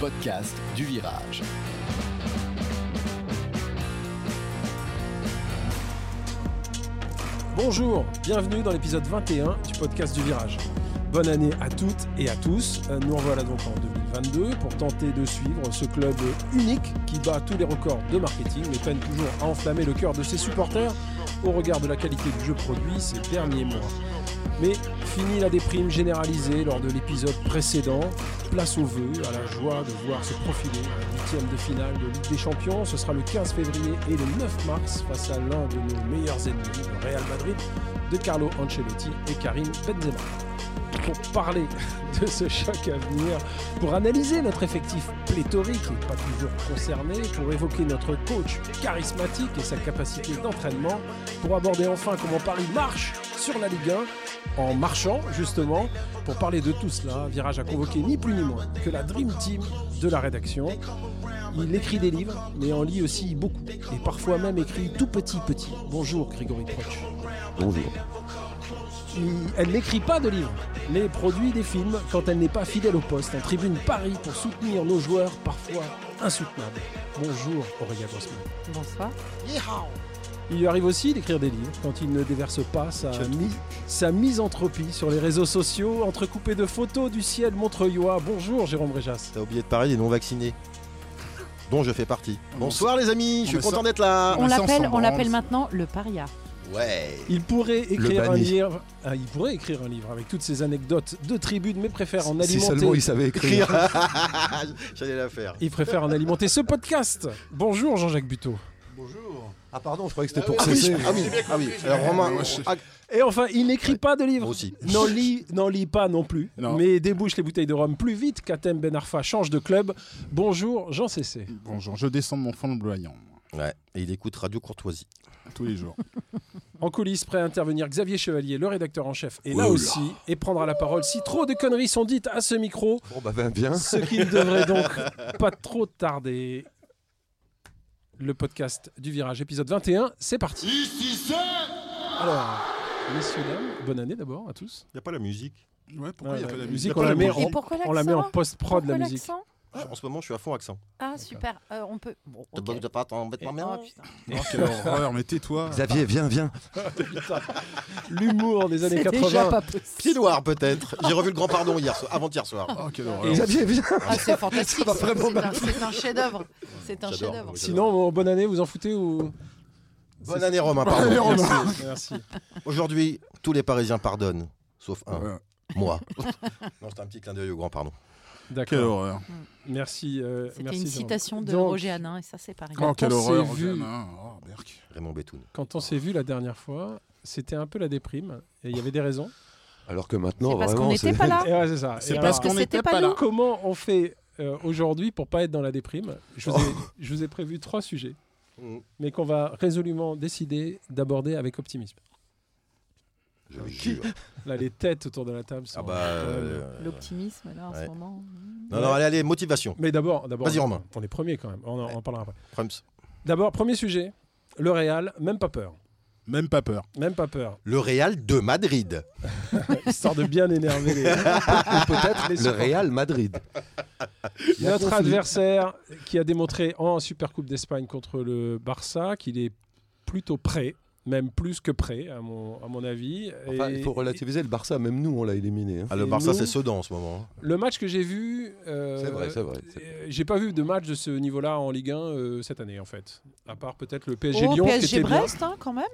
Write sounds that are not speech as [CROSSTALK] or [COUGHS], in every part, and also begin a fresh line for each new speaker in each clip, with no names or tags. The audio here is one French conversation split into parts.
podcast du virage.
Bonjour, bienvenue dans l'épisode 21 du podcast du Virage. Bonne année à toutes et à tous. Euh, Nous revoilà donc en 2022 pour tenter de suivre ce club unique qui bat tous les records de marketing mais peine toujours à enflammer le cœur de ses supporters au regard de la qualité du jeu produit ces derniers mois. Mais fini la déprime généralisée lors de l'épisode précédent, place au vœu, à la joie de voir se profiler la huitième de finale de Ligue des Champions. Ce sera le 15 février et le 9 mars face à l'un de nos meilleurs ennemis, le Real Madrid, de Carlo Ancelotti et Karim Benzema. Pour parler de ce choc à venir, pour analyser notre effectif pléthorique et pas toujours concerné, pour évoquer notre coach charismatique et sa capacité d'entraînement, pour aborder enfin comment Paris marche sur la Ligue 1 en marchant justement. Pour parler de tout cela, Virage a convoqué ni plus ni moins que la Dream Team de la rédaction. Il écrit des livres, mais en lit aussi beaucoup, et parfois même écrit tout petit petit. Bonjour Grégory Proch.
Bonjour.
Il- elle n'écrit pas de livres, mais produit des films quand elle n'est pas fidèle au poste en tribune Paris pour soutenir nos joueurs parfois insoutenables. Bonjour Aurélia Grossman.
Bonsoir.
Il lui arrive aussi d'écrire des livres quand il ne déverse pas sa, mi- sa misanthropie sur les réseaux sociaux, entrecoupée de photos du ciel montreuillois. Bonjour Jérôme Réjas.
T'as oublié de parler des non-vaccinés, dont je fais partie. Bonsoir les amis, je suis
On
content d'être là.
On
mais ça, on
l'appelle,
s'en
on l'appelle
branle.
maintenant le paria.
Ouais.
Il pourrait écrire un
banni.
livre. ah, il pourrait écrire un livre avec toutes ces anecdotes de tribune, mais préfère en alimenter.
Si seulement il savait écrire.
[LAUGHS] J'allais la faire.
Il préfère en alimenter ce podcast. Bonjour Jean-Jacques Buteau.
Ah pardon, je croyais que c'était pour
Ah oui,
cesser.
ah oui, ah oui. Alors Romain, ah,
Et enfin, il n'écrit pas de livre.
moi aussi.
N'en lit, n'en lit pas non plus,
Non.
mais débouche les bouteilles de rhum plus vite qu'Atem Ben Arfa change de club. Bonjour Jean Cessé.
Bonjour, je descends de mon fond de bloyant
Ouais, et il écoute Radio Courtoisie.
tous les jours.
En coulisses, prêt à intervenir, Xavier Chevalier, le rédacteur en chef, est là
Oula.
aussi et prendra la parole si trop de conneries sont dites à ce micro,
Bon bah ben,
Hein
bien.
ce qui ne devrait donc pas trop tarder. Le podcast du virage, épisode 21, c'est parti. Alors, messieurs, dames, bonne année d'abord à tous.
Il n'y a pas la musique.
[LAUGHS] Ouais,
pourquoi il y a pas de musique,
on la met
Et
Et
on-
pourquoi l'accent
On la met en post-prod, la musique.
En ce moment, je suis à fond accent.
Ah super. Euh, on peut. Bon,
T'as
ok.
pas- t'as pas t'embêtement,
Oh,
merde.
putain.
Oh, quelle horreur, mais tais-toi.
Xavier, viens, viens.
L'humour des années
C'est
80.
déjà pas possible.
Piloir peut-être. J'ai revu le Grand Pardon hier soir, avant-hier soir.
Oh, quelle
Et-
horreur.
Xavier, viens.
Ah, c'est fantastique.
va
c'est-
vraiment
c'est un- C'est un chef-d'œuvre. C'est un
J'adore.
chef-d'œuvre.
[LAUGHS] Sinon, bon, bonne année, vous en foutez ou
Bonne année Romain, pardon.
Merci. Merci.
Aujourd'hui, tous les Parisiens pardonnent, sauf un,
Ouais,
moi. Non, c'est un petit clin d'œil au Grand Pardon.
Quelle
D'accord.
horreur.
Merci. euh,
C'était
merci,
une
Jérôme.
citation de
Donc,
Roger Hanin et ça c'est pareil.
Oh, quelle
on
horreur.
s'est vu-
Jeanne, hein. Oh, Berk.
Raymond Bétoun.
Quand on s'est vu la dernière fois, c'était un peu la déprime et il y avait des raisons.
Alors que maintenant,
C'est parce qu'on
vraiment,
n'était
[LAUGHS]
pas là.
Et ouais, c'est ça.
C'est
Et
parce
alors,
qu'on
c'était
n'était
pas
pas
nous.
là.
Comment on fait euh, aujourd'hui pour pas être dans la déprime je vous, ai, je vous ai prévu trois sujets,
Mm.
mais qu'on va résolument décider d'aborder avec optimisme.
Je le jure.
Là, les têtes autour de la table sont.
Ah bah. euh,
L'optimisme là en
Ouais.
ce moment.
Non, non, allez, allez, motivation.
Mais d'abord, d'abord,
Vas-y, Romain.
on est premier quand même. On en on en parlera après.
Prums.
D'abord, premier sujet, le Real, même pas peur.
Même pas peur.
Même pas peur.
Le Real de Madrid.
Histoire de bien énerver les.
peut-être
les
le Real Madrid. [LAUGHS] Il y a
Notre
conflit.
adversaire qui a démontré en Supercoupe d'Espagne contre le Barça qu'il est plutôt prêt, même plus que prêt, à mon, à mon avis.
Enfin,
Et-
il faut relativiser le Barça, même nous, on l'a éliminé. hein.
Ah, le
Et
Barça,
nous
c'est Sedan en ce moment. hein.
Le match que j'ai vu. euh,
C'est vrai, c'est vrai. c'est-
euh, J'ai pas vu de match de ce niveau-là en Ligue 1 euh, cette année en fait. À part peut-être le PSG
Au
Lyon qui
PSG
était bien.
Brest hein, quand même.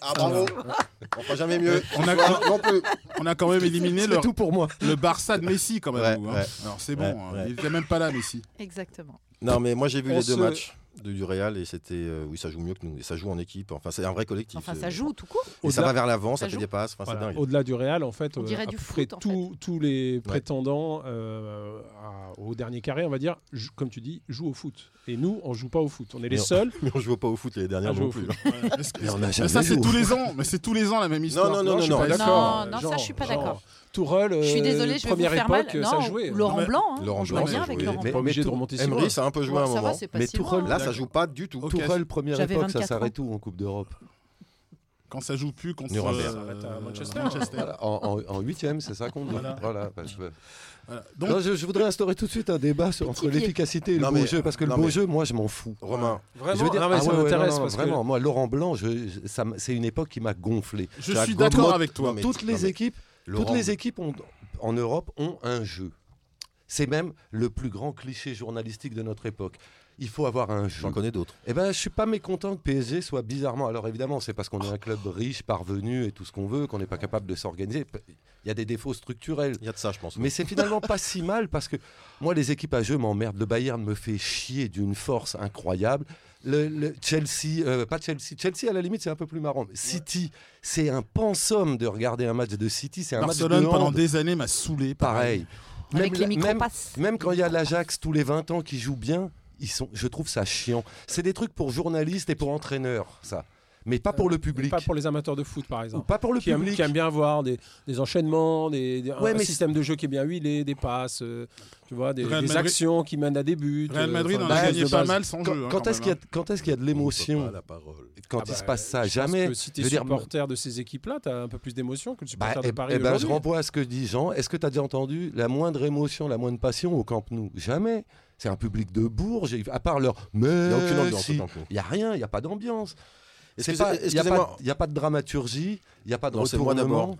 Ah, bravo. [LAUGHS] On fera jamais mieux.
On a,
Non plus.
on a quand même éliminé le,
C'est tout pour moi.
le Barça de Messi, quand même.
Ouais,
nous, hein.
ouais.
Alors, c'est bon,
Ouais,
hein.
ouais.
il était même pas là, Messi.
Exactement.
Non, mais moi, j'ai vu
On
les deux
se-
matchs du, du Real et c'était. euh, oui, ça joue mieux que nous. Et ça joue en équipe. Enfin, c'est un vrai collectif.
Enfin
C'est-
ça joue tout court.
Et ça
Au-delà-
va vers l'avant,
ça
ça, fait
joue.
des
Ah,
passes. Enfin,
Voilà.
c'est dingue. [LAUGHS]
Au-delà du Real, en fait,
On
euh,
dirait
à
du
peu
foot,
près
en
tous- tous les prétendants euh, à- au dernier carré, on va dire, jou- comme tu dis, jouent au foot. Et nous, on joue pas au foot. On est les
Non.
seuls.
Mais on joue pas au foot les
Ah,
dernières
joue
non
au
plus.
foot.
[LAUGHS]
Mais on a
Mais
jamais
ça, c'est
joué.
tous les ans. Mais c'est tous les ans la même histoire.
non, non,
je suis
non,
pas
non.
d'accord.
Non, non, ça, je suis pas
Genre,
d'accord.
Tourelle,
Je suis
euh,
désolé, je vais vous
première
faire mal.
époque, ça
Non,
jouait.
ou Laurent
Mais-
Blanc. hein.
Laurent
On
Blanc,
jouait bien
ça
avec
jouait.
Laurent
Mais-
Pas
Blanc.
obligé de
tout-
remonter sur
Emery, ça a un peu joué à un
Ça va,
moment.
c'est pas
Mais
si
Tourelle,
loin.
Là, ça joue pas du tout.
Ok.
Tourelle, première
J'avais
époque, ça
24 ans.
s'arrête tout en Coupe d'Europe.
Quand ça joue plus contre
Nuremberg.
euh,
Ça s'arrête à Manchester.
Voilà, en, en- en huitième, c'est ça qu'on dit.
Voilà.
Voilà. parce que-
Voilà. Donc,
Non, je, je voudrais instaurer tout de suite un débat sur, entre
Pitié.
l'efficacité et
Non,
le bon
mais-
jeu, parce que
non,
le bon
mais-
jeu, moi, je m'en fous.
Romain,
Je
Vraiment,
veux dire,
non, mais
ah
ça
ouais, ouais,
m'intéresse
non, non,
parce
vraiment, moi, Laurent Blanc, je- je- ça m- c'est une époque qui m'a gonflé.
je
Ça
suis
gonfle-
d'accord
moi-
avec toi.
mais-
Toutes
non,
les
mais-
équipes, toutes
Laurent-
les équipes ont- en Europe ont un jeu. C'est même le plus grand cliché journalistique de notre époque. Il faut avoir un jeu.
j'en connais d'autres.
Eh ben, je suis pas mécontent que PSG soit bizarrement. Alors évidemment, c'est parce qu'on est un club riche, parvenu et tout ce qu'on veut, qu'on n'est pas capable de s'organiser. Il y a des défauts structurels.
Il y a de ça, je pense.
Mais c'est finalement pas si mal parce que moi, les équipes à jeu m'emmerdent. Le Bayern me fait chier d'une force incroyable. Le, le Chelsea, euh, pas Chelsea, Chelsea à la limite, c'est un peu plus marrant. Mais City, c'est un pensum de regarder un match de City. C'est un match
Barcelone
de
pendant
hand.
des années m'a saoulé.
Pareil.
hein, Avec
Même
les
la- même-
micro-passes.
même quand il y a l'Ajax tous les 20 ans qui joue bien, ils sont, je trouve ça chiant. C'est des trucs pour journalistes et pour entraîneurs, ça. Mais pas pour le public.
Pas pour les amateurs de foot, par
Ou
exemple.
pas pour le
Qui aiment,
public.
qui aiment bien avoir des, des enchaînements, des, des-
Ouais,
un
mais
système de jeu qui est bien huilé, des passes, euh, tu vois, des,
Real
des
Madrid-
actions qui mènent à des buts.
Real
euh,
Madrid
enfin,
en
des
a
choses
gagné
de
pas
base.
mal sans
Quand,
jeu. hein,
quand
même,
est-ce qu'il y,
hein.
a- quand est-ce qu'il y a de l'émotion quand
Ah
il
bah,
se passe ça
je pense
Jamais.
que si tu
Je veux dire,
supporter de ces équipes-là, tu as un peu plus d'émotion que le
Bah,
supporter
eh-
de Paris.
eh ben, je
aujourd'hui. hein
renvoie à ce que dit Jean. Est-ce que tu as déjà entendu la moindre émotion, la moindre passion au Camp Nou Jamais. C'est un public de Bourges, à part leur. Mais
Il n'y a aucune ambiance
si.
au Camp Nou.
Il n'y a rien, il n'y a pas d'ambiance. C'est
Excusez-
pas- Il n'y a,
excusez-moi.
pas- il y a pas de dramaturgie, il n'y a pas de
Non, c'est moi
retournement.
d'abord.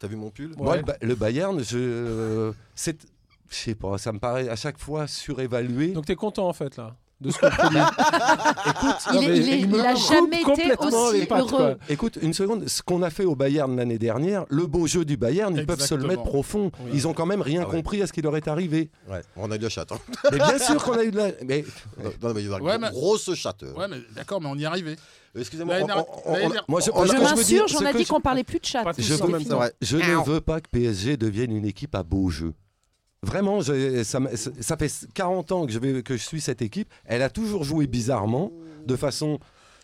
T'as vu mon pull
Moi,
Ouais.
le, Ba- le Bayern, je. euh, c'est. Je sais pas, ça me paraît à chaque fois surévalué.
Donc tu es content, en fait, là, de ce qu'on te dit.
[LAUGHS]
Écoute,
Il
non,
est-
mais
il est-
me
il a
coupe
jamais été
complètement
aussi
les pattes, quoi.
heureux.
Écoute, une seconde, ce qu'on a fait au Bayern l'année dernière, le beau jeu du Bayern, ils peuvent se le
Exactement.
mettre profond.
Oui.
Ils ont quand même rien
Ah ouais.
compris à ce qui leur est arrivé.
[LAUGHS]
Ouais, on a eu la chatte. hein.
Mais bien sûr qu'on a eu de la. Mais
[LAUGHS] Non, non, mais Bah, il y a une
Ouais, mais-
grosse chatte. euh.
hein. Ouais, mais d'accord, mais on y est arrivé.
Excusez-moi,
L'année
on-
dernière-
on- on-
l'année
on-
dernière-
moi, je,
on-
moi,
Oh, Je
ce que veux dire,
m'insurge, on
ce
a
que
dit
je-
qu'on parlait plus de chat.
Pas tous
Je
en
veux-
même
C'est
temps.
vrai.
Je ne veux pas que PSG devienne une équipe à beau jeu. Vraiment, je- ça, me- ça fait 40 ans que je, vais, que je suis cette équipe. Elle a toujours joué bizarrement, de façon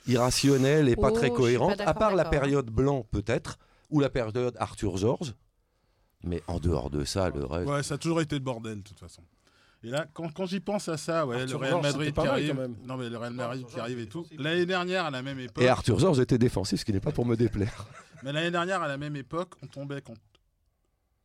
irrationnelle et
Oh,
pas
je
très
suis pas
cohérente, à
d'accord,
part la
d'accord.
période blanc peut-être, ou la période Arthur Georges. Mais en dehors de ça, le reste.
Ouais, ça a toujours été le bordel, de toute façon. Et là, quand, quand j'y pense à ça, ouais, le
Arthur
Real
Georges,
Madrid
c'était pas
qui
mal,
arrive.
quand même.
Non, mais le Real Madrid qui arrive et tout. L'année dernière, à la même époque.
Et Arthur Georges était défensif, ce qui n'est pas pour me déplaire.
Mais l'année dernière, à la même époque, on tombait contre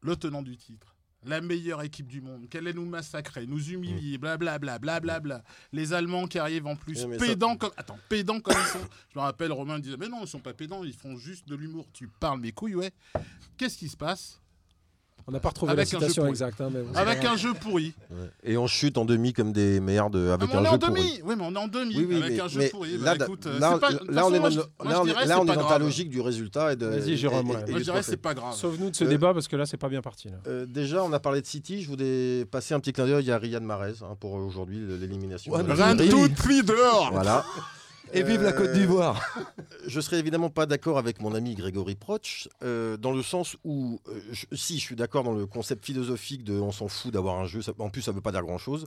le tenant du titre, la meilleure équipe du monde, qu'elle allait nous massacrer, nous humilier, blablabla, blablabla. Les Allemands qui arrivent en plus,
Ouais, mais ça-
pédants comme. Attends, pédants comme ils sont. Je me rappelle, Romain disait Mais non, ils sont pas pédants, ils font juste de l'humour. Tu parles mes couilles, ouais. Qu'est-ce qui se passe
On n'a pas retrouvé la
Avec un jeu
citation
pourri.
exacte. hein, mais bon, c'est
Ah,
Avec
pas
un jeu pourri.
Et on chute en demi comme des merdes
Ah,
avec
mais on
un
est en
jeu pourri.
demi Oui, mais on est en demi
Oui, oui,
avec
mais,
un jeu
mais
pourri. Bah,
là,
écoute, euh,
là,
c'est pas- de
là,
toute façon,
on est
moi,
dans,
je-
le-
moi,
là,
je
on est-
dirais,
là,
c'est
on est
pas
dans ta
grave.
logique du résultat et de.
Vas-y,
et-
Jérôme,
et-
ouais.
et- et
Moi,
des
je dirais,
trophées.
c'est pas
grave.
grave.
Sauve-nous de ce
Euh,
débat parce que là, c'est pas bien parti. là.
Euh, déjà, on a parlé de City. Je voulais passer un petit clin d'œil. Il y a Riyad Mahrez hein, pour euh, aujourd'hui le- l'élimination.
Ouais,
de la
Rien
Ligue.
tout pris dehors
Voilà.
Et vive la Côte
Euh,
d'Ivoire
Je serais évidemment pas d'accord avec mon ami Grégory Proch, euh, dans le sens où, euh, je- si je suis d'accord dans le concept philosophique de on s'en fout d'avoir un jeu, ça- en plus ça veut pas dire grand chose,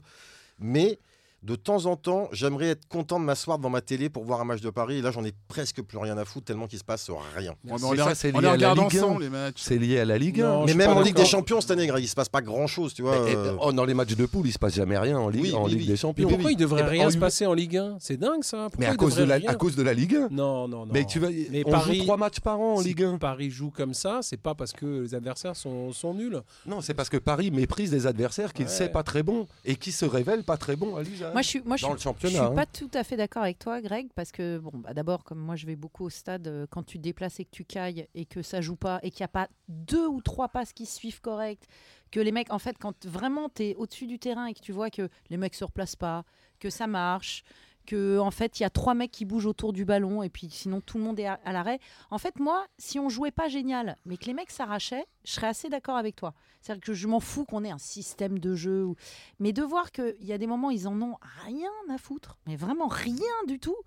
mais de temps en temps, j'aimerais être content de m'asseoir devant ma télé pour voir un match de Paris, et là j'en ai presque plus rien à foutre tellement qu'il se passe rien.
Bon, mais
C'est ça, c'est
On
lié
les
à la
regarde
Ligue un.
ensemble, les matchs.
C'est lié à la Ligue 1.
Non, je
mais
suis
même
pas
en Ligue des
d'accord.
Champions cette année, Greg, il se passe pas grand chose, tu
eh
vois. euh,
oh, dans les matchs de poule, il se passe jamais rien en Ligue,
Oui,
en
oui,
Ligue
oui.
des
Mais
Champions.
pourquoi il devrait
Eh ben,
rien
en
se
U-
passer en Ligue 1 C'est dingue ça. Pourquoi
Mais à
il
cause, de
devrait
la,
rien
à cause de la Ligue 1.
Non, non, non.
Mais tu vas,
Mais
on
Paris-
joue trois matchs par an en
Si
Ligue 1.
Paris joue comme ça, c'est pas parce que les adversaires sont, sont nuls.
Non, c'est parce que Paris méprise des adversaires qu'il
Ouais.
sait pas très bons et qui se révèlent pas très bons à l'usage.
Moi, je suis, moi, je
dans
suis
le
Je suis
championnat. hein.
pas tout à fait d'accord avec toi, Greg, parce que bon, bah, d'abord, comme moi, je vais beaucoup au stade, euh, quand tu te déplaces et que tu cailles et que ça joue pas et qu'il n'y a pas deux ou trois passes qui se suivent correctes, que les mecs, en fait, quand vraiment tu es au-dessus du terrain et que tu vois que les mecs se replacent pas, que ça marche, que en fait, il y a trois mecs qui bougent autour du ballon et puis sinon tout le monde est à, à l'arrêt. En fait, moi, si on jouait pas génial, mais que les mecs s'arrachaient, je serais assez d'accord avec toi. C'est-à-dire que je m'en fous qu'on ait un système de jeu ou mais de voir qu'il y a des moments, ils en ont rien à foutre, mais vraiment rien du tout.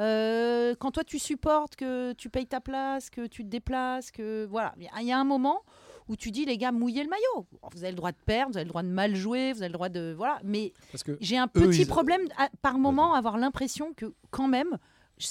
Euh, quand toi, tu supportes, que tu payes ta place, que tu te déplaces, que voilà. Il y a un moment où tu dis, les gars, mouillez le maillot. Vous avez le droit de perdre, vous avez le droit de mal jouer, vous avez le droit de. Voilà. Mais
Parce que
j'ai un
Eux,
petit
ils-
problème à- par moment à avoir l'impression que quand même,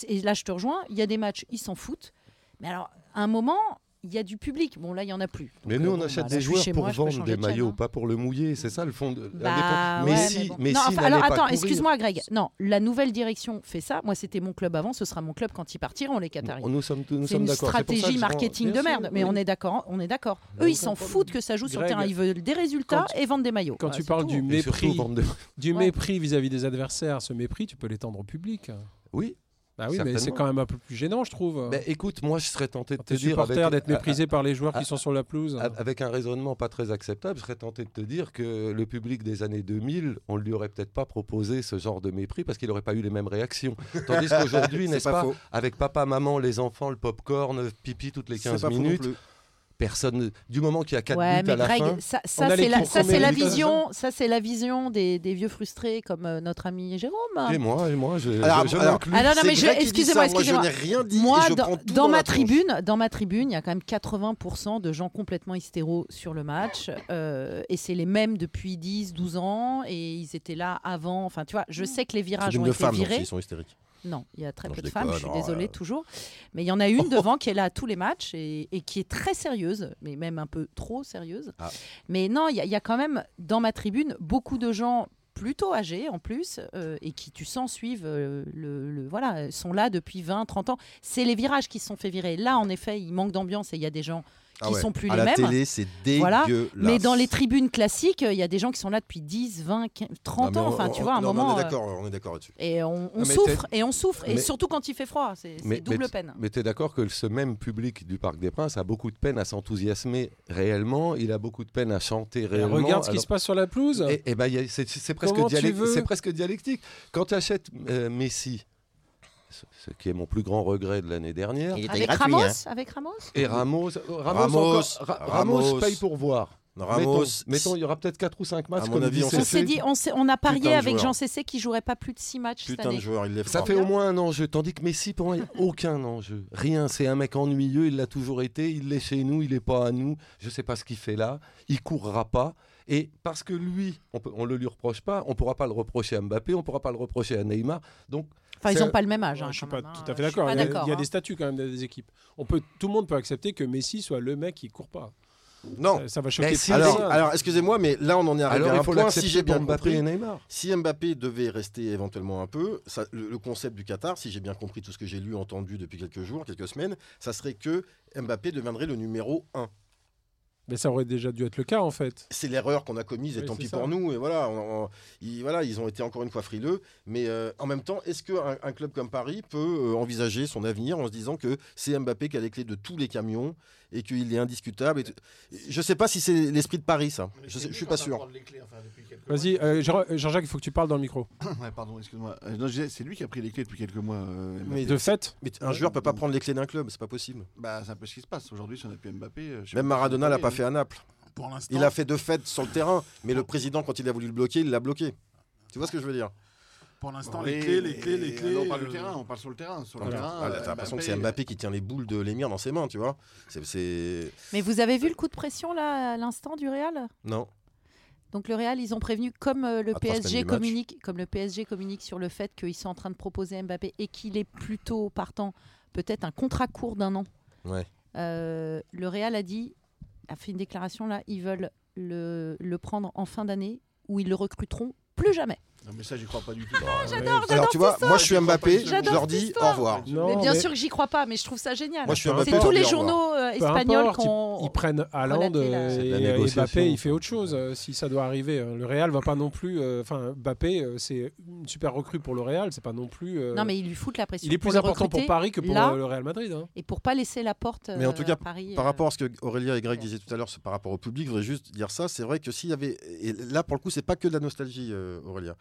et là je te rejoins, il y a des matchs, ils s'en foutent. Mais alors, à un moment, il il y a du public. Bon, là, il y en a plus. Donc,
Mais
euh,
nous, on
bon,
achète
bah, là,
des
je suis
joueurs
chez
pour
moi, je peux
vendre
changer
des
de chaîne,
mailles,
hein.
pas pour le mouiller. C'est ça le fond. De...
Bah,
mais
ouais,
si,
bon.
mais
Non,
si
enfin,
n'allait
alors
pas
attends,
courir.
excuse-moi Greg. Non, la nouvelle direction fait ça. Moi, c'était mon club avant, ce sera mon club quand ils partiront les Qataris.
Nous sommes, tous- nous
C'est
sommes
une
d'accord. C'est pour ça que
stratégie
je rends-
marketing de
Bien sûr,
merde. Mais
oui.
on est d'accord, hein. on est d'accord.
Il y a
Eux, ils
aucun
s'en
problème.
foutent que ça joue sur le
Greg,
terrain. Ils veulent des résultats
quand-
et vendre des maillots.
Ah,
Quand
Voilà,
tu
c'est
parles
tout.
du
hein. Et surtout,
mépris,
vendre des-
du
Ouais.
mépris vis-à-vis des adversaires, ce mépris, tu peux l'étendre au public.
Oui.
Bah oui, mais c'est
Certainement.
quand même un peu plus gênant, je trouve.
Bah, écoute, moi, je serais tenté de
Quand
te
t'es
dire.
supporter
avec- Ah,
d'être
à-
méprisé par les joueurs
à-
qui sont sur la pelouse.
à- Avec un raisonnement pas très acceptable, je serais tenté de te dire que le public des années 2000, on lui aurait peut-être pas proposé ce genre de mépris parce qu'il n'aurait pas eu les mêmes réactions.
[LAUGHS]
Tandis qu'aujourd'hui,
C'est
n'est-ce pas,
faux.
avec papa, maman, les enfants, le pop-corn, pipi toutes les
C'est
15
pas faux non
minutes,
plus.
personne, du moment qu'il y a 4
Ouais,
minutes à
mais
la
Greg,
fin.
ça,
On a
ça
les
c'est la,
cours
ça,
combien
c'est la
de minutes
vision, ça c'est la vision des, des vieux frustrés comme euh, notre ami Jérôme.
Et moi, et moi, je,
Alors,
je- je
alors-
m'inclus.
Ah non, non,
C'est
mais je-
Greg qui dit
excusez-moi,
ça, moi,
excusez-moi.
je n'ai rien dit.
Moi,
et je
dans,
prends tout
dans ma
la tronche.
tribune, dans ma tribune, il y a quand même 80% de gens complètement hystéros sur le match, euh, et c'est les mêmes depuis 10, 12 ans, et ils étaient là avant. Enfin, tu vois, je sais que les
Mmh. C'est
virages
une
ont
de
été
femmes, donc,
virés.
ils sont hystériques.
Non, il y a très
Non,
peu
je
de femmes, je suis
déconne, oh là
désolée
là.
toujours. Mais il y en a
[LAUGHS]
une devant qui est là à tous les matchs et, et qui est très sérieuse, mais même un peu trop sérieuse.
Ah.
Mais non, il y, a- il y a quand même dans ma tribune beaucoup de gens plutôt âgés en plus euh, et qui tu sens suivent euh, le, le- voilà euh, sont là depuis 20 30 ans c'est les virages qui se sont fait virer là en effet il manque d'ambiance et il y a des gens
Ah
Qui
ouais.
sont plus
à
les
la
mêmes.
télé, c'est
Voilà.
dégueulasse.
mais dans les tribunes classiques euh, il y a des gens qui sont là depuis 10 20 15, 30
Non, mais
ans
on-
enfin tu
on-
vois à un
non, mais
moment
On est
euh,
d'accord, on est d'accord là-dessus.
et on, on
mais
souffre et on souffre et
Mais-
surtout quand il fait froid c'est c'est
Mais-
double
mais-
peine
Mais tu es d'accord que ce même public du Parc des Princes a beaucoup de peine à s'enthousiasmer réellement, il a beaucoup de peine à chanter
Et
réellement.
regarde ce qui
alors-
se passe sur la pelouse.
Eh- eh ben, il y a- c'est c'est presque,
Comment tu
dialec-
veux
c'est presque dialectique. Quand tu achètes euh, Messi, ce, ce qui est mon plus grand regret de l'année dernière,
Il était
avec
gratuit,
Ramos
hein.
avec Ramos
et Ramos, euh, Ramos,
Ramos,
encore- Ra- Ramos
Ramos.
paye pour voir.
Non, Ramos,
Mettons- mettons, il y aura peut-être 4 ou 5 matchs.
À mon
comme
avis,
dit
on
On
Cécile.
s'est dit, on, s'est- on a parié
Putain de
avec
joueur.
Jean Cessé qui jouerait pas plus de 6 matchs cette
putain de
année.
joueur, il les
Ça fait au moins un enjeu, tandis que Messi, pour moi, il n'y
[LAUGHS]
a aucun enjeu. Rien, c'est un mec ennuyeux, il l'a toujours été, il est chez nous, il n'est pas à nous, je ne sais pas ce qu'il fait là, il courra pas. Et parce que lui, on ne le lui reproche pas, on ne pourra pas le reprocher à Mbappé, on ne pourra pas le reprocher à Neymar. Donc,
Enfin, ils
C'est-
n'ont pas le même âge.
Ouais,
hein,
je suis
quand
pas
même, hein.
tout à fait
Je suis
d'accord.
pas
Il y a, il y a
d'accord,
des
hein.
statuts quand même des des équipes. On peut, tout le monde peut accepter que Messi soit le mec qui court pas.
Non.
Ça, ça va choquer.
Mais si,
personne.
Alors, alors, excusez-moi, mais là, on en est arrivé
alors
à
il
un
faut
point.
l'accepter
Si j'ai bien
pour Mbappé
compris,
et Neymar.
si Mbappé devait rester éventuellement un peu, ça- le, le concept du Qatar, si j'ai bien compris tout ce que j'ai lu, entendu depuis quelques jours, quelques semaines, ça serait que Mbappé deviendrait le numéro 1.
mais ça aurait déjà dû être le cas en fait.
C'est l'erreur qu'on a commise et
Oui,
tant
c'est
pis
ça.
pour nous. Et voilà, on- on- ils, voilà, ils ont été encore une fois frileux. Mais euh, en même temps, est-ce qu'un un club comme Paris peut euh, envisager son avenir en se disant que c'est Mbappé qui a les clés de tous les camions et qu'il est indiscutable et tout- Je ne sais pas si c'est l'esprit de Paris, ça. Je ne suis pas sûr.
Vas-y, euh, Jean- euh, Jean-Jacques, il faut que tu parles dans le micro.
Ouais, pardon, excuse-moi. Euh, non, je disais, C'est lui qui a pris les clés depuis quelques mois. euh, Mbappé.
Mais
De fait,
Mais un joueur peut pas prendre les clés d'un club, c'est pas possible.
Bah, c'est un peu ce qui se passe. Aujourd'hui, si on n'a plus Mbappé. euh, je sais
Même
pas si on
Maradona l'a
peut
pas
aller,
fait à Naples.
Pour l'instant,
Il a fait deux fêtes sur le terrain, mais le président, quand il a voulu le bloquer, il l'a bloqué. Tu vois ce que je veux dire
pour
hein.
l'instant,
Bon,
les
et-
clés, les clés, les
et-
clés.
Ah, non, on parle
euh,
du terrain, on parle sur le terrain. Sur le
Voilà.
terrain.
Ah, là, T'as l'impression que c'est Mbappé qui tient les boules de l'émir dans ses mains, tu vois C'est- C'est.
Mais vous avez vu le coup de pression là à l'instant du Real
Non.
Donc le Real, ils ont prévenu comme euh, le
À trois
PSG
semaines du match.
communique, comme le PSG communique sur le fait qu'ils sont en train de proposer Mbappé et qu'il est plutôt partant peut-être un contrat court d'un an.
Ouais.
Euh, le Real a dit, a fait une déclaration là, ils veulent le, le prendre en fin d'année où ils le recruteront plus jamais.
euh, Non, mais ça, j'y crois pas du tout.
j'adore,
Alors tu vois, moi je suis Mbappé, je
J'adore
leur
cette
dis au
histoire.
revoir.
Non,
mais bien
Oh, mais-
sûr que j'y crois pas, mais je trouve ça génial.
Moi je suis
C'est
Mbappé.
C'est
je
tous
leur
les
dis au
journaux
revoir.
euh,
peu
espagnols
importe, ils-
qu'on.
ils prennent Haaland
relater la-
euh,
C'est
de la
et, et
négociation,
Mbappé, il
enfin.
fait autre chose euh, si ça doit arriver. euh, Le Real va pas non plus. euh, Enfin, Mbappé, euh, c'est une super recrue pour le Real. C'est pas non plus. euh,
Non, mais ils lui foutent la pression.
il est plus
le
important pour
recruter
Paris que pour
là.
euh, le Real Madrid. hein.
Et pour pas laisser la porte
Mais en
euh,
tout cas,
à Paris.
Par
euh,
rapport à ce que Aurélia et Greg disaient tout à l'heure, c'est par rapport au public, je voudrais juste dire ça. C'est vrai que s'il y avait. Et là, pour le coup, c'est pas que de la nostalgie, euh, Aurélia.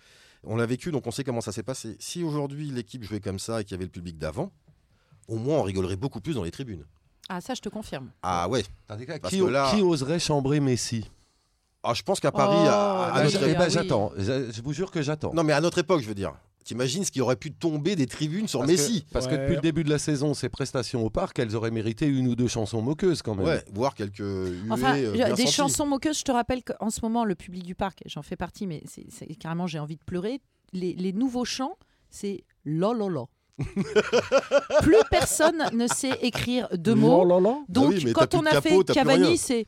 On l'a vécu, donc on sait comment ça s'est passé. Si aujourd'hui l'équipe jouait comme ça et qu'il y avait le public d'avant, au moins on rigolerait beaucoup plus dans les tribunes.
Ah, ça, je te confirme.
Ah ouais.
Tandis que
Parce
Qui,
que là-
qui oserait chambrer Messi
Ah, bah, je pense qu'à Paris,
Oh,
à, à
là,
Eh
notre
j'ai-
ben,
ah oui.
J'attends, je je vous jure que j'attends.
Non, mais à notre époque, je veux dire. T'imagines ce qui aurait pu tomber des tribunes sur
Parce que-
Messi
parce
Ouais.
que depuis le début de la saison, ses prestations au parc, elles auraient mérité une ou deux chansons moqueuses quand même.
Ouais, voir quelques huées,
Enfin,
euh,
je-
bien
des
senties.
chansons moqueuses, je te rappelle qu'en ce moment, le public du parc, j'en fais
[LAUGHS]
partie, mais c'est c'est- carrément, j'ai envie de pleurer. Les, les nouveaux chants, c'est lololo. Plus personne ne sait écrire deux
Non,
mots.
non, non.
Donc,
Bah oui, mais
quand
t'as
on
plus
a
de capot,
fait
t'as plus rien.
Cavani, c'est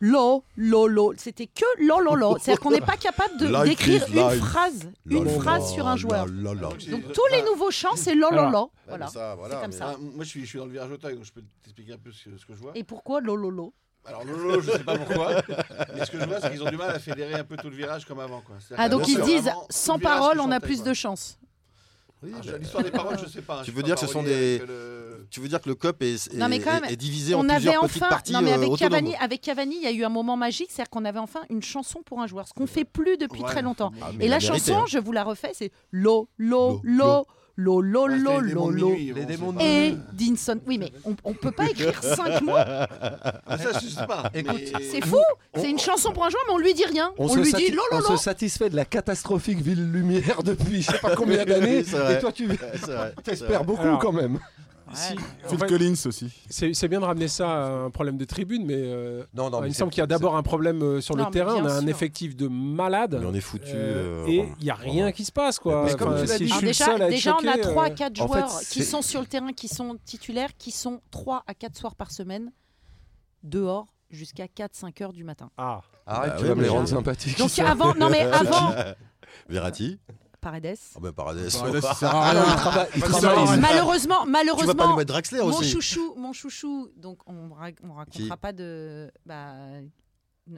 lo, lo, lo. C'était que lo, lo,
[LAUGHS]
lo. C'est-à-dire qu'on n'est pas capable de-
Life
d'écrire
is
une
life.
phrase,
La
une
la
phrase
la
sur un joueur.
la la la.
Donc, tous les nouveaux chants, c'est lo, lo,
Alors.
lo.
Ouais,
Voilà.
mais ça, voilà,
C'est comme
mais-
ça.
Ah, moi, je suis, je suis dans le virage au taille, donc je peux t'expliquer un peu ce, que- ce que je vois.
Et pourquoi lo, lo, lo
Alors, Lolo, je sais pas [LAUGHS] pourquoi, mais ce que je vois, c'est qu'ils ont du mal à fédérer un peu tout le virage comme avant. Quoi. C'est-à-dire
Ah,
que
donc
avant,
ils
c'est
se disent,
vraiment tout le
sans
virage
parole,
qui
on a
chantait,
plus
quoi.
de chance.
Oui,
Ah,
mais-
je- L'histoire des paroles, je sais pas.
Tu veux dire que ce sont des- Tu veux dire que le COP est, est-
Non, mais quand même,
est- est divisé en
on
plusieurs
avait
petites
enfin,
parties
non mais
euh,
avec
autonomes.
Cavani, avec Cavani, il y a eu un moment magique, c'est-à-dire qu'on avait enfin une chanson pour un joueur, ce qu'on fait plus depuis très longtemps.
Ah, mais
Et la
il a mérité,
chanson,
hein.
je vous la refais, c'est lo lo lo
Lo,
lo lo lo lo lo.
Les démons de
Et Dinson. Oui, mais on, on peut pas écrire cinq mots.
Ah, ça, je sais pas.
Écoute,
mais-
C'est fou. C'est une chanson pour un joueur, mais on lui dit rien. On,
se
lui dit
sati-
lo lo
on
lo.
se satisfait de la catastrophique ville lumière depuis je sais pas
[LAUGHS]
combien
Oui,
d'années.
c'est vrai.
et toi,
[LAUGHS]
tu
Ouais, c'est vrai, c'est vrai.
espères beaucoup
Alors,
quand même.
Si, en
Phil
fait,
Collins aussi.
c'est c'est bien de ramener ça à un problème de tribune, mais euh,
Non, non,
il me semble qu'il y a d'abord un problème euh, sur
Non,
le
mais
terrain.
bien
On a un
sûr.
effectif de malades.
Mais on est foutu.
Euh,
euh,
et
on-
il n'y a
on-
rien qui se passe. Quoi.
Mais comme tu l'as
si
dit.
je
Alors
suis le
déjà,
seul à être
déjà on
choqué,
a
euh,
3 4
en fait,
joueurs qui
c'est-
sont sur le terrain, qui sont titulaires, qui sont 3 à 4 soirs par semaine dehors jusqu'à 4 5 heures du matin.
Ah,
Arrête,
Bah
tu
oui,
vas me
mais
les
je-
rendre sympathiques.
Donc avant non mais avant
Verratti
Paredes.
Ah ben Paradès.
Bah, là, ça
Tu
sert à
Ah non,
rien.
il travaille. il
Parce que
travaille.
ça,
Malheureusement,
vas pas lui
malheureusement,
mettre Draxler
mon
aussi.
chouchou, mon chouchou, donc on, ra- on racontera
Qui
pas de. Bah, n-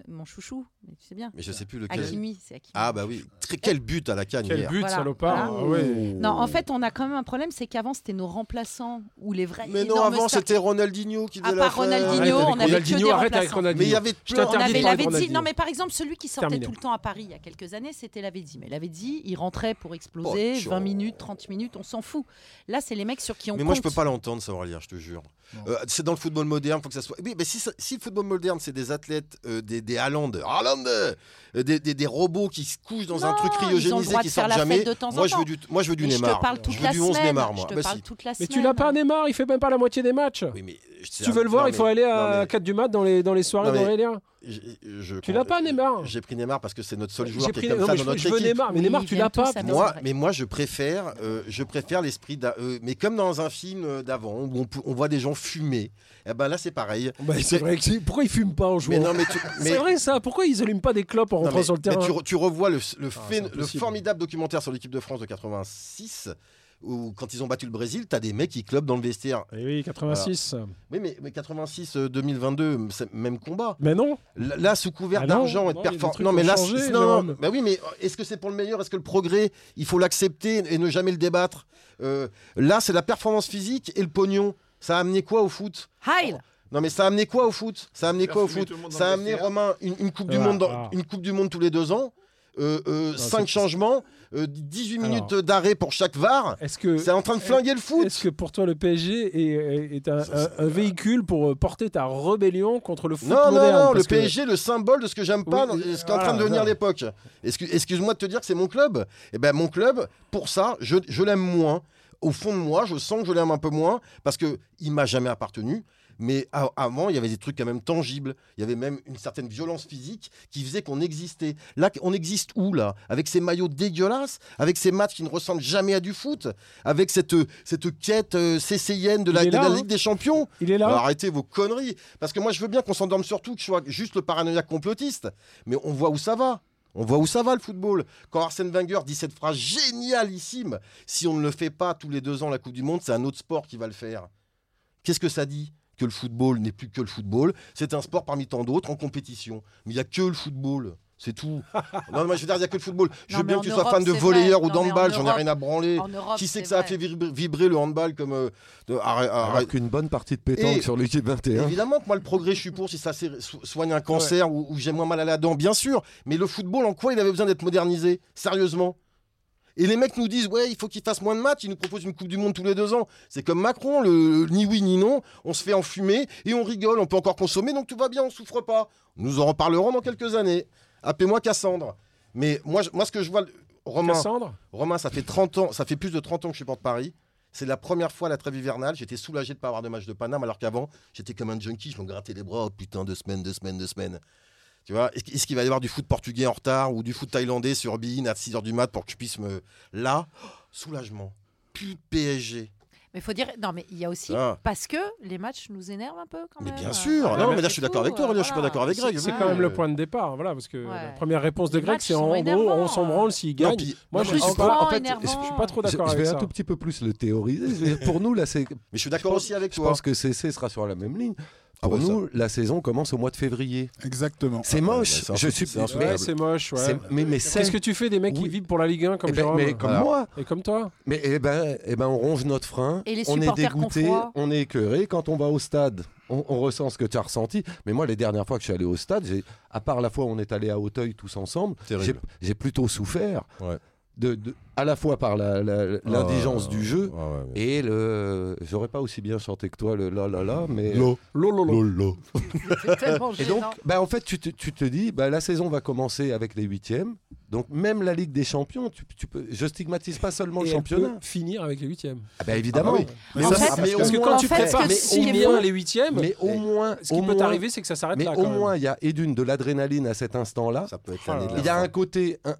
mon chouchou, mais tu sais bien.
Mais je sais plus lequel.
Hakimi, c'est Hakimi.
Ah bah oui. Très- Quel but à la canne
quel
hier.
but,
Voilà,
salopard. Ah
voilà.
ouais.
Non, en fait, on a quand même un problème, c'est qu'avant, c'était nos remplaçants ou les vrais.
Mais non,
énormes
avant
stars.
c'était Ronaldinho qui
Bah, À
faisait la
part Ronaldinho,
Arrête avec
on avait que
Ronaldinho,
des
arrête avec
remplaçants.
Ronaldinho.
Mais il y avait
Je
plein-
On
t'interdis
avait
de parler
la
de
Védie.
Ronaldinho.
Non, mais par exemple, celui qui sortait
Terminé.
tout le temps à Paris il y a quelques années, c'était la Védie. Mais la Védie, il rentrait pour exploser,
Pocho.
20 minutes, 30 minutes, on s'en fout. Là, c'est les mecs sur qui on
Oh, Mais moi, je peux
compte.
pas l'entendre savoir lire, je te jure.
Non.
Euh, c'est dans le football moderne, faut que ça soit. Oui, mais si, ça- si le football moderne, c'est des athlètes, euh, des, des Haaland, Haaland, euh, des, des- des robots qui se couchent dans un
Non,
truc
ils ont le
cryogénisé
droit
qui
de faire
sortent
la fête
jamais.
de temps en
moi, je
temps.
veux du, moi, je veux du
Et
Neymar.
Je te parle toute
je veux
la
du
semaine.
11 Neymar, moi.
Je te
Bah,
parle
si.
toute la
Mais
semaine.
tu l'as pas, Neymar. Il fait même pas la moitié des matchs.
Oui, mais je-
Si tu veux le voir,
non,
il faut
mais-
aller à
non, mais
4 du mat dans les, dans les soirées,
Non, mais-
dans les liens.
je- je-
Tu l'as pas, Neymar
J'ai pris Neymar parce que c'est notre seul joueur
J'ai
qui est
pris
comme
non,
ça
mais
dans
je,
notre
je veux
équipe.
Neymar, mais
Oui,
Neymar,
ils
tu l'as
viennent
pas.
tous à
putain.
Neymar.
Moi,
Ah, c'est vrai.
mais moi, je préfère, euh, je préfère l'esprit, d'a- euh, mais comme dans un film euh, d'avant où on, pou- on voit des gens fumer. Eh ben là, c'est pareil.
Bah, c'est vrai que c'est- pourquoi ils fument pas en
Mais
jouant
non, mais tu-
[LAUGHS]
mais-
C'est vrai ça, pourquoi ils allument pas des clopes en
Non,
rentrant
mais-
sur le
mais
terrain Ah,
tu, re- tu revois le, le, phén- le
impossible.
formidable documentaire sur l'équipe de France de 86 où quand ils ont battu le Brésil, t'as des mecs qui clubent dans le vestiaire.
Eh oui, 86.
Oui, mais, euh, mais 86-2022, c'est le même combat.
Mais non
L- Là, sous couvert
Ah non,
d'argent et de
non, les
performance.
trucs
Non, mais
ont
là,
changé,
c'est- non,
Jérôme.
non, bah oui, mais est-ce que c'est pour le meilleur Est-ce que le progrès, il faut l'accepter et ne jamais le débattre Euh, Là, c'est la performance physique et le pognon. Ça a amené quoi au foot
Heil
Non, mais ça a amené quoi au foot Ça a amené
Faire
quoi au
fumer
foot
tout le monde dans
Ça a
le
amené
vestiaire.
Romain une, une coupe du
Ah,
monde, dans-
ah.
une coupe du monde tous les deux ans, euh, euh, cinq
c'est-
changements, euh, 18
Alors. Euh,
minutes d'arrêt pour chaque var.
Est-ce que,
C'est en train de flinguer le foot.
est-ce que pour toi le PSG est, est un, un- un véhicule pour euh, porter ta rébellion contre le foot
Non, non,
moderne
non, le
parce que-
PSG, le symbole de ce que j'aime pas,
Oui,
dans- ce qu'est en
voilà,
train de devenir
non.
l'époque. Excu- Excuse-moi de te dire que c'est mon club. Eh ben, mon club, pour ça, je, je l'aime moins. Au fond de moi, je sens que je l'aime un peu moins parce que il m'a jamais appartenu. Mais a- avant, il y avait des trucs quand même tangibles. Il y avait même une certaine violence physique qui faisait qu'on existait. Là, on existe où, là Avec ces maillots dégueulasses, avec ces matchs qui ne ressemblent jamais à du foot, avec cette, cette quête euh, CCN de la,
Il est là,
de la
hein.
Ligue des Champions.
Il est
Alors,
là
Bah, arrêtez vos conneries. Parce que moi, je veux bien qu'on s'endorme sur tout, que je sois juste le paranoïaque complotiste. Mais on voit où ça va. On voit où ça va le football. Quand Arsène Wenger dit cette phrase génialissime si on ne le fait pas tous les deux ans la Coupe du Monde, c'est un autre sport qui va le faire. Qu'est-ce que ça dit Que le football n'est plus que le football. C'est un sport parmi tant d'autres en compétition. Mais il n'y a que le football. C'est tout. non, mais je veux dire, il n'y a que le football. Je
Non,
veux
mais
bien
en
que tu sois
Europe,
fan de
c'est
volleyeur
vrai.
ou
Non, mais en
d'handball, j'en ai
Europe-
rien à branler.
En Europe,
Qui c'est que
c'est
ça a
vrai.
fait vibrer- vibrer le handball comme. euh, de- arrête- arrête-
Alors qu'une bonne partie de pétanque
Et-
sur l'équipe 21.
Évidemment que moi, le progrès, je suis pour si ça sé- so- soigne un cancer ou, ou j'ai moins mal à la dent, bien sûr. Mais le football, en quoi il avait besoin d'être modernisé Sérieusement et les mecs nous disent, ouais, il faut qu'ils fassent moins de matchs, ils nous proposent une Coupe du Monde tous les deux ans. C'est comme Macron, le, le ni oui ni non, on se fait enfumer et on rigole, on peut encore consommer, donc tout va bien, on souffre pas. Nous en reparlerons dans quelques années. Appelez-moi Cassandre. Mais moi, je- moi ce que je vois, Romain,
Cassandre
Romain, ça fait 30 ans, ça fait plus de 30 ans que je supporte Paris. C'est la première fois à la trêve hivernale, j'étais soulagé de pas avoir de match de Paname, alors qu'avant, j'étais comme un junkie, je me grattais les bras, oh, putain, deux semaines, deux semaines, deux semaines. Tu vois, est-ce qu- est-ce qu'il va y avoir du foot portugais en retard ou du foot thaïlandais sur Bein à 6h du mat pour que je puisse me. Là, oh, [GASPS] soulagement. pu PSG.
Mais faut dire, non, mais il y a aussi
Ah.
parce que les matchs nous énervent un peu quand
Mais
même. Ah,
bien sûr. Non, mais là, je suis
c'est
d'accord avec
tout,
toi, Aurélien,
euh,
je suis pas d'accord avec
voilà.
Greg.
C'est
Oui,
quand même
euh,
le point de départ, voilà, parce que la
Ouais.
première réponse de
Les
Greg,
matchs
c'est
sont
en gros,
énervants,
on s'en
hein.
branle s'il
Non,
gagne.
puis-
Moi, je
mais
suis
en
pas,
gros,
en fait,
énervant.
je suis pas trop
Je,
d'accord
je
avec
vais un
ça.
tout petit peu plus le théoriser. Je veux dire, Pour nous, la, sais-
mais je suis d'accord aussi avec
je
toi.
pense que CC sera sur la même ligne.
Ah
Pour
bah ça.
nous, la saison commence au mois de février. Ah
Exactement.
C'est
bah,
moche.
c'est
je
insou-
suis.
c'est
mais-
Ouais,
insoutenable.
c'est moche. ouais.
c'est- mais mais
Qu'est-ce
c'est-
que tu fais des mecs qui
Oui.
vivent pour la Ligue 1 comme
eh ben,
Jérôme
mais comme
Voilà.
moi.
Et comme toi
Mais eh ben, eh ben, on ronge notre frein.
Et les
on est
supporters qu'on
dégoûté,
croit.
on est écœuré. Quand on va au stade, on, on ressent ce que tu as ressenti. Mais moi, les dernières fois que je suis allé au stade, j'ai- à part la fois où on est allé à Auteuil tous ensemble, j'ai
Terrible.
j'ai plutôt souffert.
Ouais.
De, de- à la fois par la- la- l'indigence
Ah,
du jeu
ah ouais, mais-
et le. J'aurais pas aussi bien chanté que toi le la la la, mais.
Lololo.
C'est tellement
Et
gênant.
donc, bah en fait, tu te, tu te dis, bah, la saison va commencer avec les huitièmes. Donc, même la Ligue des Champions, tu, tu peux, je stigmatise pas seulement
Et
le
elle
championnat.
peut finir avec les huitièmes.
Ah bah, évidemment.
Ah bah
Mais en
ça,
fait,
c'est-
mais
Parce que
au
quand
moins-
en
tu
fait, ce
prépares
que-
si
si j'ai
bien
bien-
les huitièmes,
Mais au moins,
bah ce qui
au
peut
moins-
t'arriver, c'est que ça s'arrête
mais
là.
au
quand même.
moins, il y a et d'une de l'adrénaline à cet instant-là.
Ça peut être
Ah,
l'année de la
Il y a
fin.
un côté, un-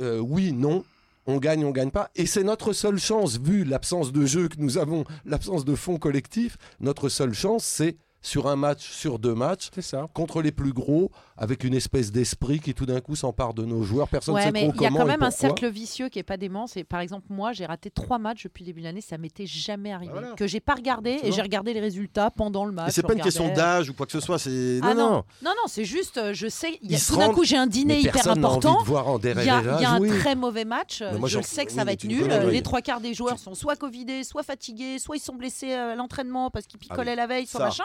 euh, oui, non. On gagne, on gagne pas. Et c'est notre seule chance, vu l'absence de jeu que nous avons, l'absence de fonds collectif. Notre seule chance, c'est sur un match, sur deux matchs,
C'est ça.
contre les plus gros, avec une espèce d'esprit qui tout d'un coup s'empare de nos joueurs. Personne ne
Ouais,
sait
mais
trop
il y a
comment
quand
et
même un
pourquoi.
cercle vicieux qui est pas dément. C'est par exemple moi, j'ai raté trois matchs depuis le début de l'année, ça m'était jamais arrivé.
voilà.
Que j'ai pas regardé et
bon.
j'ai regardé les résultats pendant le match.
Et c'est
je
pas une question
regardais.
d'âge ou quoi que ce soit. C'est
Ah
non, non.
Non, non, c'est juste, euh, je sais, il y a,
Ils se
tout d'un
rendent-
coup j'ai un dîner
Mais
hyper
personne n'a envie
important.
de voir en
Il y a, il y a
derrière
un
jouer.
très mauvais match.
Mais moi,
je le
j'en-
sais que
oui,
ça va
mais
être
tu
nul. Euh,
connais, Greg.
Les trois quarts des joueurs sont soit covidés, soit fatigués, soit ils sont blessés euh, à l'entraînement parce qu'ils
Ah oui,
picolaient la veille, soit
ça.
machin.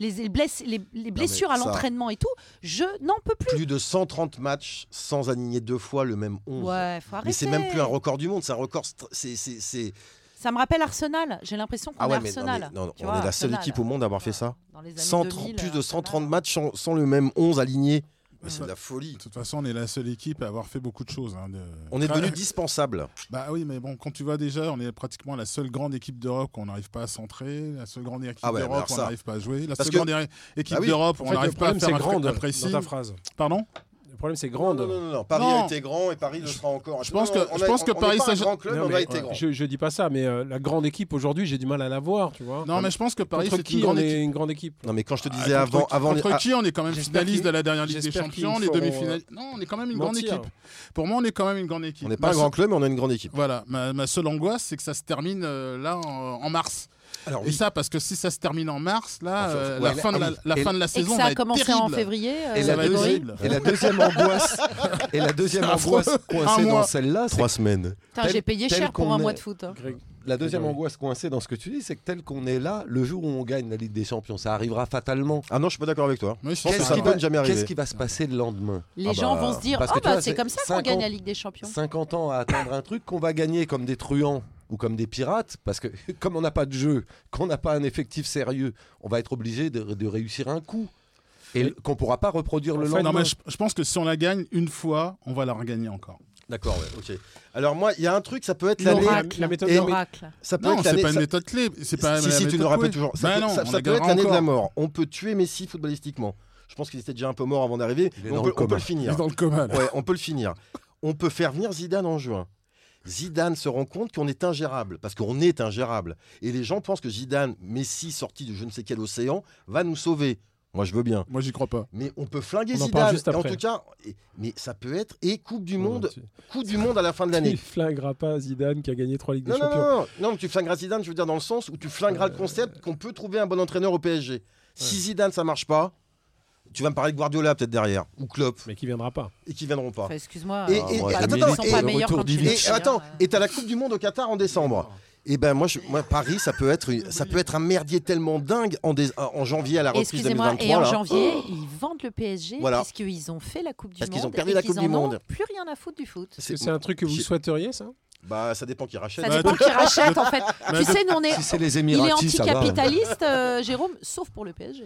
Les, les bless- les- les blessures à
ça.
l'entraînement et tout, je n'en peux plus.
Plus de 130 matchs sans aligner deux fois le même 11.
Ouais, faut arrêter.
Mais c'est même plus un record du monde, c'est un record. str- c'est- c'est- c'est-
Ça me rappelle Arsenal. J'ai l'impression qu'on
Ah ouais,
est
mais non,
Arsenal.
mais non, non,
Tu
on
vois,
est la seule
Arsenal.
équipe au monde à avoir fait ça.
Dans les années
130
2000,
plus de
Arsenal.
130 matchs sans, sans le même 11 aligné. Bah, c'est de la folie.
De toute façon, on est la seule équipe à avoir fait beaucoup de choses. hein, de-
On est devenu dispensable.
Bah oui, mais bon, quand tu vois déjà, on est pratiquement la seule grande équipe d'Europe qu'on n'arrive pas à centrer, la seule grande équipe
Ah ouais, mais
d'Europe
alors
on
ça.
n'arrive pas à jouer, la
Parce
seule
que-
grande é- équipe
Ah oui.
d'Europe
En
on
fait, le
n'arrive pas à
problème,
faire
c'est
un truc
grande dans
précis.
ta phrase.
Pardon
Le problème, c'est
Non, non,
grande.
non, non, non, Paris
Non.
a été grand et Paris le sera encore.
Je pense que-
Non, non,
je
on a-
pense que
on- on
Paris
n'est pas un
Saint-Germain-
grand club,
Non,
on
mais,
a été
ouais,
grand.
je, je dis pas ça, mais euh, la grande équipe aujourd'hui, j'ai du mal à la voir, tu vois.
Non, mais je pense que Paris,
contre
c'est
qui
une grande
on
équipe.
est une grande équipe
Non, mais quand je te
Ah,
disais
contre
avant,
qui-
avant les-
contre
ah,
qui on est quand même
J'espère
finaliste
qu'ils-
de la dernière Ligue des
j'espère qu'ils
Champions, les
feront, euh,
demi-finales. Non, on est quand même une grande
mentir.
équipe. Pour moi, on est quand même une grande équipe.
on n'est pas
Ma
un
se-
grand club, mais on a une grande équipe.
Voilà, ma, ma seule angoisse, c'est que ça se termine euh, là en, en mars.
Alors,
Et
oui,
ça, parce que si ça se termine en mars, là,
Enfin,
euh,
ouais,
la,
mais-
fin de
ah
la,
oui.
la
Et-
fin de la
Et que
saison
ça
va
a
être
commencé en
terrible.
février.
Et
euh,
ça
la,
va être
Grégory.
horrible.
et la
[LAUGHS]
deuxième angoisse, et la deuxième
C'est affreux.
angoisse
Un
coincée dans
mois.
celle-là, c'est
trois semaines.
Putain, j'ai
Tel-
payé
tel
cher pour
qu'on
un
est-
mois de foot. hein.
Greg,
La deuxième
Ah
Désolé.
angoisse coincée dans ce que tu dis, c'est que tel qu'on est là, le jour où on gagne la Ligue des Champions, ça arrivera fatalement.
Ah non, je suis pas d'accord avec toi.
Oui, je pense
Qu'est-ce
que
qui
ça
va-
va.
ne jamais
qu'est-ce
arriver.
qui va se passer le lendemain
Les
Ah
gens
bah,
vont se dire
parce que
Oh,
tu
bah,
vois,
c'est
c'est
comme ça qu'on
50
gagne la Ligue des Champions.
50 ans à attendre un truc qu'on va gagner comme des truands ou comme des pirates, parce que [LAUGHS] comme on n'a pas de jeu, qu'on n'a pas un effectif sérieux, on va être obligé de, de réussir un coup et le- qu'on pourra pas reproduire
En
le
fait,
Non,
lendemain.
mais je, je pense que si on la gagne une fois, on va la regagner encore.
D'accord, ouais, ok. Alors moi, il y a un truc, ça peut être l'année.
Laura.
L'oracle.
la méthode-
L'oracle.
Ça peut
Non,
être
c'est
l'année.
pas une
ça-
méthode clé. C'est pas
si,
la
si, tu
méthode
ne rappelles
Coué.
toujours. Ça
Bah
peut,
non,
ça-
on
ça
la
peut être
gagnera
l'année de la
encore.
mort. On peut tuer Messi footballistiquement. Je pense qu'il était déjà un peu mort avant d'arriver.
Il est
mais
dans
On,
le
peut- on peut
coma.
le
Il
finir.
est dans le coma. là.
Ouais, on peut le finir. On peut faire venir Zidane en juin. Zidane se rend compte qu'on est ingérable, parce qu'on est ingérable. Et les gens pensent que Zidane, Messi, sorti de je ne sais quel océan, va nous sauver. Moi, je veux bien.
Moi, j'y crois pas.
Mais on peut flinguer
On en parle
Zidane.
juste
Et en
après.
tout cas, et- mais ça peut être et Coupe du
non,
Monde,
tu-
Coupe du Monde à la fin de
Tu
l'année.
flingueras pas Zidane qui a gagné trois Ligues des
Non, non,
Champions.
non, non, non, mais tu flingueras Zidane, je veux dire dans le sens où tu flingueras le concept qu'on peut trouver un bon entraîneur au PSG. Si Zidane, ça marche pas, tu vas me parler de Guardiola peut-être derrière, ou Klopp,
Mais qui viendra pas.
et qui viendront pas.
Enfin, Excuse-moi.
Et-
euh,
et-
bah,
et-
les
attends,
mecs
attends,
sont
et-
pas meilleurs
retour
quand
d'Ivic.
ils
Et
gagnent,
attends,
hein.
et t'as la Coupe du Monde au Qatar en décembre. Et ben moi, je- moi, Paris, ça peut être, une- ça peut être un merdier tellement dingue en, dé- en janvier à la reprise
Excusez-moi,
2023.
et en
là.
janvier, ils vendent le PSG
Voilà.
parce qu'ils ont fait la Coupe du
Parce qu'ils
Monde.
ont perdu
et
la
qu'ils
Coupe du
en ont
Monde.
plus rien à foutre du foot.
Est-ce que
C'est-
c'est un truc que vous
j'ai-
souhaiteriez,
[LAUGHS]
ça
Bah ça dépend qui rachète.
Ça
Bah,
dépend qui rachète en fait.
Bah,
Tu sais, nous on est.
Si c'est les
Il est
Émiratis, ça va.
anticapitaliste, euh, Jérôme, sauf pour le PSG.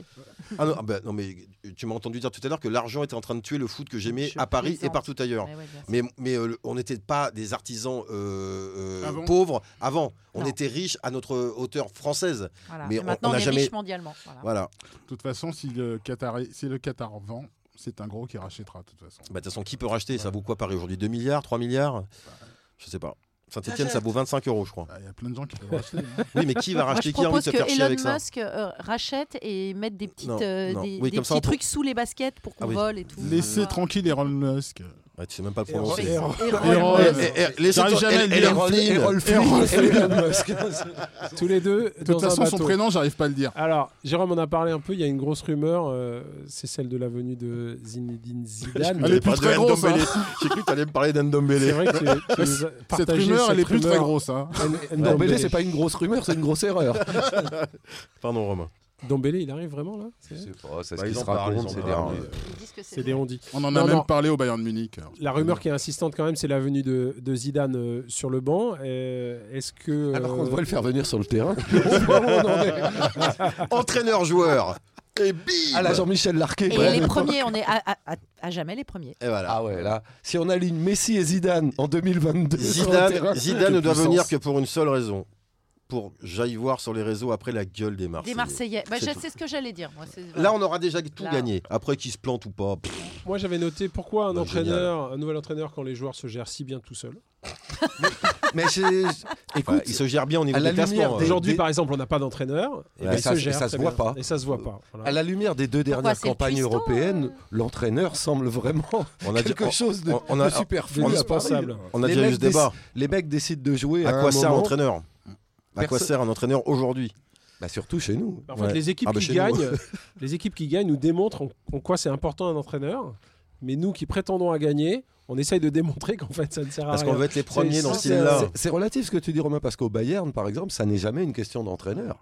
Ah non, ah bah, non, mais tu m'as entendu dire tout à l'heure que l'argent était en train de tuer le foot que j'aimais
Je
à Paris et
plaisante.
partout ailleurs.
Ouais, ouais, bien sûr.
Mais, mais euh, le- on n'était pas des artisans euh, euh,
Avant.
pauvres avant. On
Non.
était riches à notre hauteur française.
Voilà.
mais
Et
on-
maintenant,
on
on,
n'a
est
jamais-
riche mondialement. Voilà.
Voilà.
De toute façon, si le Qatar, si le Qatar vend, c'est un gros qui rachètera. De toute façon.
Bah, De toute façon, qui peut racheter Ça vaut quoi Paris aujourd'hui 2 milliards 3 milliards Je sais pas. Saint-Etienne, ça vaut 25 euros, je crois.
Bah, Il y a plein de gens qui peuvent racheter. hein.
[LAUGHS]
Oui, mais qui va
Moi, je
racheter Qui a envie de
propose
se
que
faire chier avec
Elon
ça
Musk euh, rachète et mette des, petites,
Non,
euh,
non.
des,
Oui,
des
comme ça, on
petits
pro-
trucs sous les baskets pour qu'on
Ah oui.
vole et tout.
Laissez
Voilà.
tranquille Elon Musk.
Ouais, tu sais même pas le
Et on-
prononcer.
et on-
Et
Et
Roland.
Roland.
Eh, eh, eh, laissez-
J'arrive jamais à le
elle- elle est
dire.
fine.
[LAUGHS]
[LAUGHS] Tous les deux.
De
dans
toute façon,
un
son
bateau.
prénom, j'arrive pas à le dire.
Alors, Jérôme en a parlé un peu. Il y a une grosse rumeur. euh, c'est celle de la venue de Zinedine Zidane.
Elle est
J'allais
plus
pas
très
dire
grosse, hein.
Ndombele. J'ai cru que t'allais me parler
C'est
d'Ndombele.
vrai que tu- tu nous as
Cette
partagé
rumeur,
cette
elle est plus très
rumeur.
grosse. hein.
N-
Non,
Ndombele,
mais c'est pas une grosse rumeur, c'est une
[LAUGHS]
grosse erreur.
Pardon, Romain.
Ndombele, il arrive vraiment là C'est vrai
pas, c'est
Bah, ils en parlent, ils en parlent.
Ils disent que
C'est
c'est
des ondits.
On en a
Non,
même
non.
parlé au Bayern de Munich. alors.
La rumeur qui est insistante quand même, c'est la venue de, de Zidane euh, sur le banc. Euh, Est-ce que
Alors qu'on
euh,
devrait le faire venir sur le terrain.
Entraîneur-joueur. Et bim
À la Jean-Michel Larquet.
Et
bref.
les premiers, on est à, à- à- à jamais les premiers.
Et voilà.
Ah ouais, là, si on aligne Messi et Zidane en 2022, sur le terrain,
Zidane, Zidane ne
de
doit
puissance.
venir que pour une seule raison. Pour que j'aille voir sur les réseaux après la gueule des Marseillais.
Des Marseillais. Bah,
C'est
je-
tout.
c'est ce que j'allais dire. Moi. c'est-
Là, on aura déjà tout
Là.
gagné. Après qu'ils se plantent ou pas. pff,
euh, moi j'avais noté pourquoi un
Bah,
entraîneur, un nouvel entraîneur quand les joueurs se gèrent si bien tout seuls.
Mais j'ai-
voilà,
écoute,
ils se gèrent bien au niveau
à la
des classements.
lumière des-
euh.
Aujourd'hui, par exemple, on n'a pas d'entraîneur.
Ouais,
ben,
et
ils
ça- et
gèrent
ça se
très bien.
voit pas.
Et ça se voit pas. voilà.
à la lumière des deux dernières
c'est le
campagnes
cuistot,
européennes,
euh
l'entraîneur semble vraiment
on a dit-
quelque
on-
chose de,
on- on
de
a-
superflu.
C'est
à
indispensable.
Paris.
On a
Les
déjà eu
mecs
ce débat.
Les mecs décident de jouer à,
À quoi
un
sert un
moment.
entraîneur À quoi
Perso-
sert un entraîneur aujourd'hui
bah, Surtout chez nous.
En fait,
Ouais.
les équipes
Ah bah,
qui
chez nous.
gagnent, les équipes qui gagnent nous démontrent en, en quoi c'est important un entraîneur. Mais nous qui prétendons à gagner, on essaye de démontrer qu'en fait ça ne sert à
Parce
rien.
qu'on veut être les premiers dans ce
c'est-
style-là.
C'est- C'est relatif ce que tu dis, Romain, parce qu'au Bayern, par exemple, ça n'est jamais une question d'entraîneur.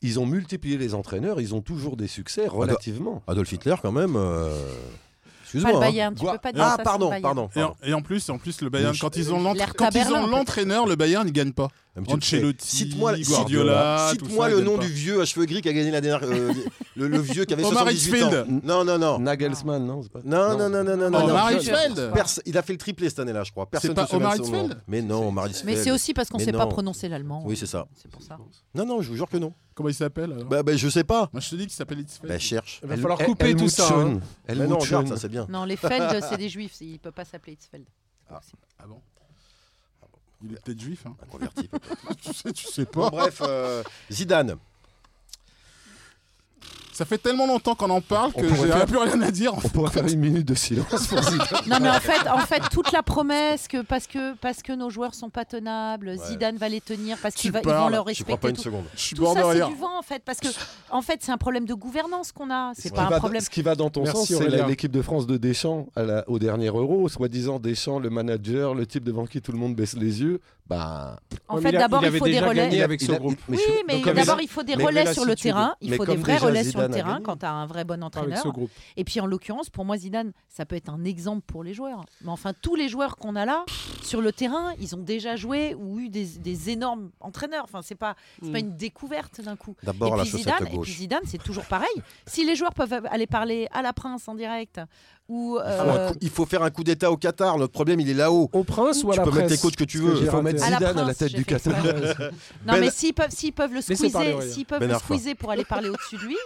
Ils ont multiplié les entraîneurs, ils ont toujours des succès relativement.
Adolf Hitler, quand même. euh,
Pas le
Excuse-moi. hein.
Bayern, tu peux pas dire
Ah,
ça
pardon,
sur le Bayern.
pardon.
Et
pardon.
en, et en plus, en plus, le Bayern,
Mais
quand ils ont l'entra-
L'Hertha
quand ils
Berlin,
ont
en fait.
l'entraîneur, le Bayern, il gagne pas.
Même tu le sais.
Ancelotti,
Cite-moi
Guardiola, tout
cite-moi
ça,
le
ils
nom
gagnent
du vieux à cheveux gris qui a gagné la dernière. euh, le, le vieux qui avait
Omar
78 ans.
Hitzfeld.
Non, non, non.
Nagelsmann, non c'est pas-
Non, non, non, non,
pas.
non. non, non.
Omar
je-
Hitzfeld
Perso- il a fait le triplé cette année-là, je crois. Personne
pas
ne se souvient de
Omar
son nom.
Hitzfeld
Mais non, Omar Hitzfeld.
Mais c'est aussi parce qu'on
Mais
sait pas
non.
prononcer l'allemand.
Oui, c'est ça.
C'est pour ça.
Non, non, je vous jure que non.
Comment il s'appelle alors
Bah, bah, je sais pas.
Moi, je te dis qu'il s'appelle Hitzfeld.
Bah, cherche.
Il va
El-
falloir
El-
couper tout
Helmut
ça. hein.
Schoen.
Bah, non,
Helmut
regarde, ça
Schoen.
c'est bien.
Non, les Feld, c'est des juifs. Il peut pas s'appeler Hitzfeld.
Ah bon Il est peut-être juif. Hein.
Un converti.
tu, sais, tu sais
Bon,
pas.
bref, euh, Zidane.
Ça fait tellement longtemps qu'on en parle
On
que
pourrait
j'ai
faire-
plus rien à dire.
On pourrait faire une minute de silence pour Zidane.
Non, mais en fait, en fait, toute la promesse que parce que parce que nos joueurs sont pas tenables, Zidane va les tenir parce
Tu
qu'ils va- ils vont
parles,
leur
Je crois pas
respecter.
une
Tout.
seconde.
Je suis
Tout
mort de
ça, c'est
rire.
du vent en fait, parce que en fait, c'est un problème de gouvernance qu'on a.
Ce
C'est
qui
pas
va-
un problème.
Ce qui va dans ton
Merci,
sens, c'est
Aurélien.
la- l'équipe de France de Deschamps à la- au dernier Euro, soi-disant Deschamps, le manager, le type devant qui tout le monde baisse les yeux. Bah,
En
Ouais,
fait,
mais a-
d'abord, il
avait
faut des
déjà
relais.
gagné avec ce
il a-
groupe.
mais
Oui,
je-
mais
donc, comme
d'abord,
il-
il faut des
mais- mais
relais
là,
sur
si
le
tu
terrain.
veux-
Il
mais
faut des
comme
vrais
déjà
relais sur le
Zidane a
terrain
gagné.
quand tu as un vrai bon
Avec
entraîneur.
ce groupe.
Et puis, en l'occurrence, pour moi, Zidane, ça peut être un exemple pour les joueurs. Mais enfin, tous les joueurs qu'on a là, sur le terrain, ils ont déjà joué ou eu des, des énormes entraîneurs. Enfin, c'est pas, c'est pas une découverte d'un coup. Et
D'abord la
puis,
chaussette
Zidane, et puis
gauche.
Zidane, c'est toujours pareil. Si les joueurs peuvent aller parler à la Prince en direct ou
Il faut, un
euh,
Ah, bah, coup- il faut faire un coup d'État au Qatar. Notre problème, il est là-haut.
Au prince ou à
Tu
la
peux mettre les
presse
coachs que tu
Parce que
veux.
j'ai
Il faut
raté.
mettre
À la
Zidane à la
Prince,
tête
j'ai
du
fait
Qatar.
exprès. Non,
Ben-
mais s'ils peuvent, s'ils peuvent le
Laissez parler,
squeezer,
Aurélien.
s'ils peuvent
Ben
le
Arfa.
squeezer pour aller parler au-dessus de lui,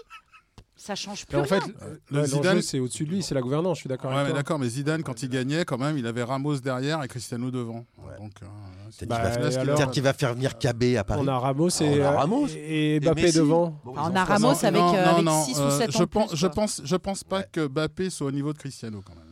ça change plus
Mais en fait,
rien.
le
Le Zidane-
Zidane, c'est au-dessus de lui, c'est la gouvernance. Je suis d'accord.
Ouais,
avec
mais
toi.
d'accord, mais Zidane, quand il gagnait, quand même, il avait Ramos derrière et Cristiano devant. Donc, euh, c'est- hein.
Bah,
Là, ce qu'il
alors-
dit-
Peut-être qu'il va faire venir KB à Paris.
On a Ramos et,
on a Ramos.
et,
Et
Mbappé
Messi.
devant.
Bon,
Ah, on
ils ont
a
pas
Ramos
ça.
avec, euh, avec six ou sept ans
je
de
pense,
plus,
je
quoi.
pense, je pense pas que Bappé soit au niveau de Cristiano quand même.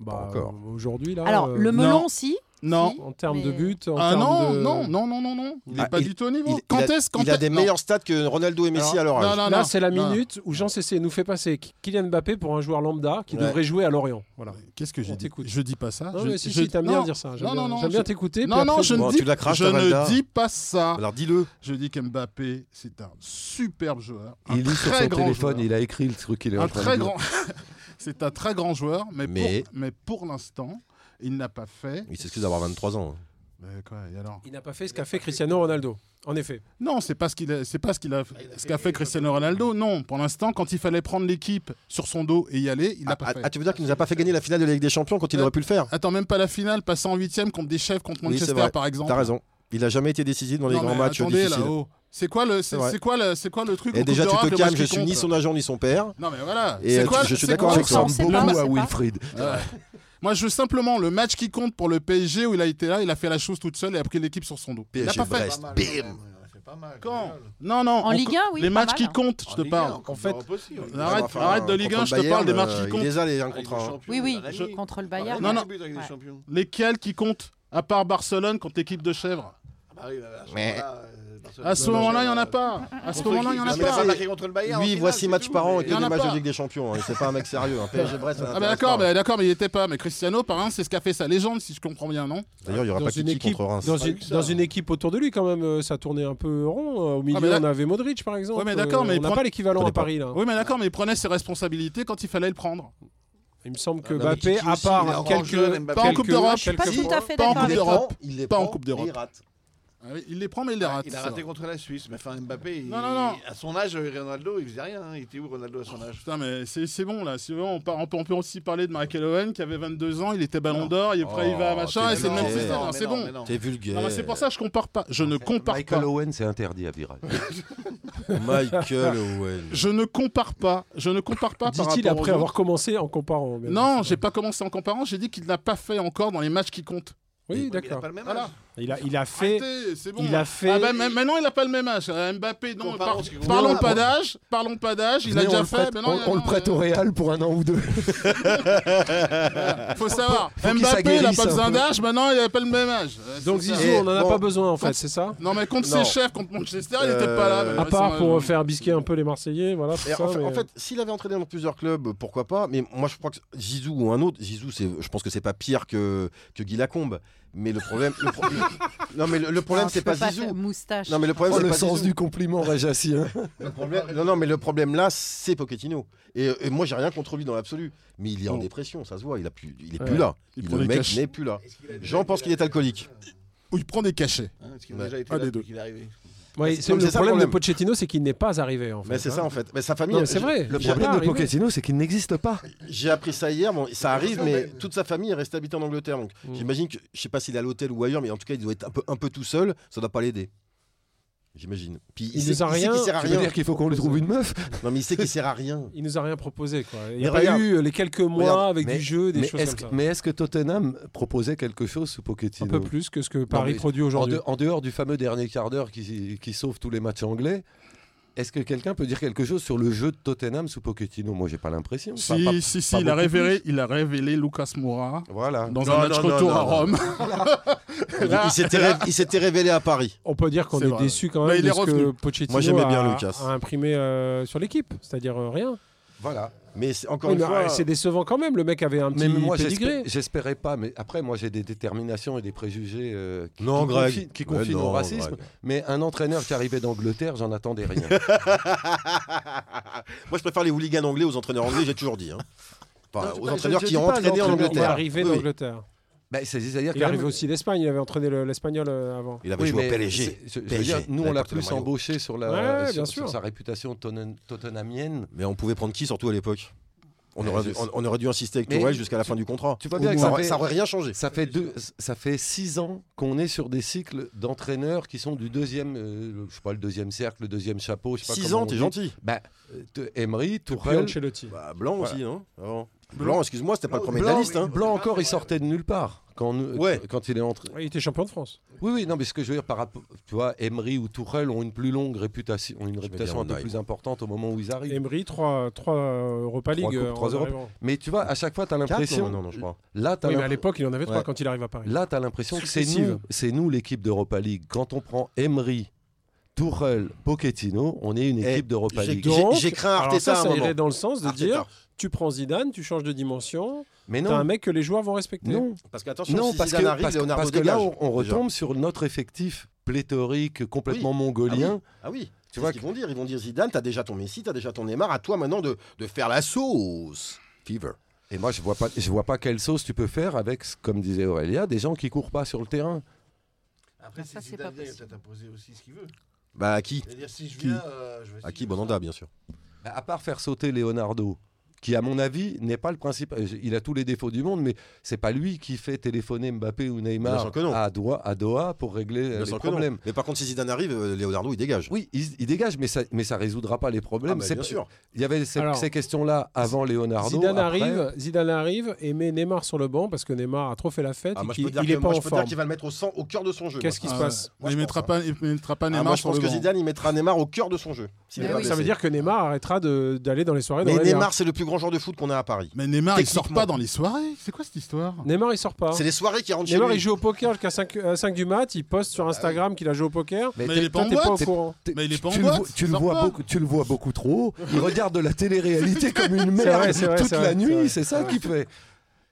Bah,
encore.
Aujourd'hui, là.
Alors,
euh,
le melon,
non.
si.
Non.
si,
En termes
mais-
de but, en
Ah
termes
non,
de-
non, non, non, non, non. Il n'est
Ah,
pas
il-
du tout au niveau.
il-
quand
il a-
est-ce quand
il a des
est- non.
meilleurs stats que Ronaldo et Messi
Alors,
à
non,
leur âge.
non,
Là,
non,
c'est la
non.
minute où Jean Cessé nous fait passer Kylian Mbappé pour un joueur lambda qui
Ouais.
devrait jouer à Lorient. Voilà.
Qu'est-ce que
On
j'ai dit
t'écoute.
Je dis pas ça.
Non,
je,
mais si,
je-
si, t'aimes bien
non.
dire ça. J'aime
non,
bien,
non, non,
j'aime bien
je-
t'écouter. puis
Non, non,
après,
je ne
Bon,
dis,
tu la craches,
je
ta Valda.
ne dis pas ça.
Alors dis-le.
Je dis qu'Mbappé, c'est un superbe joueur. un
Il lit sur
très
son
grand
téléphone,
joueur.
il a écrit le truc qu'il est en
un
train de
très
dire.
grand. [LAUGHS] c'est un très grand joueur, mais,
Mais-
Pour, mais pour l'instant, il n'a pas fait.
Il s'excuse d'avoir 23 ans.
Mais quoi, et alors
Il n'a pas fait ce qu'a fait Cristiano Ronaldo. En effet.
Non, c'est pas ce qu'il a, c'est pas ce qu'il a,
Bah,
ce qu'a fait Cristiano Ronaldo. Non, pour l'instant, quand il fallait prendre l'équipe sur son dos et y aller, il l'a
Ah,
pas
ah,
fait.
ah, tu veux dire qu'il nous a pas fait gagner la finale de la Ligue des Champions quand il
Euh,
aurait pu le faire
Attends, même pas la finale, passer en huitième contre des chefs contre
Oui, c'est
Manchester,
vrai.
par exemple.
T'as raison. Il a jamais été décisif dans les
Non,
grands
mais
matchs
attendez,
difficiles.
là, oh. C'est quoi le,
C'est
c'est,
vrai.
c'est quoi le, c'est quoi le truc en
Et
Coupe
déjà, tu
d'Europe,
te
le match
calmes, je
qui
suis ni
compte
son agent ni son père.
Non mais voilà.
Et
c'est
euh,
quoi,
tu- je suis
c'est
d'accord
quoi-
avec
Ça
On
toi.
ressemble
sait
beaucoup
pas, on
à
sait pas.
Wilfried.
Ouais. Moi, je veux simplement le match qui compte pour le PSG où il a été là, il a fait la chose toute seule et a pris l'équipe sur son dos. Il a
PSG
pas fait.
Brest.
Pas mal,
Bim.
quand même, ouais, c'est pas mal.
Quand
génial.
Non, non.
En
on-
Ligue 1, oui.
Les
pas
matchs
mal,
qui
hein.
comptent, je
En
te
Ligue un,
parle.
encore
fait,
possible.
Non, Arrête- arrête de Ligue
contre
1, je te
Bayern,
parle des matchs qui
euh,
comptent.
Il les a les 1
Ah, Ligue
contre
des
1.
Champions,
Oui, oui,
la
je-
Ligue.
contre le
Ah,
Bayern.
Non,
non,
non.
non.
Ouais.
Lesquels qui comptent à part Barcelone contre l'équipe de chèvres
Mais-
À ce moment-là, il n'y en a pas. À ce moment-là, il n'y en a
Non, mais
pas.
c'est-
contre le Bayern.
Lui, il voit 6 matchs par an et que
Il y en
des
a
matchs
pas.
de Ligue des Champions. hein. C'est pas un mec sérieux. hein. PSG Brest,
Ah,
ça
bah
l'intéresse
d'accord,
pas.
bah d'accord, mais il n'y était pas. Mais Cristiano, par un, c'est ce qu'a fait sa légende, si je comprends bien, non
D'ailleurs, il y aura
Dans
pas
une,
Kiki
équipe,
contre Reims.
dans,
Pas
une,
eu que ça.
dans une équipe autour de lui, quand même, euh, ça tournait un peu rond. euh, Au milieu,
mais là-
on avait Modric, par exemple.
Ouais, mais d'accord,
Euh,
mais
on n'a
prend-
pas l'équivalent
Prenez
à
pas.
Paris, là.
Oui, mais d'accord, mais il prenait ses responsabilités quand il fallait le prendre.
Il me semble que
Ah, non, mais
Mbappé,
Kiki
à
aussi, il est
part
orange
quelques.
jaune,
Pas
Mbappé.
en Coupe
quelques-
d'Europe.
quelques-
Pas tout à fait
Pas en Coupe
d'accord.
Il les
d'Europe.
prend, il les
Pas en
prend,
Coupe d'Europe.
et Il rate.
Ah oui, Il les prend, mais il les rate.
Il a raté contre la Suisse. Mais enfin, Mbappé, il-
Non, non, non.
à son âge, Ronaldo, il faisait rien. hein. Il était où, Ronaldo, à son âge
Putain, mais c'est c'est bon là. Si vous voulez, on, par- on peut, on peut aussi parler de Michael Owen qui avait 22 ans, il était ballon
Non.
d'or, et après il va à
Oh,
machin,
t'es
et c'est le même
gentil.
système.
Non,
hein,
mais
C'est
non,
bon.
mais non.
T'es
Non,
vulgaire.
mais C'est pour ça que je compare pas. Je ne compare
Michael
pas.
Owen, c'est interdit à virage.
Michael Owen.
Je ne compare pas. Je ne compare pas par
Dit-il
rapport aux
après
autres.
avoir commencé en comparant. mais-
Non, j'ai pas commencé en comparant. J'ai dit qu'il n'a pas fait encore dans les matchs qui comptent.
Oui,
Mais Il a
d'accord.
pas le même
Voilà.
âge.
Il a, il a fait.
Arrêtez, c'est bon.
Il a fait.
Ah bah, mais- maintenant il n'a pas le même âge. Euh, Mbappé, non.
Comparons
par-
ce qui compte.
Parlons
Non,
pas
bon.
d'âge. Parlons pas d'âge. Il a
Venez, on
déjà
le
fait.
prête-
mais non, euh,
on,
il y a-
on le prête au Real pour un an ou deux.
[LAUGHS] Faut savoir.
faut qu'il
Mbappé, il n'a
s'aguerrisse
pas
un
besoin
peu.
d'âge. Maintenant, il n'a pas le même âge. Euh,
Donc
c'est ça.
Zizou,
Et
on n'en a
bon.
pas besoin, en fait, c'est ça
Non, mais contre
Non.
ses chefs, contre Manchester, il
Euh,
n'était pas là. euh, mais
à
À
ouais,
part
c'est
pour
vrai.
faire bisquer un peu les Marseillais, voilà.
Et en, fait, en fait, s'il avait entraîné dans plusieurs clubs, pourquoi pas Mais moi, je crois que Zizou ou un autre, Zizou, c'est, je pense que c'est pas pire que, que Guy Lacombe. Mais le problème, le pro- le- non, mais le, le problème,
Non,
c'est
tu peux
pas
faire
Zizou.
Moustache.
Non, mais le problème,
Oh,
c'est
le
pas
sens
Zizou.
du compliment, Rajassi. hein.
Le problème- non, non, mais le problème là, c'est Pochettino. Et, et moi, j'ai rien contre lui dans l'absolu. Mais il est en
Non.
dépression, ça se voit. Il a plus, il est
Ouais.
plus là.
Il
Il-
prend
le
des
mec
cachets.
n'est plus là. J'en pense qu'il est alcoolique.
Ou il prend des cachets.
Hein, parce qu'il a
Ouais.
déjà été
Un
là
des
depuis
deux.
qu'il est arrivé.
Ouais,
c'est-
c'est-
mais
le
c'est ça le
problème de
problème.
Pochettino, c'est qu'il n'est pas arrivé. En fait,
Mais c'est
hein.
ça en fait. Mais sa famille,
Non, mais c'est
je-
vrai. Il
Le
n'est
problème
pas
problème de
arrivé.
Pochettino, c'est qu'il n'existe pas.
J'ai appris ça hier, bon, ça arrive, mais toute sa famille est restée habitée en Angleterre. Donc
Mm.
j'imagine que, je sais pas s'il est à l'hôtel ou ailleurs, mais en tout cas, il doit être un peu, un peu tout seul, ça doit pas l'aider. J'imagine. Puis
Il
sait-
nous a
sait
rien-
qu'il sert à
Tu veux
rien.
dire qu'il faut qu'on lui trouve une meuf
Non, mais il sait qu'il sert
[LAUGHS]
à rien.
Il nous a rien proposé, quoi. Il n'y
Mais
a pas
regarde.
eu euh, les quelques mois
Regarde.
avec
Mais-
du jeu, des
mais
choses
est-ce
comme
que-
ça.
mais est-ce que Tottenham proposait quelque chose sous
Un
Pochettino
peu plus que ce que Paris
mais-
produit
en,
aujourd'hui.
de- en dehors du fameux dernier quart d'heure qui, qui sauve tous les matchs anglais, est-ce que quelqu'un peut dire quelque chose sur le jeu de Tottenham sous Pochettino Moi, j'ai pas l'impression.
Si,
Enfin, pas-
si, si,
pas
il a,
beaucoup
révélé, il a révélé Lucas Moura
Voilà.
dans
Non,
un match
non, non,
retour
non,
à
non.
Rome.
Il, il s'était ré- il s'était révélé à Paris.
On peut dire qu'on
C'est
est,
vrai.
déçu quand
Mais
même
il
de
est
ce que
revenu.
Pochettino
Moi, j'aimais bien
a,
Lucas.
a imprimé euh, sur l'équipe, c'est-à-dire euh, rien.
Voilà.
Mais c'est- encore
Oui,
une
mais,
fois,
euh, c'est décevant quand même. Le mec avait un petit
Mais moi,
pédigré.
j'espé- j'espérais pas. Mais après, moi, j'ai des déterminations et des préjugés euh, qui,
Non,
qui
Greg.
confinent, qui
Mais
confinent
non,
au racisme.
Greg.
Mais un entraîneur qui arrivait d'Angleterre, j'en
[LAUGHS]
attendais rien.
moi je préfère les hooligans anglais aux entraîneurs anglais, j'ai toujours dit. hein. Enfin,
Non, je-
aux
je-
entraîneurs
je
qui
dis
ont
pas
entraîné en
l'entraîneur,
Il est
Angleterre.
arrivé
Oui, oui.
d'Angleterre.
Bah, c'est- C'est-à-dire
Il est arrivé
même-
aussi d'Espagne. Il avait entraîné le- l'Espagnol euh, avant.
Il avait
Oui,
joué
mais
au PSG.
c'est- je- je veux
PSG,
dire, nous,
il
on
avait
l'a
porté le
plus
maillot.
embauché sur, la,
Ouais,
sur-
bien
sur
sûr.
sa réputation tonnen- tottenhamienne.
Mais on pouvait prendre qui surtout à l'époque on
Mais
aurait,
je
dû,
sais.
on, on aurait dû insister avec
Mais-
Tourelle jusqu'à la fin du contrat.
Tu vois bien que
ça,
ça
aurait,
fait-
ça aurait rien changé.
Ça fait, deux, ça fait six ans qu'on est sur des cycles d'entraîneurs qui sont du deuxième, euh, le- je sais pas, le deuxième cercle, le deuxième chapeau. Je sais pas
6 ans,
comment on
t'es
dit.
gentil.
Bah, euh, te- Emery,
Puis
Tourelle.
Ancelotti.
Bah, blanc
Voilà.
aussi, non Avant. Blanc, excuse-moi, c'était pas le premier de la
Blanc,
liste. Hein.
Blanc encore, il sortait de nulle part quand, nous- euh,
Ouais.
quand il est entré.
Ouais, Il était champion de France.
Oui, oui, non, mais ce que je veux dire par rapport, tu vois, Emery ou Tourelle ont une plus longue réputation, ont une réputation un
Ronaldo.
peu plus importante au moment où ils
bah,
arrivent.
Emery, 3 Europa
Trois
League.
coupes,
euh,
trois
en
Europes.
arrivant.
Mais tu vois, à chaque fois, tu as
Quatre,
l'impression.
non, non, non, je crois.
Là, tu as
Oui, mais à l'époque, il en avait 3
Ouais.
quand il arrive à Paris.
Là, tu as l'impression que c'est
Successive.
nous, c'est nous l'équipe d'Europa League. Quand on prend Emery, Tourelle, Pochettino, on est une
Eh,
équipe d'Europa
j'ai-
League.
j'ai-
Donc,
j'ai craint
Alors
Arteta
ça,
à un
ça
moment.
irait dans le sens de
Arteta.
dire tu prends Zidane, tu changes de dimension,
Mais
t'as un
non,
mec que les joueurs vont respecter.
non,
Parce qu'attention,
non,
si
parce que,
Zidane arrive,
parce que-
Leonardo
parce que là,
dégage,
on, on
déjà.
retombe sur notre effectif pléthorique, complètement mongolien.
Ah oui, tu
vois
vois ce qu'ils vont dire. Ils vont dire Zidane, t'as déjà ton Messi, t'as déjà ton Neymar, à toi maintenant de, de faire la sauce. Fever.
Et moi, je vois pas, je vois pas quelle sauce tu peux faire avec, comme disait Aurélia, des gens qui courent pas sur le terrain.
Après,
Ça,
si
c'est pas
Zidane vient, il va
possible.
peut-être imposer aussi ce qu'il veut.
Bah à qui
C'est-à-dire, si je
Qui
viens, euh, je vais
À
essayer
qui
de faire
Bah,
Bonanda, bien sûr.
À part faire sauter Leonardo, qui à mon avis n'est pas le principe. euh, Il a tous les défauts du monde, mais c'est pas lui qui fait téléphoner Mbappé ou
Bien sûr
Neymar
que non.
à, Doha, à Doha pour régler euh,
Bien
les
sûr que non.
problèmes.
Mais par contre, si Zidane arrive, euh, Leonardo, il dégage.
Oui, il, il dégage, mais ça, mais ça résoudra pas les
Ah,
problèmes.
bah,
C'est-
bien sûr.
Il y avait ces,
Alors,
ces questions-là avant Leonardo.
Zidane
après-
arrive, Zidane arrive et met Neymar sur le banc parce que Neymar a trop fait la fête
Ah,
et
moi, je
qu'il
peux te dire
il est
que-
pas
moi, je
en
peux te dire
forme.
qu'il va le mettre au sang, au cœur de son jeu.
Qu'est-ce
moi.
Ah,
qui se passe
Moi,
il
je
mettra
pense,
pas, il mettra pas
Ah,
Neymar
moi, je
sur
pense
le
que
banc.
Zidane, il mettra Neymar au cœur de son jeu. s'il
Mais
est
oui.
pas
Eh Ah Ça veut
blessé.
dire que Neymar arrêtera de- d'aller dans les soirées. dans
Mais
la bière.
Neymar, c'est le plus grand joueur de foot qu'on a à Paris.
Mais Neymar, il sort
Techniquement.
pas dans les soirées. C'est quoi cette histoire
Neymar, il sort pas.
C'est les soirées qui rentrent chez
Ah.
Bah
Neymar,
lui.
il joue au poker jusqu'à 5, à 5 du mat. Il poste sur Instagram qu'il a joué au poker.
Mais
t'es-
il est pas
Toi,
en
t'es pas au
boîte.
courant.
t'es-
Mais il est pas en
tu le
boîte,
vois-
il
tu, le
sort
vois
pas.
beaucoup, tu le vois
[LAUGHS]
beaucoup trop haut. Il regarde de la télé-réalité comme une
C'est
merde
vrai, c'est vrai,
toute
c'est
la
vrai, c'est vrai.
nuit. C'est ça qu'il fait.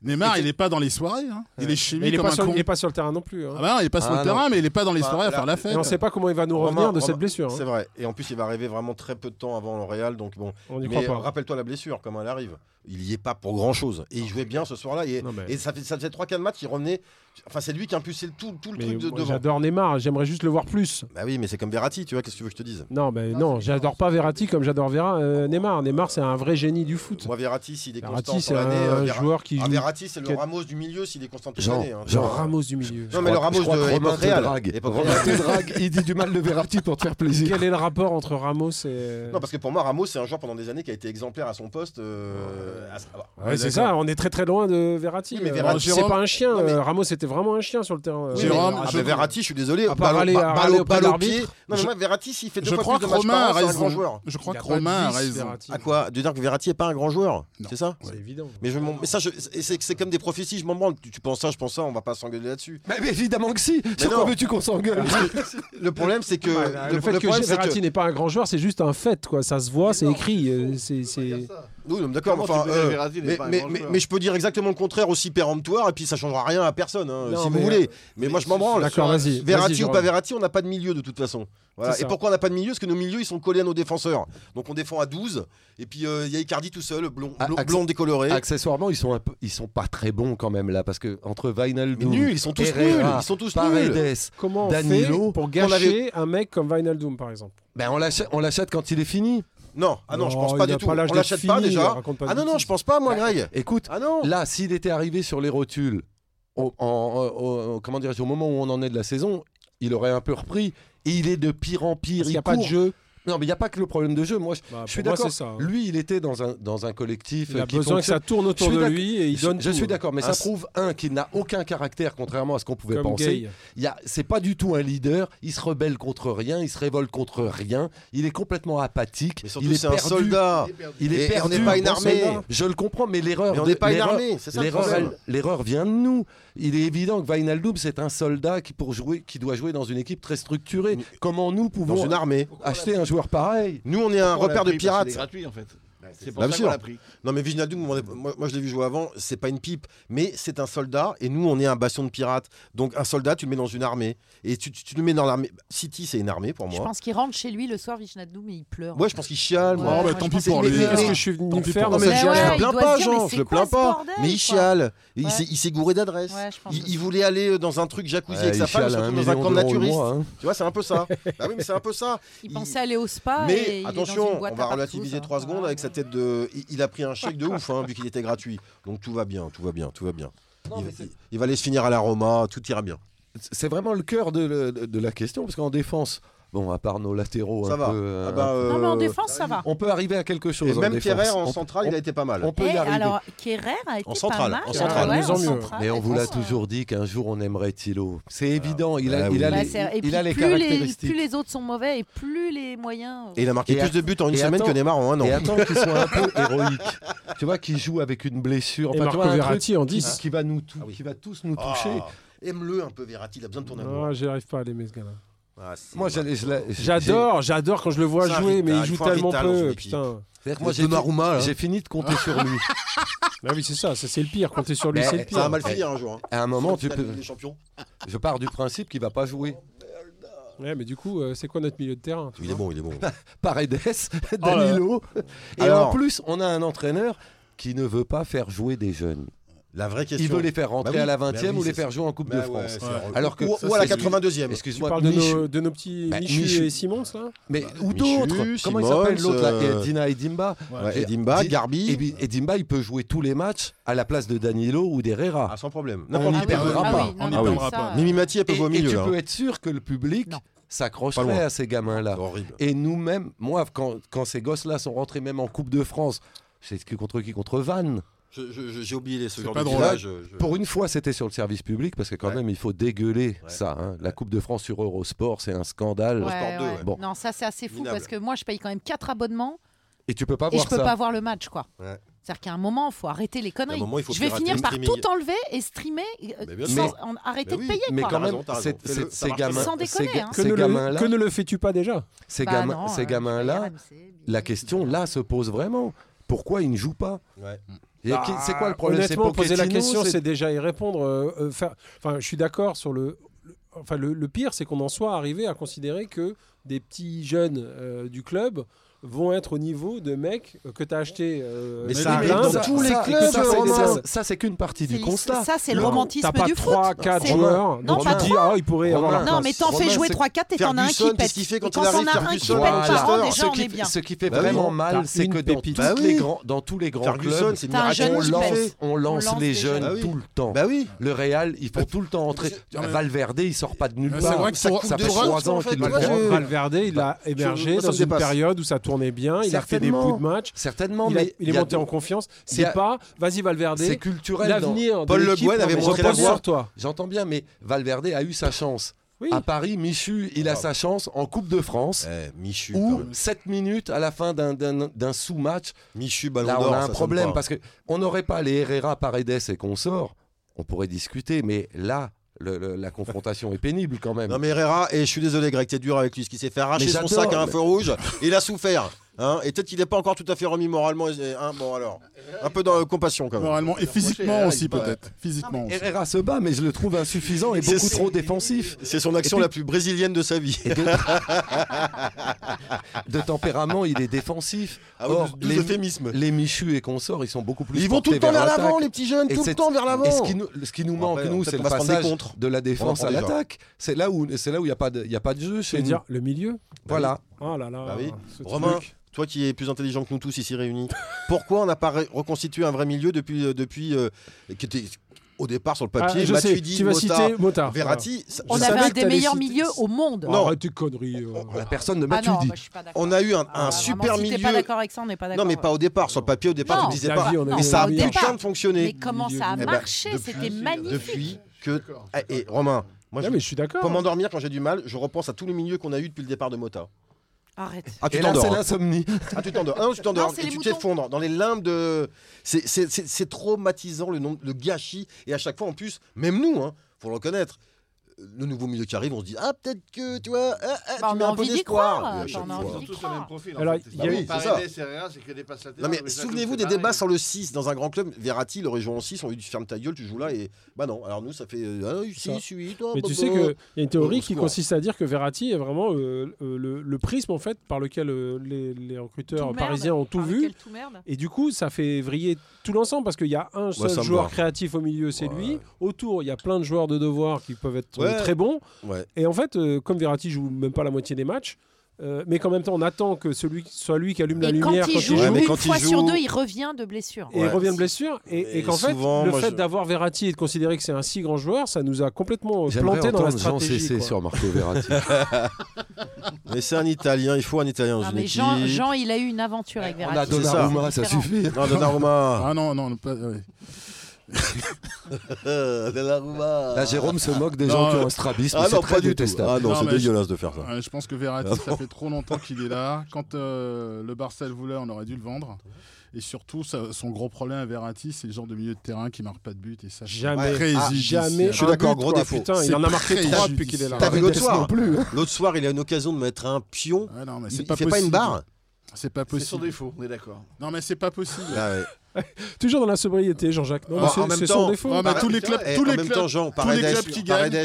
Neymar, il est pas dans les soirées. hein. Il est chez
Mais
lui
il est,
comme
pas
un
sur,
con.
il est pas sur le terrain non plus. hein.
Ah bah non, il est pas sur
Ah
le
non.
terrain, mais il est pas dans les
Bah,
soirées à
là-
faire la fête.
Et on sait pas comment il va nous
Romain,
revenir de cette
Romain,
blessure. hein.
C'est vrai. Et en plus, il va arriver vraiment très peu de temps avant le Real. Donc bon.
hein. On n'y croit
Mais euh,
pas.
rappelle-toi la blessure, comment elle arrive. Il y est pas pour grand-chose. Et il jouait bien ce soir-là. Et,
Non, mais-
et ça, fait, ça faisait 3-4 matchs. Il revenait. Enfin, c'est lui qui impulsait le tout, tout le
Mais
truc de,
moi,
devant.
J'adore Neymar. J'aimerais juste le voir plus.
Bah oui, mais c'est comme Verratti, tu vois. Qu'est-ce que tu veux que je te dise
Non, mais non, j'adore pas Verratti comme j'adore Vera, euh, Neymar. Neymar, c'est un vrai génie du foot.
Moi, Verratti, s'il est constant
Verratti,
sur
c'est
l'année.
un
euh, Verra-
joueur qui
Ah,
joue.
Verratti, c'est le
Quel-
Ramos du milieu s'il est constant toute
Genre-
l'année. hein.
Genre Ramos du milieu.
Non, mais le Ramos
je crois
de
que Romain
époque
te
Real.
drague.
Époque
Romain
Real.
te drague, il dit du mal de Verratti pour te faire plaisir.
Quel est le rapport entre Ramos et.
Non, parce que pour moi, Ramos, c'est un joueur pendant des années qui a été exemplaire à son poste. euh, à- ah, bah,
Ouais, c'est ça, on est très très loin de Verratti.
Oui, mais
Euh,
Verratti,
c'est
Jérôme-
pas un chien.
Non, mais-
euh, Ramos était vraiment un chien sur le terrain. euh.
Oui,
Jérôme,
mais- ah,
je-
mais Verratti, je suis désolé.
part
Ballon,
aller-
ba-
aller auprès
ballon-
de
ballon au
l'arbitre.
pied. Non, mais moi, Verratti, s'il fait deux
Je
fois
crois que
plus de matchs
Romain a
par an, c'est un
raison.
grand joueur.
Je crois
Il a
que
pas de
Romain a
vice,
raison.
Verratti.
À quoi De dire que Verratti est pas un grand joueur
Non.
C'est ça
C'est évident.
mais, je m'en- mais ça, je- c'est c'est comme des prophéties, je m'en branle. Tu, tu penses ça, je pense ça, on va pas s'engueuler là-dessus.
Mais, mais évidemment que si. Sur
non. Ah,
quoi veux-tu qu'on s'engueule
Le problème, c'est que.
Bah, le, fait que
problème, c'est
Verratti n'est pas un grand joueur, c'est juste un fait, quoi. Ça se voit, c'est écrit. euh, c'est- c'est-
Oui, non, mais d'accord, mais
Comment
enfin,
tu peux dire
euh,
Verratti n'est
mais,
pas un
mais-
grand
mais-
joueur
mais je peux dire exactement le contraire aussi péremptoire, et puis ça changera rien à personne, hein,
Non,
si
mais,
vous voulez. Mais, moi, je m'en branle.
D'accord, vas-y.
Verratti
vas-y,
ou
Jérôme.
pas Verratti, on n'a pas de milieu de toute façon. Voilà.
C'est
Et
ça.
pourquoi on n'a pas de milieu Parce que nos milieux, ils sont collés à nos défenseurs. Donc on défend à 12, et puis euh, il y a Icardi tout seul, blond,
Ah,
blond,
Axel-
blond décoloré.
Accessoirement, ils sont un peu- ils sont pas très bons quand même là parce que entre
Mais
Wijnaldum,
nuls, ils sont tous nuls.
Herrera,
Ils sont tous nuls.
Paredes,
Comment on
Danilo,
fait pour
qu'on
gâcher
avait-
un mec comme Vinaldoom, par exemple
ben on l'achète, on l'achète quand il est fini.
Non, ah non, je pense
Non,
pas
Oh, il
du
a
tout.
pas l'âge
on
d'être
l'achète pas
fini,
déjà.
raconte pas de
Ah non, non,
bêtises.
je pense pas, moi, Greg.
Écoute,
Ah non.
là, s'il était arrivé sur les rotules au, en- au- au- comment dirais-je, au moment où on en est de la saison, il aurait un peu repris. Et il est de pire en pire.
Il n'y a
il
pas de
court.
jeu.
Non, mais il n'y a pas que le problème de jeu. Moi, je,
Bah,
je suis
pour moi,
d'accord.
c'est ça, hein.
Lui, il était dans un, dans un collectif
Il
euh,
a
qui
besoin que
fonctionne.
ça tourne autour
Je suis
de
d'ac-
lui et il
Je,
donne
je
tout,
suis
hein,
d'accord, mais
Un-
ça prouve un qu'il n'a aucun caractère, contrairement à ce qu'on pouvait
Comme
penser.
Gay.
Il y a- C'est pas du tout un leader. Il se rebelle contre rien. Il se révolte contre rien. Il est complètement apathique.
Mais
il
surtout,
est,
c'est un
perdu.
soldat.
Il est
Et- et on
perdu.
n'est pas une
bon
armée.
soldat. Je le comprends, mais l'erreur.
Mais on
de-
n'est pas une
l'erreur-
armée, c'est ça le
L'erreur,
problème.
elle- l'erreur vient de nous. Il est évident que Wijnaldum, c'est un soldat qui, pour jouer, qui doit jouer dans une équipe très structurée.
Mais-
Comment nous
Dans
pouvons
une armée.
acheter un joueur pareil
Nous, on est un repère de pirates.
C'est gratuit en fait. C'est pour
Bah,
ça
sûr.
qu'on l'a pris.
Non, mais Vinaldum, moi, moi, je l'ai vu jouer avant, c'est pas une pipe, mais c'est un soldat et nous on est un bastion de pirates. Donc un soldat, tu le mets dans une armée et tu, tu- tu le mets dans l'armée. City, c'est une armée pour
Je
moi.
pense qu'il rentre chez lui le soir, Vishnadoum, et il pleure.
Ouais, je pense qu'il chiale, moi.
Oh,
Ouais,
bah,
moi,
tant
je
pis
pense
pour
que-
lui.
Mais
Qu'est-ce
ouais.
que je suis venu
Tant
me
pis
faire
pour
dans
lui.
cette
Mais
Je
ouais,
galère
le
il
plains
doit
pas,
se dire, mais
Jean,
c'est
je le
quoi
plains
ce
pas.
bordel,
mais il
quoi.
chiale. Il,
Ouais.
s'est- il s'est gouré d'adresse.
Ouais, je pense
il,
aussi.
il voulait aller euh, dans un truc jacuzzi avec
Ouais,
sa
Ah, il
femme,
chiale à un
surtout dans un
million
camp de
d'euros le
naturistes.
mois, hein.
Tu vois, c'est un peu ça. bah oui, mais c'est un peu ça.
Il
Il-
pensait aller au spa. Ah, et
Mais
il est dans une
attention,
boîte
on va
à partout,
relativiser
ça. Ah,
3 secondes
Voilà.
avec sa tête de. Il, il a pris un chèque de ouf, hein, vu qu'il était gratuit. Donc tout va bien, tout va bien, tout va bien. il, il- il va aller se finir à la Roma, euh, Ah, tout ira bien.
C'est vraiment le cœur de, le- de- de la question, parce qu'en défense, bon, à part nos latéraux,
Ça
un
va.
peu, euh,
Ah bah,
Non, mais en
euh,
défense, ça va.
on peut arriver à quelque chose.
Et
en
même
défense.
Kerrer en
hein, On-
centrale, il a été pas mal.
on peut y
Eh,
arriver.
alors, ah, Kerrer a été
En centrale,
pas mal.
en centrale,
ouais,
de mieux en mieux.
centrale,
Mais on vous l'a
défense, ouais.
toujours dit qu'un jour on aimerait Thilo. C'est évident, il a,
Ah
il a
oui.
Bah,
les,
c'est- et
il
puis
a les
plus les,
caractéristiques.
plus les autres sont mauvais et plus les moyens. euh,
Et il a marqué
Et
plus de buts en une
et
semaine
attends-
que Neymar en un
Et
an.
attends qu'il soit un
[LAUGHS]
peu héroïque. Tu vois, qu'il joue avec une blessure.
Et
Enfin,
Marco
tu vois, un truc
Verratti en
qui,
10.
qui va nous tou-
Ah oui.
qui va tous nous
Ah,
toucher.
Aime-le un peu, Verratti, il a besoin de ton amour.
Ah, j'y arrive pas à l'aimer ce gars-là.
Ah, si,
Moi,
bah.
j'allais- je l'ai- j'ai-
J'adore, j'adore quand je le vois
C'est un
jouer, mais il
rital,
joue
il faut un
tellement
rital dans une
peu.
équipe.
Putain.
c'est-à-dire que
Moi,
Moi,
j'ai
j'ai
Donnarumma, hein. là.
j'ai fini de compter
[LAUGHS]
sur lui.
Ah oui, c'est ça, ça, c'est le pire. Compter sur lui,
Mais-
c'est le
ça va
pire.
mal finir un jour. hein.
À un moment, tu
La Ligue
peux...
des champions.
je pars du principe qu'il va pas jouer.
Ouais, mais du coup, euh, c'est quoi notre milieu de terrain tu
Il est
vois
bon, il est bon.
Paredes, Danilo. Et
Oh Alors-
en plus, on a un entraîneur qui ne veut pas faire jouer des jeunes.
[LAUGHS] La vraie question.
Il veut les faire rentrer
Bah oui,
à la
bah
20e ou
oui,
les
c'est-
faire jouer en Coupe
Bah
de
ouais,
France.
c'est-
Ouais.
Alors que
ou,
ça,
ou à la
c'est-
82e.
Tu
Excuse-moi,
parles de
Michu-
nos, de nos petits
Bah,
Michu,
Michu.
et Simons, là
mais, ou
Michu,
d'autres. Comment il
Simons,
s'appelle l'autre là
euh,
Dina et Dimba.
Ouais,
Et-
Edimba,
Di-
Garbi.
Et, puis, et Dimba, il peut jouer tous les matchs à la place de Danilo ou d'Herrera.
Ah, sans problème.
On
N'importe
n'y
Ah oui,
perdra
ah
pas.
oui, non,
On n'y
non,
perdra
ça,
pas.
euh,
Mimi Mati, elle peut
Et,
jouer au
et tu
milieu.
peux
hein.
être sûr que le public
Non.
Pas
s'accrocherait
loin.
à ces gamins-là.
C'est Horrible.
Et nous-mêmes, moi, quand, quand ces gosses-là sont rentrés même en Coupe de France, c'est ce que- contre qui Contre Vannes.
Je- je- je- J'ai oublié les
C'est
secondes.
pas drôle.
euh,
Pour une fois, c'était sur le service public, parce que quand
Ouais.
même, il faut dégueuler
Ouais.
ça. hein. La Coupe de France sur Eurosport, c'est un scandale.
Ouais,
Sport 2,
ouais.
ouais.
Bon.
Non, ça c'est assez fou
Minable.
parce que moi je paye quand même 4 abonnements
Et tu peux pas
et
voir
je peux
ça.
pas voir le match quoi.
Ouais.
C'est-à-dire qu'à un moment, faut arrêter les conneries.
moment, il faut
je vais
pirater
finir
le
par
streaming.
tout enlever et streamer euh,
Mais bien
sans
sûr.
en- arrêter
Mais oui.
de payer
Mais
quoi.
quand
Ah, T'as
même,
raison, t'as
ces-
raison. Fais-le,
ces-
ça
ces
marche
gamins,
Sans
ces
déconner,
ga-
hein.
que
ces
ne, le,
gamins-là,
que ne le fais-tu pas déjà
ces
Bah
gamins-
non,
ces
euh,
gamins-là,
je vais regarder RMC,
la
bien
question
évidemment.
là se pose vraiment. Pourquoi ils ne jouent pas
Ouais.
Et qui-
Bah,
C'est quoi le problème C'est
Honnêtement, poser la
Pochettino,
question,
c'est-
c'est déjà y répondre. euh, euh, faire- Enfin, je suis d'accord sur le. le- Enfin, le, le pire, c'est qu'on en soit arrivé à considérer que des petits jeunes euh, du club vont être au niveau de mecs euh, que tu as acheté. euh,
Mais
des
ça arrive
blindes.
dans
Ça-
tous
ça-
les
ça-
clubs,
ça, c'est-
Romain.
ça-
Ça, c'est qu'une partie
C'est
du
l'his-
constat.
Ça c'est le
Non,
romantisme
T'as pas
du foot.
3, 4
C'est-
joueurs dont
pas
tu dis, ah, il pourrait y avoir la
Romain,
Non, mais
place.
t'en fais
Romain,
jouer
c'est-
3-4 et t'en as un
Ferguson,
qui
qu'est-ce qu'il
pète.
fait
Et
quand
quand
il
t'en
arrive,
as un qui
Ferguson,
pète par an,
Manchester,
déjà
ce,
on
qui,
est bien.
ce qui fait
Bah oui.
vraiment
T'as
mal, c'est
une
que dans
pépite.
tous,
Bah oui.
les grands, dans tous les grands
Ferguson,
clubs,
c'est
T'as un
miraculeux.
jeune
on
qui
lance,
pète.
on lance
On lance
les
des
jeunes.
jeunes
Bah oui.
tout le temps.
Bah oui.
Le Real, il faut tout le temps entrer. Valverde, il sort pas de nulle
Euh, C'est
part.
vrai que
ça,
pour-
ça fait
pour-
trois ans
en fait,
qu'il
moi,
le prend.
je-
Valverde, il
Bah,
a émergé
moi, ça
dans
me
une
dépasse.
période où ça tournait bien, il a fait des
Certainement.
bouts de match.
Certainement,
il, a-
mais
il est
y a-
monté en confiance.
il y a-
C'est pas, vas-y Valverde,
C'est culturel. dans-
l'avenir. de
Paul Le
l'équipe,
Guen
non,
avait
mais
montré
j'entends
la voie.
sur toi.
J'entends bien, mais Valverde a eu sa chance.
Oui.
À Paris, Michu, il a
Ah.
sa chance en Coupe de France.
Eh, Michu, quand
Ou
même.
7 minutes à la fin d'un- d'un d'un sous-match,
Michu, ballon
Là,
d'or.
on a
Ah, ça
un
sonne
problème
pas.
parce que on n'aurait pas les Herrera, Paredes et consorts. On pourrait discuter, mais là, le- le- la confrontation est pénible quand même.
Non mais Herrera, et je suis désolé Greg, t'es dur avec lui, ce qui s'est fait arracher
Mais
son
j'adore,
sac à un
mais-
feu rouge, et il a souffert. Hein et peut-être qu'il n'est pas encore tout à fait remis moralement. et- hein, bon alors, un peu dans euh, compassion quand même.
Moralement et
Rapproché,
physiquement
là,
aussi
il paraît.
peut-être. Physiquement aussi.
Herrera se bat, mais je le trouve insuffisant et
C'est-
beaucoup
c'est-
trop défensif.
C'est son action
Et puis-
la plus brésilienne de sa vie.
Et de... de tempérament, il est défensif.
[LAUGHS] Ah ouais,
Or,
douze
les-
euphémismes.
Les Michu et consorts, ils sont beaucoup plus.
Ils vont tout le temps
portés
vers
l'attaque.
l'avant, les petits jeunes,
Et
tout le
c'est-
temps vers l'avant.
Et ce qui nous, ce qui nous
Bon,
manque,
après,
nous,
peut-être
c'est le
qu'on va se prendre des
passage
contres.
de la défense
On en
à
prend déjà.
l'attaque. C'est là où c'est là où il n'y a pas de il y a pas de jeu
Je veux
chez nous.
dire, le milieu.
Voilà.
Oh là là.
Bah oui.
ce
Romain,
truc. Ah,
toi qui es plus intelligent que nous tous ici réunis, pourquoi on n'a pas ré- reconstitué un vrai milieu depuis, euh, depuis euh, qui était au départ sur le papier,
Ah, je sais,
Matuidi,
tu vas
Mota,
citer Mota.
Verratti ça-
On
Je
ça-
avait
savais
un
que
des
t'allais
meilleurs
citer-
milieux au monde.
Non.
Non, arrête tes conneries. euh.
La personne de
Ah
Matuidi.
non, moi, je suis pas d'accord.
On a eu un,
Ah,
un
vraiment,
super
Si t'es
milieu.
pas d'accord avec ça, on n'est pas d'accord.
non mais pas au départ, sur le papier au départ,
Non.
je ne disais
La
pas.
vie, on est
Non,
Mais ça a
au
plus
bien.
le
départ.
charme de
Mais
fonctionner.
comment ça a
Eh ben,
marché
depuis-
C'était magnifique.
Depuis
Je
que...
suis d'accord, je
Ah,
suis
Et
d'accord.
Romain, moi je
Non, mais je suis
Pour
d'accord.
m'endormir quand j'ai du mal, je repense à tous les milieux qu'on a eu depuis le départ de Mota.
Arrête.
Ah tu
Et là, c'est
t'endors. hein.
l'insomnie.
Ah tu t'endors. Ah, non, tu t'endors.
Non, c'est
Et
les
tu
moutons.
t'effondres dans les limbes de. C'est- C'est c'est- c'est traumatisant le nombre, le gâchis et à chaque fois en plus, même nous, hein, faut le reconnaître. Le nouveau milieu qui arrive, on se dit ah peut-être que tu vois, ah, ah,
Bah,
tu
on
mets
a
un peu
envie d'y
d'espoir.
croire.
Mais à
Bah,
chaque
on a
fois.
Ils
envie
ont
d'y
tous le
croire.
même profil. en
Alors,
fait,
il
c'est
y
pas
a
bon.
eu- c'est ça.
Paredes, Herrera, c'est que des passes latérales,
Non mais
mais bah, ça,
souvenez-vous
c'est
des
pareil.
débats sur le 6 dans un grand club. Verratti, il aurait joué en 6, on lui dit ferme ta gueule, tu joues là et bah non. Alors nous ça fait euh, ah,
Ça.
6, 8, toi,
Mais tu
bobo.
sais qu'il y a une théorie
Au
qui
secours.
consiste à dire que Verratti est vraiment euh, euh, le, le prisme en fait par lequel euh, les, les recruteurs
Tout
parisiens
merde,
ont tout
par
vu.
lequel tout merde.
Et du coup, ça fait vriller tout l'ensemble parce qu'il y a un seul
Bah, ça me
joueur
va.
créatif au milieu, c'est
Ouais.
lui. Autour, il y a plein de joueurs de devoir qui peuvent être euh,
Ouais.
très bons.
Ouais.
Et en fait, euh, comme Verratti joue même pas la moitié des matchs, euh, mais qu'en même temps, on attend que celui soit lui qui allume la
Et quand
lumière
il joue,
Ouais, mais
une
quand il
fois
joue-
sur deux, il revient de blessure.
et
Ouais.
revient de blessure. Et, et
Et
qu'en fait,
souvent,
le
moi,
fait
je-
d'avoir Verratti et de considérer que c'est un si grand joueur, ça nous a complètement euh,
J'aimerais
planté dans la
entendre Jean
stratégie.
Cessé
quoi.
sur Marco Verratti.
Mais c'est un Italien, il faut un Italien dans
Ah,
une
mais
équipe.
Jean, Jean, il a eu une aventure avec
On a
Verratti.
Donnarumma, ça
Ah, Différent.
suffit.
Non Donnarumma.
[LAUGHS]
Ah non, non, pas- ouais.
Euh, Donnarumma.
Là, Jérôme se moque des
Non,
gens qui
euh,
ont un strabisme.
Ah
c'est
non,
très
pas du tout.
détestable.
Ah non,
Non,
c'est
mais je-
dégueulasse de faire ça.
Ouais, je pense que Verratti, ça fait trop longtemps qu'il est là. Quand euh, le Barça le voulait, on aurait dû le vendre. Et surtout, ça- son gros problème à Verratti, c'est le genre de milieu de terrain qui marque pas de but. Et ça, c'est
Jamais.
préjudiciable.
Ah,
Jamais.
Je suis
un
d'accord,
but,
gros
quoi.
défaut.
Putain,
C'est
il en a marqué
très
trois depuis qu'il est là.
T'as vu l'autre
Paredes
soir
non plus. hein.
L'autre soir, il a une occasion de mettre un pion.
Ouais, non, mais
Il,
Ah, c'est
il
pas
fait pas
possible.
une barre
C'est pas
C'est son
possible.
défaut, on est d'accord.
Non, mais c'est pas possible.
Ah ouais.
Toujours dans la sobriété, Jean-Jacques. Non,
Ah,
mais
en
c'est-
même
c'est
temps,
son défaut.
ouais, Oh, mais
Paredes-
tous les clubs-
Eh,
tous
en
les
même
clubs-
temps, Jean,
tous les
Paredes,
clubs qui gagnent.
Paredes,
Non,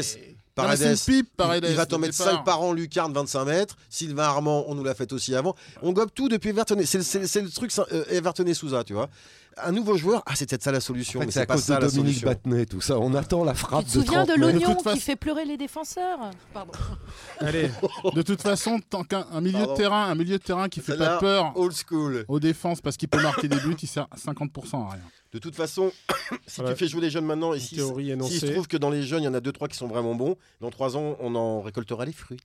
mais c'est une
Paredes,
pipe, Paredes.
il va t'en
au
mettre
départ.
5 par an, Lucarne, 25 mètres. Sylvain Armand, on nous l'a fait aussi avant. On gobe tout depuis Everton. C'est c'est- c'est le truc, ça, euh, Everton et Souza, tu vois. un nouveau joueur, ah, c'est peut-être ça la solution.
En fait,
mais
c'est à
c'est pas
cause de
ça la
Dominique
solution.
Battenet, tout ça. On attend la frappe
Tu te souviens
30
de
mètres.
l'oignon
toute
qui
façon-
fait pleurer les défenseurs Pardon.
Allez, de toute façon, tant qu'un un milieu
Pardon.
de terrain, un milieu de terrain qui fait
Celle-là,
pas peur
Old school.
aux défenses parce qu'il peut marquer des buts, il sert à 50% à rien.
De toute façon, [COUGHS] si
Voilà.
tu fais jouer les jeunes maintenant et
Une
si
théorie
s'il se
énoncée.
trouve que dans les jeunes, il y en a deux trois qui sont vraiment bons, dans trois ans, on en récoltera les fruits.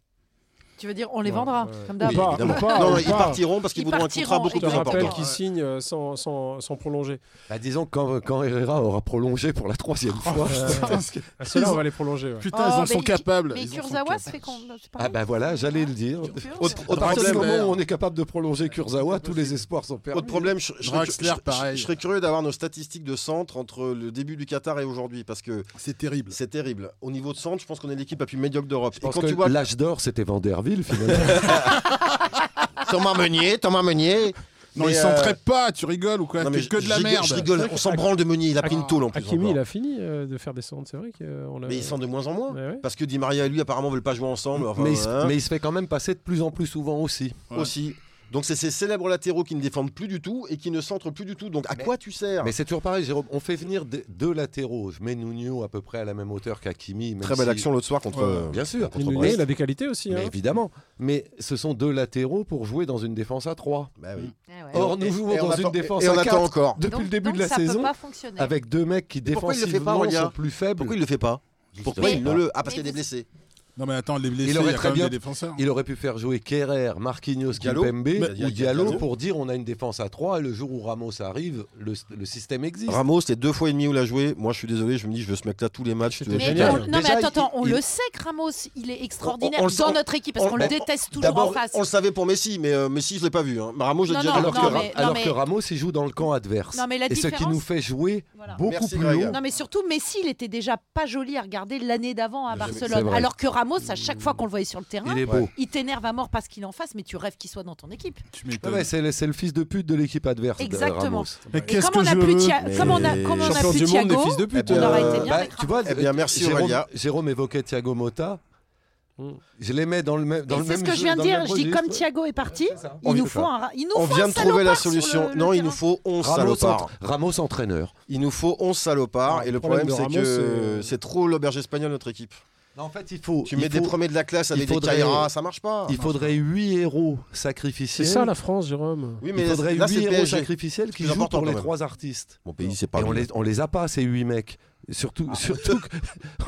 Tu veux dire, on les
Ouais,
vendra,
ouais.
comme
Ou
d'hab.
pas,
évidemment.
ou pas,
non,
ou
ils
pas.
partiront parce qu'ils
Ils
voudront un contrat
partiront,
beaucoup
Je te
plus
exactement.
rappelle
important.
qu'il signe euh, sans, sans, sans prolonger.
Bah, disons que quand, quand Herrera aura prolongé pour la troisième fois.
Euh,
[LAUGHS] Putain, ce que-
à
[LAUGHS]
cela, on va les prolonger. ouais.
putain,
Oh,
ils en
mais
sont
il-
capables.
Mais
ils en sont
Kurzawa,
capables.
c'est con- c'est pareil.
Ah ben voilà, j'allais le dire. Au,
Kurzawa.
au partir du
Draxler.
moment où on est capable de prolonger Kurzawa, tous les espoirs sont perdus.
Autre problème, je, je serais,
Draxler,
je- je-
pareil.
je serais curieux d'avoir nos statistiques de centre entre le début du Qatar et aujourd'hui parce que
C'est terrible.
c'est terrible. Au niveau de centre, je pense qu'on est l'équipe la plus médiocre d'Europe.
Je
Et
pense
quand
que
tu vois
l'âge d'or, c'était Vanderville
[LAUGHS]
finalement.
Thomas Meunier, Thomas [LAUGHS] Meunier.
Non,
mais,
ils
euh,
s'en traitent pas, tu rigoles ou quoi
non, mais
C'est que de la
je rigole-
merde.
Je rigole, on s'en branle de Meunier, il a pris une tôle en plus.
Hakimi,
encore.
il a fini euh, de faire descendre, c'est vrai qu'on l'a.
Mais ils sont de moins en moins.
Ouais, ouais.
Parce que Di Maria et lui, apparemment, veulent pas jouer ensemble. enfin,
mais, il, se-
hein,
mais il se fait quand même passer de plus en plus souvent aussi.
Ouais.
aussi. Donc, c'est ces célèbres latéraux qui ne défendent plus du tout et qui ne centrent plus du tout. Donc, à
Mais-
quoi tu sers
Mais c'est toujours pareil, Jérôme. On fait venir des- deux latéraux. Je mets Nuno à peu près à la même hauteur qu'Akimi. même
Très belle
si-
action l'autre soir contre.
Ouais.
euh,
Bien sûr.
Mais Nunez,
Brest.
il a des qualités aussi.
Mais
hein.
évidemment. Mais ce sont deux latéraux pour jouer dans une défense à 3.
bah oui.
Eh ouais.
Or,
Et-
nous
et-
jouons
et on
dans une
attend-
défense
Et on
à
attend
4
encore.
depuis
Donc-
le début
donc
de la
ça peut
saison
pas fonctionner.
avec deux mecs qui
pourquoi il le fait pas,
défensivement
Olia
sont plus faibles.
Pourquoi il le fait pas Pourquoi
Mais-
il ne le. Ah, parce
mais
qu'il y a des
vous-
blessés.
Non, mais attends, les blessés,
Il
il,
aurait
y a
très
quand même
bien-
des défenseurs.
Il aurait pu faire jouer Kerrer, Marquinhos,
Diallo.
Kimpembe
Mais-
ou Diallo
Diallo.
pour dire on a une défense à 3 et le jour où Ramos arrive, le, le système existe.
Ramos, c'est deux fois et demi où il a joué. Moi, je suis désolé, je me dis, je veux ce mec-là tous les matchs.
C'était
euh,
Mais
génial.
on- non, mais
Déjà,
attends, attends,
il-
on
il-
le sait que Ramos, il est extraordinaire
On- on le
dans
sait-
notre équipe parce
on-
qu'on le
on-
déteste toujours en
D'abord,
face.
on le savait pour Messi, mais euh, Messi, je l'ai pas vu. hein. Ramos, je l'ai
Non,
déjà vu.
alors
alors
que,
que-
mais- non,
alors
mais-
que Ramos, il joue dans le camp adverse.
Non, mais la
et ce qui
différence-
nous fait jouer
Voilà.
beaucoup
Merci,
plus
Greg.
haut.
Non mais surtout Messi il était déjà pas joli à regarder l'année d'avant à
Mais jamais-
c'est
Barcelone
vrai.
alors que Ramos à chaque fois qu'on le voyait sur le terrain
Il est
Ouais.
beau.
il t'énerve à mort parce qu'il en fasse mais tu rêves qu'il soit dans ton équipe.
hein. Tu
Ouais,
m'étonnes.
ouais, c'est le, c'est le le fils de pute de l'équipe adverse. de
Exactement.
Ramos.
mais
Et
qu'est-ce
comme
que
on a
je
plus
veux
Thia- comme on a comme on a
Champion
plus
du monde des
Thiago,
fils de pute.
Eh
on
bien,
aurait
euh,
été bien
Bah,
avec
tu
Ramos.
vois,
Eh bien, merci,
Jérôme,
Aurélia.
Jérôme évoquait Thiago Motta.
Mm.
Je les mets dans le même. dans
Et
le
c'est ce
même
que
jeu,
je viens de
dans le
dire,
même
je dis
registre.
comme Thiago est parti,
C'est ça. On
il nous
fait
faut
ça.
un ra- il nous
On
faut un
vient de trouver la
salopard sur
solution.
le- le
Non, il
terrain.
nous faut 11
Ramos,
salopards.
entre- Ramos entraîneur.
Il nous faut 11 salopards.
Non,
et
le
le problème,
problème de
c'est
Ramos,
que
c'est-
c'est trop l'auberge espagnole, notre équipe.
en fait, il faut.
Tu
il
mets des
faut-
premiers de la classe
il
avec des
faudrait-
Carrera, ça marche pas.
Il faudrait 8 héros sacrificiels.
C'est ça la France, Jérôme.
Oui,
Il faudrait
là,
8
c'est
héros
PSG.
sacrificiels qui
plus
jouent
important,
pour les
quand même.
trois artistes.
Mon pays, c'est
Et
pas.
on
mieux.
les, on les a pas, ces 8 mecs. Surtout, surtout que-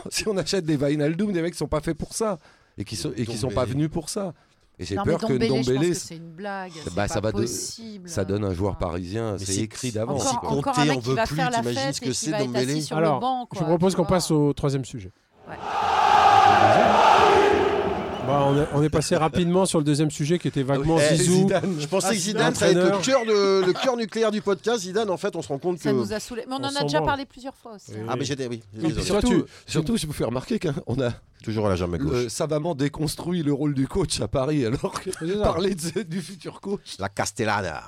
[LAUGHS] si on achète des Vinaldoom, des mecs qui sont pas faits pour ça. Et qui sont, et qui sont pas
Dombélé.
venus pour ça. Et j'ai
Non, mais
peur que
Dombélé, je pense
Ndombélé,
que c'est hein. une blague, c'est pas
Bah, ça va de-
possible.
ça donne un joueur
Enfin.
parisien,
Mais
c'est
c'est-
écrit d'avance.
Encore,
c'est
quoi.
encore
compté,
un
on
mec qui
veut
va
plus,
faire la
t'imagines
fête
ce
et
que
qui
c'est,
va être
Dombélé
assis sur
Alors,
le banc.
je
Quoi,
vous propose
tu
qu'on
vois.
passe au troisième sujet.
Ouais.
Bah, on, est, on est passé rapidement sur le deuxième sujet qui était vaguement
Ah oui. Eh,
Zizou.
Zidane.
Je pensais
Ah,
que Zidane,
Zidane,
ça allait être le
entraîneur.
cœur, de, le cœur nucléaire du podcast. Zidane, en fait, on se rend compte
Ça
que.
nous a saoulé. Mais on,
On
en a
s'en
déjà
branle.
parlé plusieurs fois aussi.
Oui,
hein.
Ah, mais j'étais. Oui,
Non,
désolé.
puis surtout-
Surtout, surtout, je vous fais remarquer qu'on a
Toujours à la jamais gauche.
euh, savamment déconstruit le rôle du coach à Paris, alors que parler de- du futur coach.
La Castellana.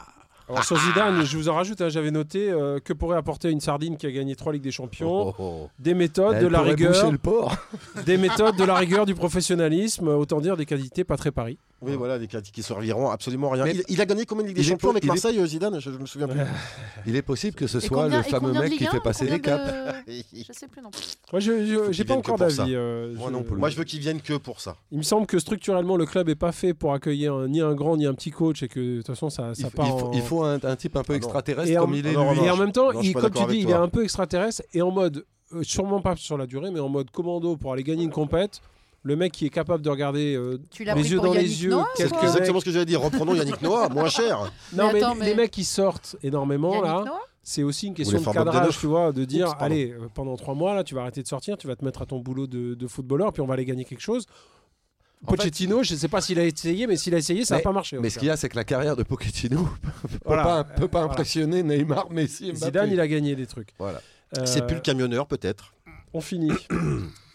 Alors, sur Zidane, je vous en rajoute, hein, j'avais noté euh, que pourrait apporter une sardine qui a gagné trois Ligues des Champions.
Oh, oh, oh.
Des méthodes,
Elle
de la
pourrait boucher
rigueur,
le port.
des méthodes, de la rigueur, du professionnalisme, euh, autant dire des qualités pas très Paris.
Oui, voilà, des critiques qui serviront absolument à rien.
Mais-
Il, il a gagné combien de Ligue des
Il est
Champions
pas-
avec
il est-
Marseille, euh, Zidane je, je me souviens plus.
Il est possible que ce
Et
soit
combien-
le
et
fameux
combien de
mec qui
Ligue
fait
1,
passer
combien
les caps.
de- Je sais plus non plus.
Moi, je- je
qu'ils
j'ai pas
viennent que
encore
pour ça.
d'avis. euh,
[LAUGHS] Moi
je-
non plus. Moi, je veux qu'ils viennent que pour ça.
Il me semble que structurellement, le club est pas fait pour accueillir un- ni un grand ni un petit coach et que de toute façon, ça,
Il,
ça
f-
part.
il faut,
en-
il faut un, un type un peu
Ah non.
extraterrestre
Et en-
comme il est.
non,
lui.
non,
Et en même temps,
Non, je suis
il,
pas
comme tu
d'accord
dis,
avec
il est
toi.
un peu extraterrestre et en mode, euh, sûrement pas sur la durée, mais en mode commando pour aller gagner une compète. Le mec qui est capable de regarder euh,
Tu l'as
les
pris
yeux
pour
dans
Yannick
les yeux,
Noah,
C'est Euh.
quelques
quoi
mecs-
exactement ce que j'allais dire. Reprenons Yannick Noah, [LAUGHS] moins cher.
Non,
Mais
mais,
attends, mais-
les mecs qui sortent énormément là,
Yannick Noah
c'est aussi une question
les
de
Fort Bob
cadrage,
Deneuve.
tu vois, de dire
Oups, pardon.
allez, euh, pendant trois mois là, tu vas arrêter de sortir, tu vas te mettre à ton boulot de, de footballeur, puis on va aller gagner quelque chose.
En fait-
Pochettino, je ne sais pas s'il a essayé, mais s'il a essayé, ça n'a pas marché. en
Mais
tout
ce
cas.
qu'il y a, c'est que la carrière de Pochettino [LAUGHS] peut
Voilà. Euh,
pas, peut pas
Voilà.
impressionner Neymar, Messi, Mbappé.
Zidane, il a gagné des trucs.
Voilà.
Euh,
C'est plus le camionneur, peut-être.
On
[COUGHS]
finit.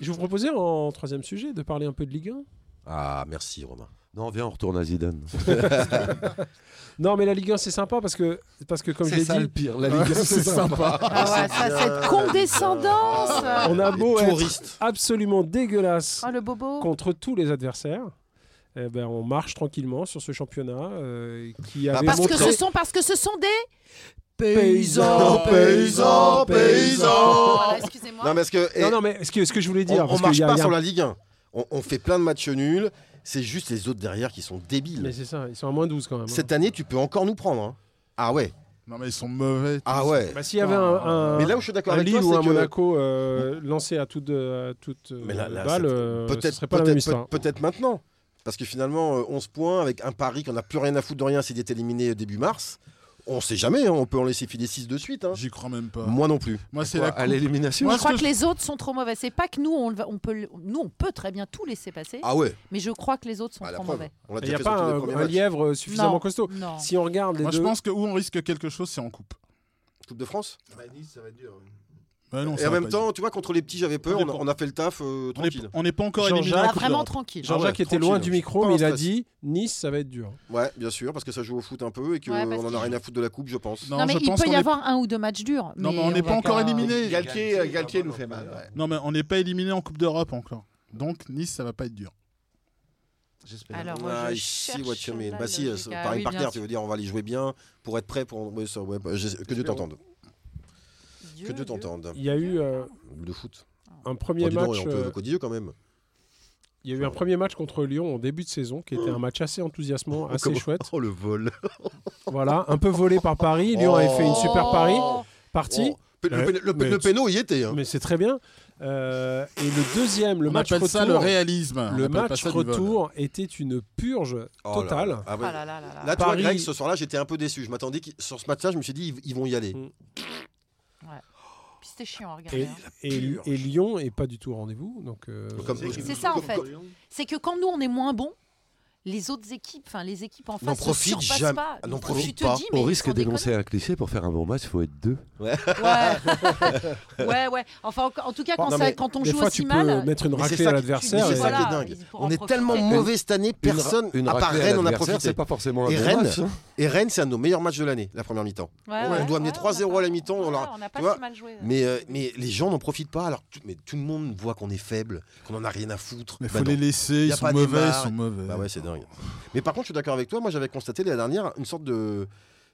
je vous proposais en troisième sujet de parler un peu de Ligue 1.
Ah, merci, Romain.
Non, viens, on retourne à Zidane.
Non, mais la Ligue 1, c'est sympa parce que, parce que comme je
C'est
l'ai
ça le
dit,
pire. La Ligue 1, c'est sympa.
Ah ouais, ça, cette condescendance
on a
Les
beau être
touristes.
absolument dégueulasse
Oh, le bobo
contre tous les adversaires. eh ben, on marche tranquillement sur ce championnat euh, qui avait
Bah,
parce que,
montré...
ce sont, parce que ce sont des Paysan, paysan,
paysan.
Voilà, excusez-moi.
Non, mais est-ce que. eh,
Non, non, mais ce que, ce que je voulais
on-
dire.
on
parce qu'il
marche
y a-
pas
il y a-
sur la Ligue 1. On, on fait plein de matchs nuls. C'est juste les autres derrière qui sont débiles.
Mais c'est ça, ils sont à moins 12 quand même. hein.
Cette année, tu peux encore nous prendre. hein. Ah ouais.
Non, mais ils sont mauvais. tous.
Ah ouais.
Bah, S'il y avait un, un-
Mais là où je suis d'accord
un
avec
Lille
toi,
ou
c'est
un
que-
Monaco euh, lancé à toute, euh, à toute euh,
Mais là- là,
balle,
c'est-
euh, ce
peut-être
serait pas la même
peut-être-
histoire.
peut- peut-être maintenant. Parce que finalement, euh, 11 points avec un pari qu'on n'a plus rien à foutre de rien s'il est éliminé euh, début mars. On sait jamais, hein, on peut en laisser filer 6 de suite. hein.
J'y crois même pas.
Moi non plus.
Moi, c'est
Quoi,
la
à
coupe.
l'élimination.
Moi,
je
ce
crois
que
que les autres sont trop mauvais. C'est pas que nous, on, le va- on peut, le- nous, on peut très bien tout laisser passer,
Ah ouais,
mais je crois que les autres sont
bah, la
trop
preuve.
mauvais.
On l'a
Il n'y
déjà
a
fait
pas
sur tous les
un,
premiers
un
matchs.
lièvre suffisamment
Non.
costaud.
Non.
Si on regarde les
Moi,
deux,
je pense que où on risque quelque chose, c'est en coupe.
Coupe de France.
Bah, Nice, ça va être dur.
Bah non,
Et
ça
en
va
même
pas
temps, tu vois, contre les petits, j'avais peur.
Ça
On a,
dépend.
on a fait le taf euh,
être- on est-
tranquille.
on n'est pas encore éliminé.
Jean-Jacques,
à la
Là,
Coupe
vraiment
d'Europe.
tranquille.
Jean-
Jean-Jacques
ouais,
était loin
tranquille,
du
je
micro,
suis
mais
pas
il
en
a
stress.
dit Nice, ça va être dur.
Ouais, bien sûr, parce que ça joue au foot un peu et qu'on
Ouais, parce qu'il
en a rien
joue.
à foutre de la coupe, je pense.
Non,
non, mais
je
il
pense
peut y
qu'on est-
avoir un ou deux matchs durs.
Non, mais on n'est
n'est
pas encore éliminé.
Galtier, euh, Galtier nous fait mal. ouais.
Non, mais on n'est pas éliminé en Coupe d'Europe encore. Donc, Nice, ça va pas être dur.
J'espère.
Alors,
Ah,
je
ici,
cherche
what you mean.
la
Bah si, euh,
logique. Ah,
Paris
oui,
par
bien
terre, tu
sûr.
veux dire, on va les jouer bien pour être prêt pour. ouais, ça, ouais, bah, je- que Dieu t'entende. Que Dieu
Dieu,
t'entende.
Il y a eu euh,
De foot.
un premier
Oh, dis donc,
match.
on peut
euh,
évoquer Dieu quand même.
Il y a eu un premier match contre Lyon en début de saison qui était un match assez enthousiasmant, assez
Comment-
chouette.
[LAUGHS] Oh le vol.
[LAUGHS] Voilà, un peu volé par Paris. Lyon avait fait une
Oh.
super Paris
Ah,
partie,
Oh, pe- le,
Ouais,
pe- le pe-
mais
le
tu-
péno y était. hein.
mais c'est très bien. Euh, et le deuxième, le
on
match
appelle
retour,
ça le réalisme. On
le
appelle pas
match
ça du vol.
retour était une purge
Oh là
totale.
là. Ah ouais.
Ah là là là là.
Là, tu vois,
Paris-
Greg, ce soir-là, j'étais un peu déçu. Je m'attendais que sur ce match-là, je me suis dit, ils, ils vont y aller.
Mm.
Puis C'était chiant à regarder.
Et,
hein.
et- et Lyon est pas du tout au rendez-vous. Donc, euh,
Comme-
C'est ça, en fait. C'est que quand nous, on est moins bons, les autres équipes, enfin les équipes en face,
N'en
se
profite
surpassent
jamais-
pas.
n'en
Je
profite
te
pas.
dis, mais
Au
ils
risque
sont
d'énoncer un cliché, pour faire un bon match, il faut être deux.
Ouais. ouais, ouais. Enfin, en, en tout cas, quand,
Bon, non,
ça-
mais
quand on
des
joue
fois,
aussi
tu
mal,
peux mettre une
Mais c'est
raclée
ça
à
qui-
tu
l'adversaire.
dis,
et-
mais c'est ça qui est dingue.
ils pourront en
On est
profiter.
tellement mauvais cette année,
Une ra-
personne,
une
à part
raclée
Rennes, on a
l'adversaire,
profité.
C'est pas forcément un
Et
bon
Rennes
match, hein.
Et Rennes, c'est un de nos meilleurs matchs de l'année, la première mi-temps.
Ouais,
On
ouais,
doit amener
ouais,
3-0 à la mi-temps, on
ouais,
leur-
On n'a
tu vois,
pas si mal joué.
Mais, euh, mais les gens n'en profitent pas. Alors, tout, mais tout le monde voit qu'on est faible, qu'on en a rien à foutre.
Mais faut
Bah non.
les laisser,
Y a
ils sont
pas des
mauvais, ils
marques.
sont mauvais.
Bah ouais, c'est dingue. Mais par contre, je suis d'accord avec toi. Moi, j'avais constaté la dernière une sorte de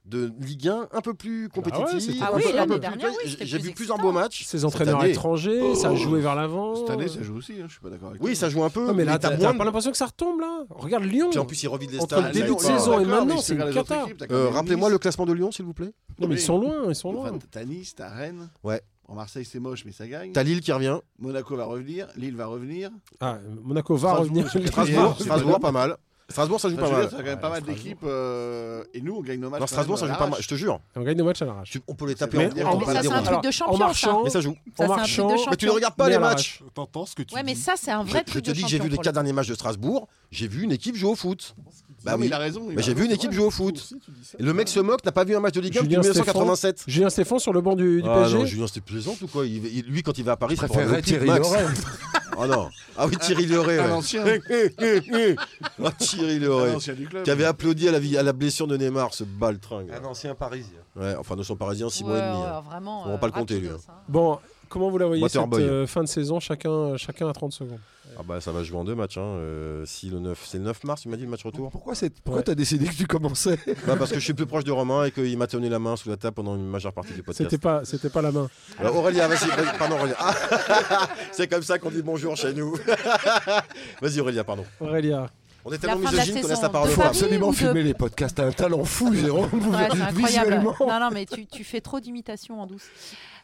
de Ligue 1 un peu plus compétitive.
c'était
un
Ah oui,
peu- un
l'année
peu plus-
dernière, oui, c'était
J'ai
plus
vu plusieurs
excitant.
beaux matchs.
Ces entraîneurs
année. Oh.
étrangers, ça a joué vers l'avant.
Cette année, ça joue aussi, hein, je suis pas d'accord avec
Oui, ça joue un peu.
Non, mais là,
t'as
t'as
moins
t'as
de-
pas l'impression que ça retombe là. Regarde Lyon.
Puis en plus, ils revident les
Entre
stades.
le
ça
début
aide
de
pas.
saison et maintenant, c'est une cata.
Euh, Rappelez-moi le classement de Lyon, s'il vous plaît.
Non, mais ils sont loin, ils sont loin.
T'as Nice, t'as Rennes.
Ouais.
En Marseille, c'est moche, mais ça gagne.
T'as Lille qui revient.
Monaco va revenir, Lille va revenir.
Ah, Monaco va
Strasbourg,
revenir.
[LAUGHS]
c'est
Strasbourg,
[LAUGHS]
c'est
Strasbourg,
pas
pas mal. Strasbourg, ça joue
Bah,
Enfin,
pas
Bah, je veux dire,
mal.
ça a quand même pas mal
Strasbourg.
d'équipes. euh, Et nous, on gagne nos matchs.
Non, Strasbourg, ça joue pas mal. Je te jure.
On gagne nos matchs à l'arrache.
Tu- On peut les
C'est
taper
vrai.
en
Mais
direct,
en-
on
Mais
peut
ça,
les
c'est un
dérouler.
truc
Alors,
de
en
champion, ça.
marchant,
Mais ça joue.
Ça,
en
c'est un
marchant.
truc de champion.
Mais tu ne regardes pas
Mais
les
à la
matchs.
T'entends ce que tu
Ouais, mais
dis.
ça, c'est un
Je-
vrai
je,
truc
te
de
dis, j'ai
champion
vu les
pour
quatre
le coup.
derniers matchs de Strasbourg, j'ai vu une équipe jouer au foot. Bah oui.
il a raison. il
Mais
a
j'ai
raison,
vu une
c'est
équipe
vrai.
jouer au foot.
Si, tu dis ça.
Et le mec se moque, n'a pas vu un match de Ligue 1 depuis
Julien Stéphane.
1987.
Julien Stéphane sur le banc du, du
Ah
PSG.
non, Julien, c'était plaisant ou quoi Il- il- Lui, quand il va à Paris,
Je
c'est pour aller au
préférerais
club,
Thierry
Max.
Loret.
Ah non. Ah oui, [LAUGHS] Thierry Leray.
Un
Ouais.
ancien.
Ah, Thierry
Un
Leray.
ancien du club.
Qui avait applaudi à la, vie- à la blessure de Neymar, ce baltringue.
Un ancien parisien.
Ouais, enfin, nous sommes parisiens, 6 mois
Ouais,
et demi.
ouais,
hein.
vraiment.
On va pas le compter, lui,
rapidos,
[LAUGHS]
hein.
Bon, comment vous la voyez cette
Waterboy.
euh, fin de saison Chacun, chacun à 30 secondes.
Ah bah, ça va jouer en deux matchs. Hein. euh, si le 9, c'est le 9 mars, tu m'as dit le match retour
Pourquoi, c'est- pourquoi
Ouais.
t'as décidé que tu commençais
Bah, Parce que je suis plus proche de Romain et qu'il m'a tenu la main sous la table pendant une majeure partie du podcast.
C'était pas, c'était pas la main.
Alors, Aurélien, vas-y, vas-y, pardon Aurélien. Ah, [LAUGHS] c'est comme ça qu'on dit bonjour chez nous. [LAUGHS] vas-y Aurélien, pardon.
Aurélia.
On est tellement
fin de la
misogyne qu'on laisse
saison
la parole
de
aux
Faut
Fabien.
femmes.
ou
absolument
de-
filmer les podcasts. T'as un talent fou, Jérôme.
Ouais, c'est incroyable.
Visuellement.
Non, non, mais tu, tu fais trop d'imitations en douce.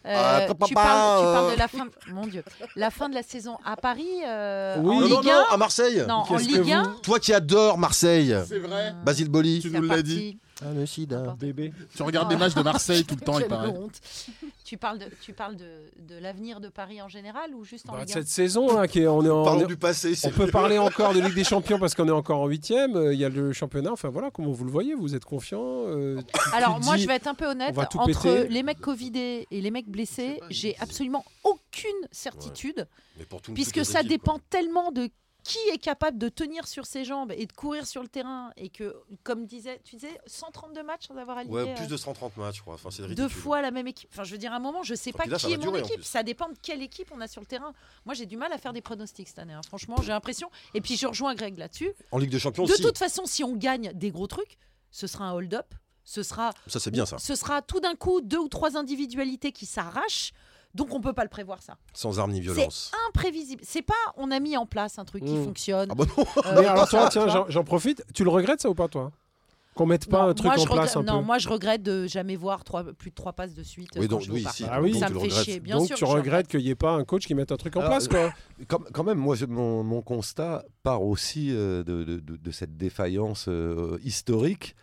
Euh,
Ah,
tu,
papa,
parles, tu parles
euh.
de la fin, mon Dieu, la fin de la saison à Paris, euh,
Oui.
en
Non, non,
Ligue
non,
1.
à Ah, Marseille.
Non, en
Qu'est-ce que
Ligue 1.
Toi qui adores Marseille,
C'est vrai.
Basile Boli.
Tu nous l'as dit.
Ah, le sida.
Bébé.
Tu regardes des matchs de Marseille tout le temps, il
Quelle
paraît.
honte. Tu parles de, tu parles de, de l'avenir de Paris en général ou juste en
Bah, de
Ligue 1
cette saison, là, qui est- on est en-
Parlons du passé.
On
c'est
peut
mieux.
parler encore de Ligue des Champions parce qu'on est encore en huitième. euh, Il y a le championnat. Enfin voilà, comment vous le voyez Vous êtes confiant euh, tu- tu
Alors
te
moi
dis-
je vais être un peu
on
honnête,
va tout
entre
péter.
les mecs Covidés et les mecs blessés,
pas,
j'ai
c'est-
absolument aucune certitude
Mais pour tout- toutes les
puisque ça
équipes,
dépend
quoi.
tellement de qui est capable de tenir sur ses jambes et de courir sur le terrain et que, comme disait, tu disais, 132 matchs sans avoir à
Ouais,
liguer,
plus
euh,
de 130 matchs, je crois. Enfin, c'est
deux
ridicule.
fois la même équipe. Enfin, je veux dire, à un moment, je sais
Sauf
pas
que là, ça
qui
va
est mon
durer, en
équipe.
plus.
Ça dépend de quelle équipe on a sur le terrain. Moi, j'ai du mal à faire des pronostics cette année. hein. Franchement, j'ai l'impression. Et puis, je rejoins Greg là-dessus.
En Ligue des Champions,
De
si.
toute façon, si on gagne des gros trucs, ce sera un hold-up. Ce sera,
Ça, c'est bien ça.
ce sera tout d'un coup deux ou trois individualités qui s'arrachent. Donc on peut pas le prévoir ça.
Sans armes ni violence.
Imprévisible. C'est pas on a mis en place un truc qui
Mmh.
fonctionne.
Ah bah non
euh,
Mais alors toi, tiens,
ça, tu vois.
j'en- j'en profite. Tu le regrettes ça ou pas toi Qu'on mette pas
Non,
un truc
moi,
en
je
place
regrette-
un
non,
peu.
moi je regrette de jamais voir trois, plus de trois passes de suite. euh,
Oui,
quand
donc,
je
oui,
joue au
si.
parc.
Ah oui.
donc
ça
tu
me
le
fait
regrettes.
chier. Bien
Donc
sûr,
tu
je regrette.
regrettes qu'il n'y ait pas un coach qui mette un truc en
Alors,
place quoi.
Quand, quand même, moi, je- mon, mon constat part aussi euh, de, de- de- de cette défaillance euh, historique.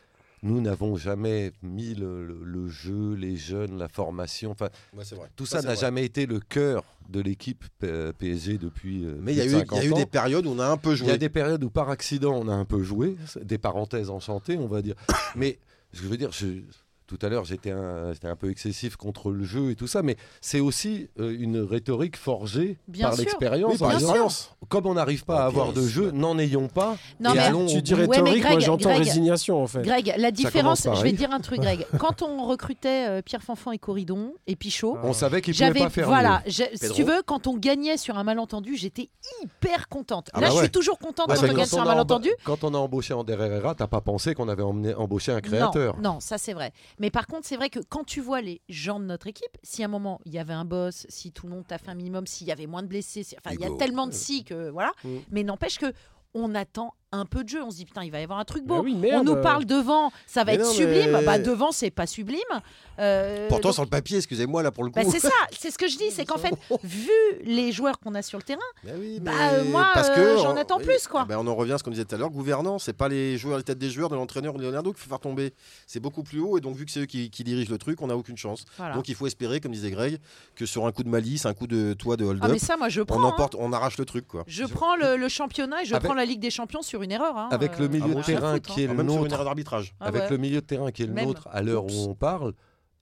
Nous n'avons jamais mis le, le- le jeu, les jeunes, la formation. Enfin,
Ouais, c'est vrai.
tout ça
c'est
n'a
vrai.
jamais été le cœur de l'équipe P- PSG depuis. euh,
Mais il
plus
y a
de
eu, il y
50
a eu
ans.
des périodes où on a un peu
Il y
joué.
a des périodes où par accident on a un peu joué, c'est des parenthèses enchantées, on
[COUGHS]
va dire. Mais ce que je veux dire, je- tout à l'heure j'étais un, j'étais un peu excessif contre le jeu et tout ça, mais c'est aussi euh, une rhétorique forgée
Bien
par
sûr.
l'expérience.
Oui, par
en
Bien
disant,
sûr. Euh,
Comme on n'arrive pas
Oh,
à avoir
purée,
de
c'est
jeu, n'en ayons pas.
Non,
et
mais-
allons au
Tu dis
bout.
Ouais, mais
rhétorique, moi
Greg,
j'entends
Greg-
résignation en fait.
Greg, la différence,
commence par
je vais
Yves.
te dire un truc,
[LAUGHS]
Greg. Quand on recrutait euh, Pierre Fanfan et Coridon et
Ah,
Pichot,
On savait qu'il ne
j'avais.
pouvait pas faire
Voilà,
mieux.
j'ai- si
Pedro.
tu veux, quand on gagnait sur un malentendu, j'étais hyper contente.
Ah
Là,
bah
je
ouais.
suis toujours contente
Ouais,
quand
mais
on gagne sur
on
un
a emba-
malentendu.
quand on a embauché Ander Herrera, t'as pas pensé qu'on avait emmené- embauché un créateur.
Non, non, ça c'est vrai. Mais par contre, c'est vrai que quand tu vois les gens de notre équipe, si à un moment il y avait un boss, si tout le monde t'a fait un minimum, s'il y avait moins de blessés, c'est- enfin il y a
Hugo.
tellement de si que voilà.
Mm.
Mais n'empêche que on attend un peu de jeu. On se dit putain, il va y avoir un truc
Bah
beau.
oui,
on
merde.
nous parle devant, ça va
Mais
être
non,
sublime.
mais-
Bah devant, c'est pas sublime. Euh,
Pourtant,
donc-
sur le papier, excusez-moi, là, pour le coup.
Bah, c'est ça, c'est ce que je dis, c'est qu'en fait, vu les joueurs qu'on a sur le terrain,
Mais oui,
Bah,
mais
euh, moi,
parce que
euh, j'en
on-
attends
oui,
plus, quoi.
ah ben, on en revient à ce qu'on disait tout à l'heure. Gouvernance, c'est pas les joueurs, les têtes des joueurs de l'entraîneur Leonardo qu'il faut faire tomber. C'est beaucoup plus haut et donc vu que c'est eux qui, qui dirigent le truc, on n'a aucune chance.
voilà.
Donc il faut espérer, comme disait Greg, que sur un coup de malice, un coup de toit de
ah
hold-up,
mais ça, moi je prends.
on
hein.
emporte, on arrache le truc quoi.
Je prends le, le championnat et je
Avec-
prends la Ligue des Champions sur une erreur. hein.
Avec le
Euh,
milieu
ah bon,
de
rien à
terrain
foutre, hein.
qui est
Ah,
le
même sur une
nôtre,
erreur d'arbitrage.
Ah
avec
ouais.
le milieu de terrain qui est le
Même.
nôtre, à l'heure
Oups.
où on parle,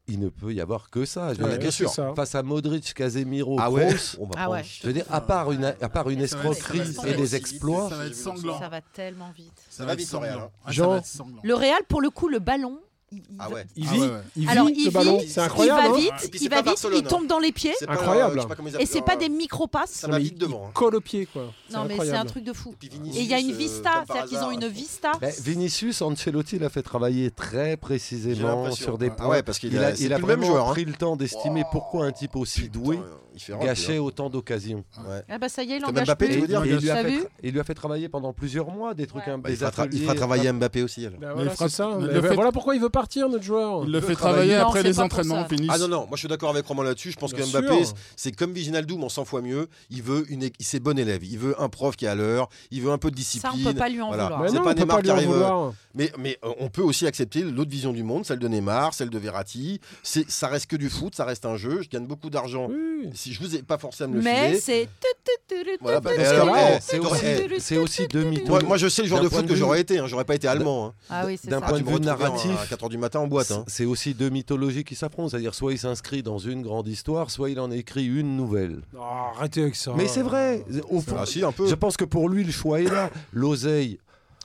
il ne peut y avoir que ça. Je veux
Ouais,
dire,
bien
c'est
sûr.
ça.
face à Modric, Casemiro,
Ah ouais,
Kroos,
on va
Ah
prendre-
ouais.
je veux dire, à part une, à part une
Ça va être- ça va
escroquerie
être-
et des exploits,
Ça va être sanglant.
Ça va tellement vite.
Ça va être
vite, le Real,
sanglant.
hein.
Ah, ça
Jean-
va être sanglant.
Le Real, pour le coup, le ballon. Il, il
Ah
va-
ouais.
Il
Ah
vit,
ouais, ouais.
il vit
Alors, il
le ballon,
vit,
c'est
Il
incroyable.
va
hein.
Et
vite,
puis, c'est
il
pas
va vite,
Barcelone,
il tombe dans les pieds.
C'est pas,
Incroyable.
euh, je sais pas comment ils
Et c'est
appellent,
pas
euh,
des micro-passes.
Ça va
Non, mais
vite devant. hein.
Colle au pied quoi. C'est
Non, mais c'est un
incroyable.
truc de fou.
puis
Et il y a une
Vinicius, euh,
vista,
comme par
c'est-à-dire qu'ils ont
hasard.
une vista.
Ben, Vinicius, Ancelotti l'a fait travailler très
J'ai
précisément
l'impression.
sur des
Ah
points.
Ah ouais, parce qu'il
il a,
c'est
il a
plus le
vraiment
même joueur. hein.
pris le temps d'estimer
Wow.
pourquoi un type aussi
Putain,
doué
euh, il fait hein. rentrer,
gâchait
hein.
autant d'occasions.
Ah bah ça y est, il
Parce que
engage
Mbappé,
Et,
tu veux
plus.
dire,
et il lui a
T'as
fait
vu
tra- il lui a fait travailler pendant plusieurs mois des trucs
Ouais.
un
Bah,
des
il, fera tra- il
ateliers-
fera travailler Mbappé aussi. alors.
Ben
Mais
voilà,
il
c'est
fera-
ça.
le
Ben
fait-
Voilà pourquoi il veut partir notre joueur.
Il le fait
travailler.
travailler
Non,
après
c'est
les
pas pour
entraînements,
ça.
finis.
Ah non, non, moi je suis d'accord avec Romain là-dessus. Je pense
Bien
que Mbappé,
sûr.
c'est comme Viginaldum, en 100 fois mieux. Il veut une, é- c'est bon élève. Il veut un prof qui est à l'heure. Il veut un peu de
Ça,
discipline.
on peut pas lui en
Voilà.
Ben
vouloir.
C'est
non,
pas
on peut
Neymar
pas lui
qui
en
arrive, euh,
vouloir.
Mais, mais euh, on peut aussi accepter l'autre vision du monde, celle de Neymar, celle de Verratti. C'est, ça reste que du foot, ça reste un jeu. Je gagne beaucoup d'argent.
Oui.
Si je vous ai pas forcé à me le
Mais
filer.
c'est.
Voilà, bah,
Parce
eh,
que
alors,
là,
eh,
C'est
t'aurais-
aussi,
eh,
c'est aussi demi-tour.
moi, moi, je sais le genre
D'un
de
point
foot
de
que
vue-
j'aurais été. hein. J'aurais pas été allemand. hein.
Ah oui, c'est
D'un
ça.
Ah,
point
tu
de
me
vue
retrouves en-
narratif.
à 4h du matin en boîte. hein.
C'est aussi deux mythologies qui s'affrontent, c'est-à-dire soit il s'inscrit dans une grande histoire, soit il en écrit une nouvelle.
Oh, arrêtez avec ça.
Mais c'est vrai, au fond,
Ah si, un peu.
je pense que pour lui le choix est là. L'oseille,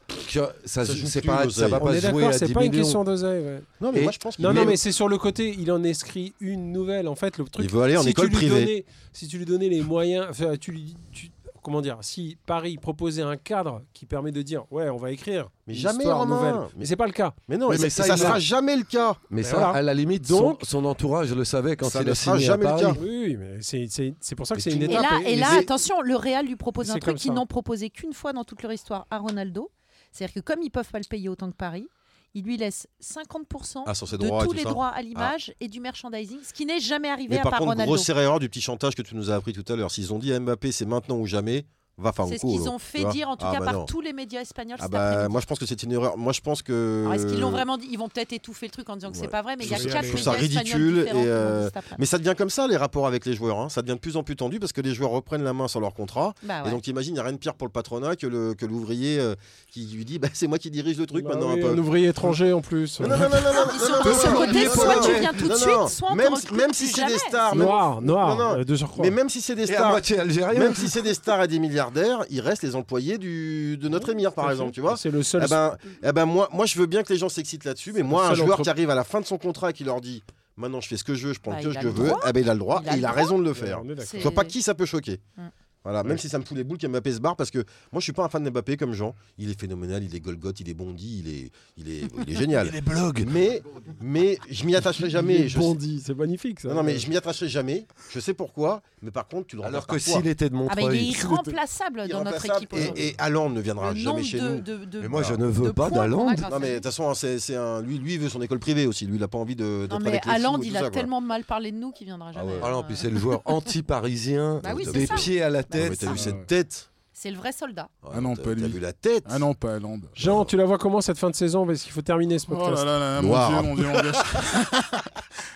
que ça,
Ça
se-
joue
c'est
plus,
pas, ça
l'oseille.
va
On
pas
est
se jouer
d'accord,
à 10
c'est pas une
millions.
question d'oseille. ouais.
Non, mais
Et-
moi je pense. qu'il
Non, non,
est-
mais c'est sur le côté, il en inscrit une nouvelle. En fait, le truc.
Il veut aller en
si
école
tu lui
privée.
donnais- si tu lui donnais les moyens, enfin, tu lui dis- tu- comment dire, si Paris proposait un cadre qui permet de dire, ouais, on va écrire.
Mais
une
jamais,
histoire
Romain.
nouvelle. Mais,
Mais-
c'est pas le cas.
Mais non,
Oui,
et
mais
ça,
ça,
ça
il
sera
a-
jamais le cas.
Mais ça,
voilà.
à la limite,
Donc-
son, son entourage le savait quand
Ça
il
ne
a
sera
signé
jamais le
à Paris.
cas.
Oui, oui, mais c'est- c'est c'est pour ça que
Mais
c'est
tout
une
le
Et
étape.
là,
et-
et là, attention, le Real lui propose
C'est
un
comme
truc qu'ils
ça.
n'ont proposé qu'une fois dans toute leur histoire à Ronaldo. C'est-à-dire que comme ils peuvent pas le payer autant que Paris, ils lui laissent 50%
Ah, sur ses
de
droits et
tous
tout
les
ça.
droits à l'image et du merchandising, ce qui n'est jamais arrivé
Mais
à
par
part
contre,
Ronaldo.
grosse erreur du petit chantage que tu nous as appris tout à l'heure. S'ils ont dit à Mbappé, c'est maintenant ou jamais, va faire un
C'est ce
coup,
qu'ils
là.
ont
Tu
fait
vois
dire, en tout
Ah
cas,
bah
par
non.
tous les médias espagnols
Ah
cet
bah,
après-midi.
moi je pense que c'est une erreur. Moi je pense que.
Alors, Ah, est-ce qu'ils l'ont vraiment dit Ils vont peut-être étouffer le truc en disant que
Ouais.
c'est pas vrai, mais il y a
Je trouve
quatre
ça
médias
ridicule
espagnols différents
et,
qui l'ont dit
euh,
cet après-midi.
Mais ça devient comme ça les rapports avec les joueurs. hein. Ça devient de plus en plus tendu parce que les joueurs reprennent la main sur leur contrat.
Bah ouais.
Et donc imagine, il n'y a rien de pire pour le patronat que le- que l'ouvrier euh, qui lui dit bah, c'est moi qui dirige le truc
Bah
maintenant
oui,
un peu.
un ouvrier étranger en plus. Euh,
Non, non, non, non, non, non,
Et
non,
surtout,
non,
Ah, sur
non,
le côté,
non,
soit
non,
tu
non,
viens tout de
non,
suite,
non.
soit on te
même,
recrute
même
plus
si c'est
jamais.
des stars, même-
Noir, noir,
Non, non.
euh, de surcroît.
mais même si c'est des
Et à
stars,
moitié
Ah,
algérien.
même si c'est des stars et des milliardaires, il reste les employés du, de notre émir par exemple, tu vois.
C'est le seul.
Eh ben, eh ben moi, moi, je veux bien que les gens s'excitent là-dessus, mais moi, un
seul
joueur
entre-
qui arrive à la fin de son contrat et qui leur dit maintenant je fais ce que je veux, je prends
Bah,
le que
il a
je
le
veux,
droit.
eh ben, il a le droit
Il a
et il
le
a
droit.
raison de le
Ouais,
faire.
on est d'accord.
Je vois pas qui ça peut choquer.
Mm.
Voilà, même si ça me fout les boules qu'Mbappé se barre, parce que moi je suis pas un fan d'Mbappé comme Jean. Il est phénoménal, il est Golgoth, il est Bondi, il est, il est, il est
[LAUGHS]
génial.
Les blogs
Mais, mais je m'y attacherai jamais. Je sais-
Bondi, c'est magnifique ça.
Non, non, mais je m'y attacherai jamais. Je sais pourquoi, mais par contre, tu le
Alors
remplaces
que
par quoi
s'il était de
Ah bah, il est
Montreuil.
irremplaçable dans notre
Irremplaçable.
équipe aujourd'hui.
Et, et Haaland ne viendra
Le
jamais
nombre
chez
de, Ah,
nous.
de, de-
Mais moi, je
de
ne veux pas
points qu'on a
d'Alland.
grâce à
Non mais de
lui.
toute façon, hein, c'est c'est un... lui, lui il veut son école privée aussi. Lui, il a pas envie de.
Non
d'être
mais
avec les
Haaland,
sous et
il
tout
a
ça, quoi.
tellement mal parlé de nous qu'il viendra jamais.
ouais.
Euh,
Ah non, puis c'est
[LAUGHS]
le joueur anti-parisien,
Bah oui, c'est
des
ça.
pieds à la
Ah,
tête.
mais t'as
Ah,
vu
ouais.
cette tête
c'est le vrai soldat.
Ah non,
t'as-
pas
T'as
lui.
vu la tête
Ah non, pas Hollande.
Jean, tu la vois comment cette fin de saison Parce qu'il faut terminer ce
Oh
podcast.
là là là,
Noir.
mon dieu, mon dieu, mon
[LAUGHS]
dieu.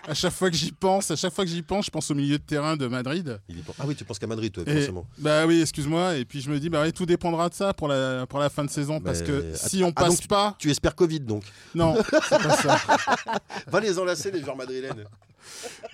à chaque fois que j'y pense, à chaque fois que j'y pense, je pense au milieu de terrain de Madrid.
Il est pas- Ah oui, tu penses qu'à Madrid, toi,
Et-
forcément.
Bah oui, excuse-moi. Et puis je me dis, bah oui, tout dépendra de ça pour la, pour la fin de saison. Parce
Mais-
que
att-
si on
ah,
passe
donc
pas.
Tu espères Covid donc. [LAUGHS]
Non, c'est pas ça.
Va les enlacer, les joueurs madrilènes.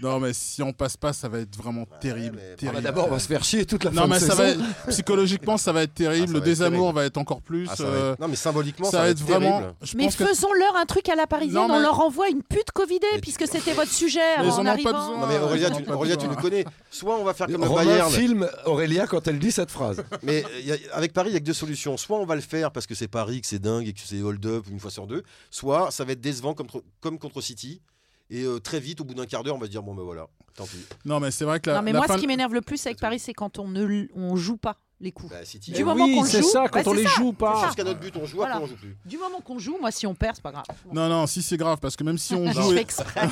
Non, mais si on passe pas, ça va être vraiment terrible.
mais-
terrible.
Ah bah D'abord, on va se faire chier toute la
non,
fin
mais
de
ça
saison.
va être- psychologiquement, ça va être terrible.
Ah,
le
ça va être
désamour
terrible.
va être encore plus.
Ah, ça va
euh,
être- Non, mais symboliquement,
ça, va être vraiment.
terrible.
Je
Mais
pense que
faisons-leur un truc à la parisienne,
Non, mais-
on leur envoie une pute covidée
Mais-
puisque c'était votre sujet
Mais ils
en,
en ont pas
arrivant.
besoin.
Non mais Aurélia,
Ouais,
tu,
ouais.
Aurélia, tu le connais. Soit on va faire comme le
Romain
Bayern,
filme Aurélia quand elle dit cette phrase.
mais euh, y a- avec Paris, il y a que deux solutions. Soit on va le faire parce que c'est Paris, que c'est dingue et que c'est hold-up une fois sur deux. Soit ça va être décevant comme, tro- comme contre City. Et euh, très vite, au bout d'un quart d'heure, on va se dire bon ben voilà, tant pis.
Non, mais c'est vrai que la,
Non mais
la
moi
fin
ce qui m'énerve le plus avec Paris c'est quand on ne l- on joue pas les coups.
Bah, City.
Du
Eh
euh,
moment
oui,
qu'on le
c'est
joue,
ça, quand on
bah, c'est
les
ça.
joue pas.
Jusqu'à notre but, on joue,
Voilà.
après on joue plus.
Du moment qu'on joue, moi si on perd c'est pas grave.
Non, non, si c'est grave, parce que même si on
Je
joue.
fais
et-
exprès,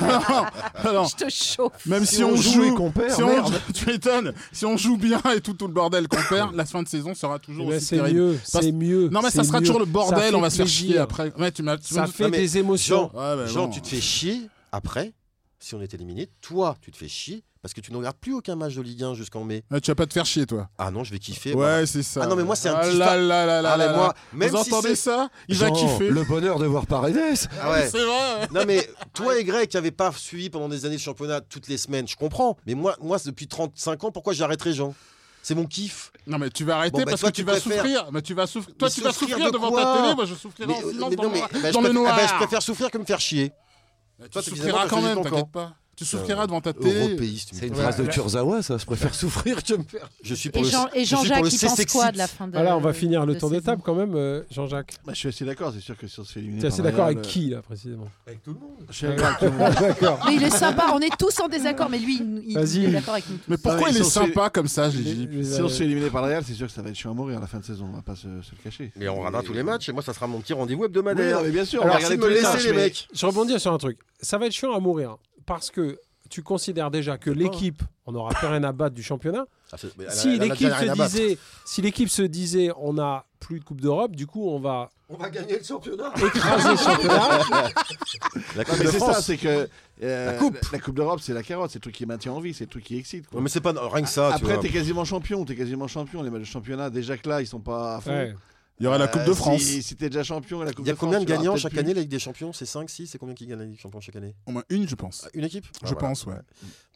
non, [LAUGHS] non,
je te chauffe.
même si, on joue.
et qu'on perd,
si on
merde.
joue- tu m'étonnes, si on joue bien et tout, tout le bordel qu'on perd, la fin de saison sera toujours
Eh ben,
aussi
c'est
terrible.
mieux,
Parce-
c'est mieux.
Non, mais ça
c'est
sera
mieux.
toujours le
Ça
bordel,
fait
on va se faire
plaisir.
chier après. Ouais, tu m'as- tu
Ça
m'as-
fait
Non, mais
des émotions.
Jean,
Ouais, bah,
Jean,
bon.
tu te fais chier après, si on est éliminé. Toi, tu te fais chier parce que tu ne regardes plus aucun match de Ligue 1 jusqu'en mai.
Ouais, tu vas pas te faire chier, toi.
Ah non, je vais kiffer. voilà.
Ouais, c'est ça.
Ah non, mais moi, c'est un
Ah
petit
là
fa-
là là là
Ah, mais
là
moi,
là.
même
Vous
si
entendez
c'est-
ça Il va
Jean,
kiffer.
Le bonheur de voir Paredes.
Ah ouais.
C'est vrai. ouais.
Non [LAUGHS] mais toi Aigrec qui avait pas suivi pendant des années le championnat toutes les semaines, je comprends. Mais moi, moi c'est depuis 35 ans, pourquoi j'arrêterais Jean C'est mon kiff.
Non, mais tu vas arrêter
Bon, bah,
parce
toi,
que tu,
tu
vas
préfères-
souffrir. Mais tu vas souffrir. Toi, tu vas
souffrir
souffrir
de
devant
quoi
ta télé. Moi, je souffrirai en silence
mais
dans, le-
bah, je
dans le
préfère-
noir.
ah, bah, je préfère souffrir que me faire chier.
Toi,
Toi,
tu
t'es
souffriras quand
finalement choisi
même,
ton
t'inquiète
camp.
pas. Tu
Putain.
souffriras devant ta télé.
Européiste. tu
C'est
me
une
prends.
phrase de Kurzawa, ça. Je préfère souffrir que me faire.
Je suis pour
Et
le-
Jean- et
je suis pour
Jean-Jacques
le
il pense
CC6.
quoi de la fin de
Voilà, on va finir le
de
tour de
saison
table quand même, euh, Jean-Jacques.
Bah, je suis assez d'accord, c'est sûr que si on se fait éliminer
Tu es assez
par
d'accord avec
euh,
Bayern,
qui, là, précisément
euh, Je suis d'accord avec tout
[LAUGHS]
le monde.
D'accord.
Mais il est sympa, on est tous en désaccord mais lui il, il-
Vas-y.
il est d'accord avec nous. tous.
Mais pourquoi
mais
il
ils
est
sont sur-
sympa comme ça, Gigi
Si on se fait éliminer par le Real, c'est sûr que ça va être chiant à mourir à la fin de saison, on va pas se, se le cacher.
Mais on regardera tous les matchs et moi ça sera mon petit rendez-vous
Oui, non,
hebdomadaire.
mais bien sûr, on
Alors
va
si
regarder
me
tous les
laissez
matchs,
les Ah,
mais-
mecs.
Je rebondis sur un truc. Ça va être chiant à mourir hein, parce que tu considères déjà que l'équipe, on n'aura plus rien à battre du championnat.
Ah, c'est- mais elle a-
Si
elle en a
l'équipe
déjà rien
se
à battre.
disait, si l'équipe se disait, on a plus de Coupe d'Europe, du coup, on
[LAUGHS]
va
On va gagner le championnat.
écraser le championnat.
La
Non,
Coupe
mais
de
c'est ça,
France.
c'est que euh,
La coupe.
la Coupe d'Europe, c'est la carotte, c'est le truc qui maintient en vie, c'est le truc qui excite. quoi.
Non, mais c'est pas rien que ça. Ah, tu
Après,
vois.
t'es quasiment champion, t'es quasiment champion. Les matchs de championnat, déjà que là, ils sont pas à fond.
Ouais.
Il y aura la
Euh,
Coupe de
si-
France.
Si, t'es déjà champion, et la Coupe
Il y a
de France,
combien de
tu l'auras
gagnants
peut-être
chaque
plus.
année la Ligue des Champions C'est 5, 6 C'est combien qui gagne la Ligue des Champions chaque année
Au moins une, je pense.
Ah, Une équipe
Je
Ah, voilà.
pense, ouais.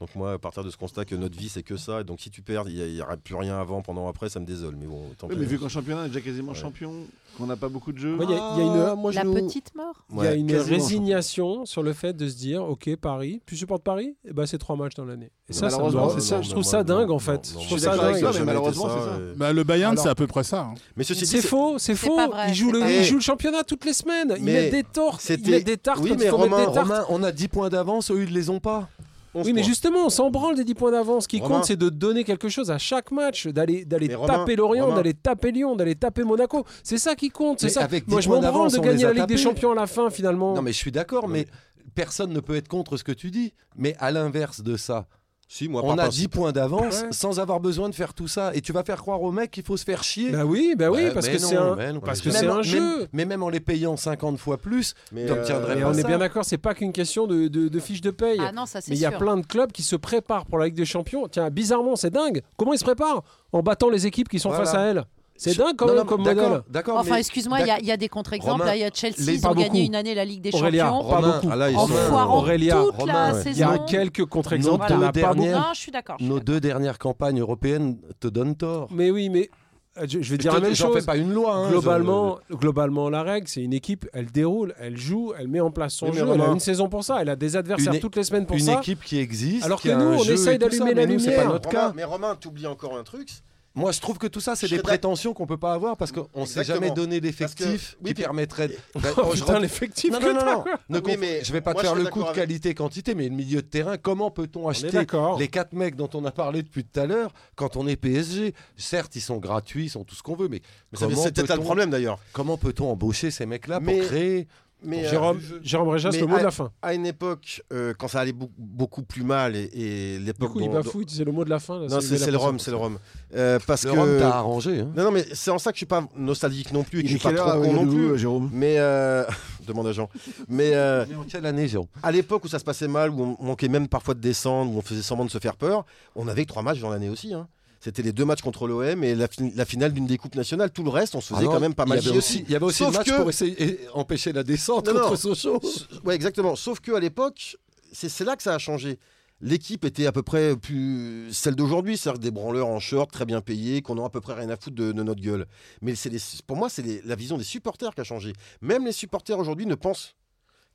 Donc moi, à partir de ce constat que notre vie c'est que ça, et donc si tu perds, il n'y aura plus rien avant, pendant, après, ça me désole. Mais bon, tant
Oui,
pis.
mais vu qu'en championnat, on est déjà quasiment
Ouais.
champion, qu'on n'a pas beaucoup de jeux.
Moi, il y a- il y a une-
Ah, moi,
La
je nous-
petite mort.
Il y a
Ouais,
une
quasiment.
résignation sur le fait de se dire, ok, Paris, tu supportes Paris Eh ben, c'est trois matchs dans l'année. Et ça, ça, me-
Malheureusement,
c'est ça,
non,
je
non,
trouve
non,
ça
non,
dingue
non,
en fait.
non, non,
je
je
trouve
suis
ça
d'accord avec
dingue.
toi, mais
jamais
malheureusement,
été
c'est ça.
euh.
Bah, le Bayern,
Alors-
c'est à peu près ça. hein.
Mais ceci dit,
C'est faux, c'est
C'est
faux.
pas vrai,
ils, jouent
c'est
le,
pas
ils
vrai.
jouent le championnat toutes les semaines. Ils
Mais
mettent des torts, ils
c'était-
mettent des tartes.
Oui,
quand
mais
ils remettent
Romain,
des tartes.
Romain, on a 10 points d'avance, eux, ils les ont pas.
Oui, mais
juste
justement, on s'en branle des 10 points d'avance. Ce qui
Romain.
compte, c'est de donner quelque chose à chaque match, d'aller d'aller
Mais Romain,
taper l'Orient,
Romain.
d'aller taper Lyon, d'aller taper Monaco. C'est ça qui compte. C'est
Mais
ça.
avec 10
Moi, je
points
m'en branle
d'avance,
de
on les
gagner
a
la Ligue des
tapés.
Champions à la fin, finalement.
Non, mais je suis d'accord,
Non,
mais personne ne peut être contre ce que tu dis. Mais à l'inverse de ça,
Si, moi,
on
par
a
principe.
10 points d'avance
Ouais.
sans avoir besoin de faire tout ça. Et tu vas faire croire aux mecs qu'il faut se faire chier.
Bah oui, bah oui,
Bah,
parce
mais
que
non,
c'est un.
mais non,
parce
mais
que
même
c'est
en-
un
même-
jeu.
Mais même en les payant 50 fois plus,
Mais,
t'obtiendrais
Mais
pas
on est
ça.
bien d'accord, c'est pas qu'une question de, de, de fiche de paye.
Ah non, ça c'est
mais il y a
sûr.
plein de clubs qui se préparent pour la Ligue des Champions. Tiens, bizarrement, c'est dingue. Comment ils se préparent En battant les équipes qui sont
Voilà.
face à elles. C'est
Sur-
dingue quand
Non,
même
non,
comme
d'accord,
modèle.
D'accord,
Enfin,
mais-
excuse-moi, il y a- il y, a des contre-exemples.
Romain,
Là, il y a Chelsea,
les-
ils
pas
ont gagné
beaucoup.
une année la Ligue des
Aurélia,
Champions.
pas
Romain,
beaucoup.
Ah là, ils
En
sont-
foirant
Aurélia,
toute la
Romain,
Il y a
saison.
quelques contre-exemples.
Nos
t'en
deux
as pas beaucoup.
dernières-
Non, je suis d'accord. je suis
Nos
d'accord.
deux dernières campagnes européennes te donnent tort.
Mais oui, mais euh, je, je vais
Je
dire
te-
la même
j'en
chose.
fais pas une loi. hein, je-
Globalement, globalement, la règle, c'est une équipe, elle déroule, elle joue, elle met en place son
Oui, mais
jeu. Elle a
Romain,
une saison pour ça, elle a des adversaires
une-
toutes les semaines pour
une
ça.
équipe qui existe.
Alors
qui
que
a
nous,
un
on
jeu
essaye
et tout ça,
d'allumer la
mais nous, c'est
lumière.
pas notre
Romain,
cas.
mais Romain, t'oublies encore un truc.
Moi, je trouve que tout ça, c'est
Je serais
des
d'ac-
prétentions qu'on peut pas avoir parce qu'on s'est
Exactement.
jamais donné
Parce
l'effectif
que- oui,
qui
puis-
permettrait. de- Bah,
Oh,
je
[LAUGHS] putain,
rentre-
l'effectif
Non,
que
non, non,
t'as.
non. Ne
Oui,
conf-
mais
je vais pas te
moi, je
faire
serais
le coup de
d'accord avec-
qualité-quantité, mais le milieu de terrain, comment peut-on
On est
acheter
d'accord.
les quatre mecs dont on a parlé depuis tout à l'heure quand on est PSG Certes, ils sont gratuits, ils sont tout ce qu'on veut, mais,
Mais ça-
comment
C'est peut-être un
peut-on-
problème d'ailleurs.
Comment peut-on embaucher ces mecs-là
Mais-
pour créer
Mais euh,
Jérôme, Jérôme Réjas,
mais
le mot de
à-
la fin.
à une époque, euh, quand ça allait beaucoup, beaucoup plus mal, et, et
Du
l'époque.
coup, il
dont-
bafouille, c'est le mot de la fin. là,
dont- Non, c'est
lever la
c'est le
pression.
rhum, c'est le rhum. Euh, parce
Le
que.
rhum t'a arrangé hein
non, non, mais c'est en ça que je suis pas nostalgique non plus et que je suis pas
quelle heure,
trop con non
Yannou,
plus.
euh, Jérôme
Mais euh, [LAUGHS] demande à Jean. Mais euh,
On est en Quelle année, Jérôme
à l'époque où ça se passait mal, où on manquait même parfois de descendre, où on faisait semblant de se faire peur, on avait que trois matchs dans l'année aussi. hein. C'était les deux matchs contre l'OM et la, fin- la finale d'une des coupes nationales. Tout le reste, on se faisait
Ah non,
quand même pas mal
Il y avait
chier
aussi, il y avait aussi
Sauf
le match
que-
pour essayer [LAUGHS] et empêcher la descente
Non, non.
contre Sochaux.
Ouais, exactement. Sauf que à l'époque, c'est c'est là que ça a changé. L'équipe était à peu près plus celle d'aujourd'hui, c'est-à-dire des branleurs en short, très bien payés, qu'on a à peu près rien à foutre de, de notre gueule. Mais c'est les- pour moi, c'est les- la vision des supporters qui a changé. Même les supporters aujourd'hui ne pensent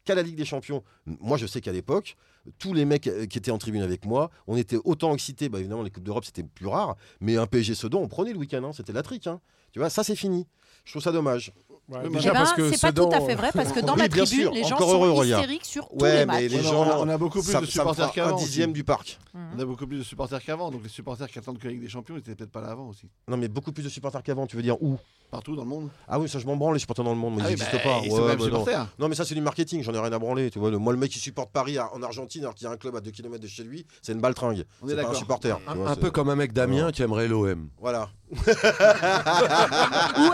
qu'à la Ligue des Champions. Moi, je sais qu'à l'époque, tous les mecs euh, qui étaient en tribune avec moi, on était autant excités. Bah, évidemment, les Coupes d'Europe, c'était plus rare, mais un PSG Sedan, on prenait le week-end, hein, c'était la trique. hein. Tu vois, ça, c'est fini. Je trouve ça dommage.
Ouais,
Eh
déjà
Eh ben,
parce que
c'est pas
Sedan,
tout à fait vrai parce que dans
Oui,
la
bien
tribune,
sûr,
les gens
encore heureux,
sont
regarde.
hystériques sur
Ouais,
tous les
mais
matchs.
les
Ouais,
gens-
on, a, on a beaucoup plus
ça, ça
de
me
supporters
fera un
qu'avant. aussi.
dixième du parc.
Mhm.
On a beaucoup plus de supporters qu'avant, donc les supporters qui attendent que la Ligue des Champions, ils étaient peut-être pas là avant aussi.
Non, mais beaucoup plus de supporters qu'avant, tu veux dire où
Partout dans le monde.
Ah oui, ça je m'en branle, les supporters dans le monde, mais
Ah
ils
oui,
n'existent
bah,
pas.
Ils
Ouais,
sont même
bah non.
supporters.
Non, mais ça c'est du marketing, j'en ai rien à branler. Tu vois, Le- moi le mec qui supporte Paris à- en Argentine alors qu'il y a un club à 2 km de chez lui, c'est une baltringue.
On est
C'est pas un
d'accord.
supporter. tu
Un,
vois,
un
c'est-
peu comme un mec Damien
Alors.
qui aimerait l'OM.
Voilà.
Ou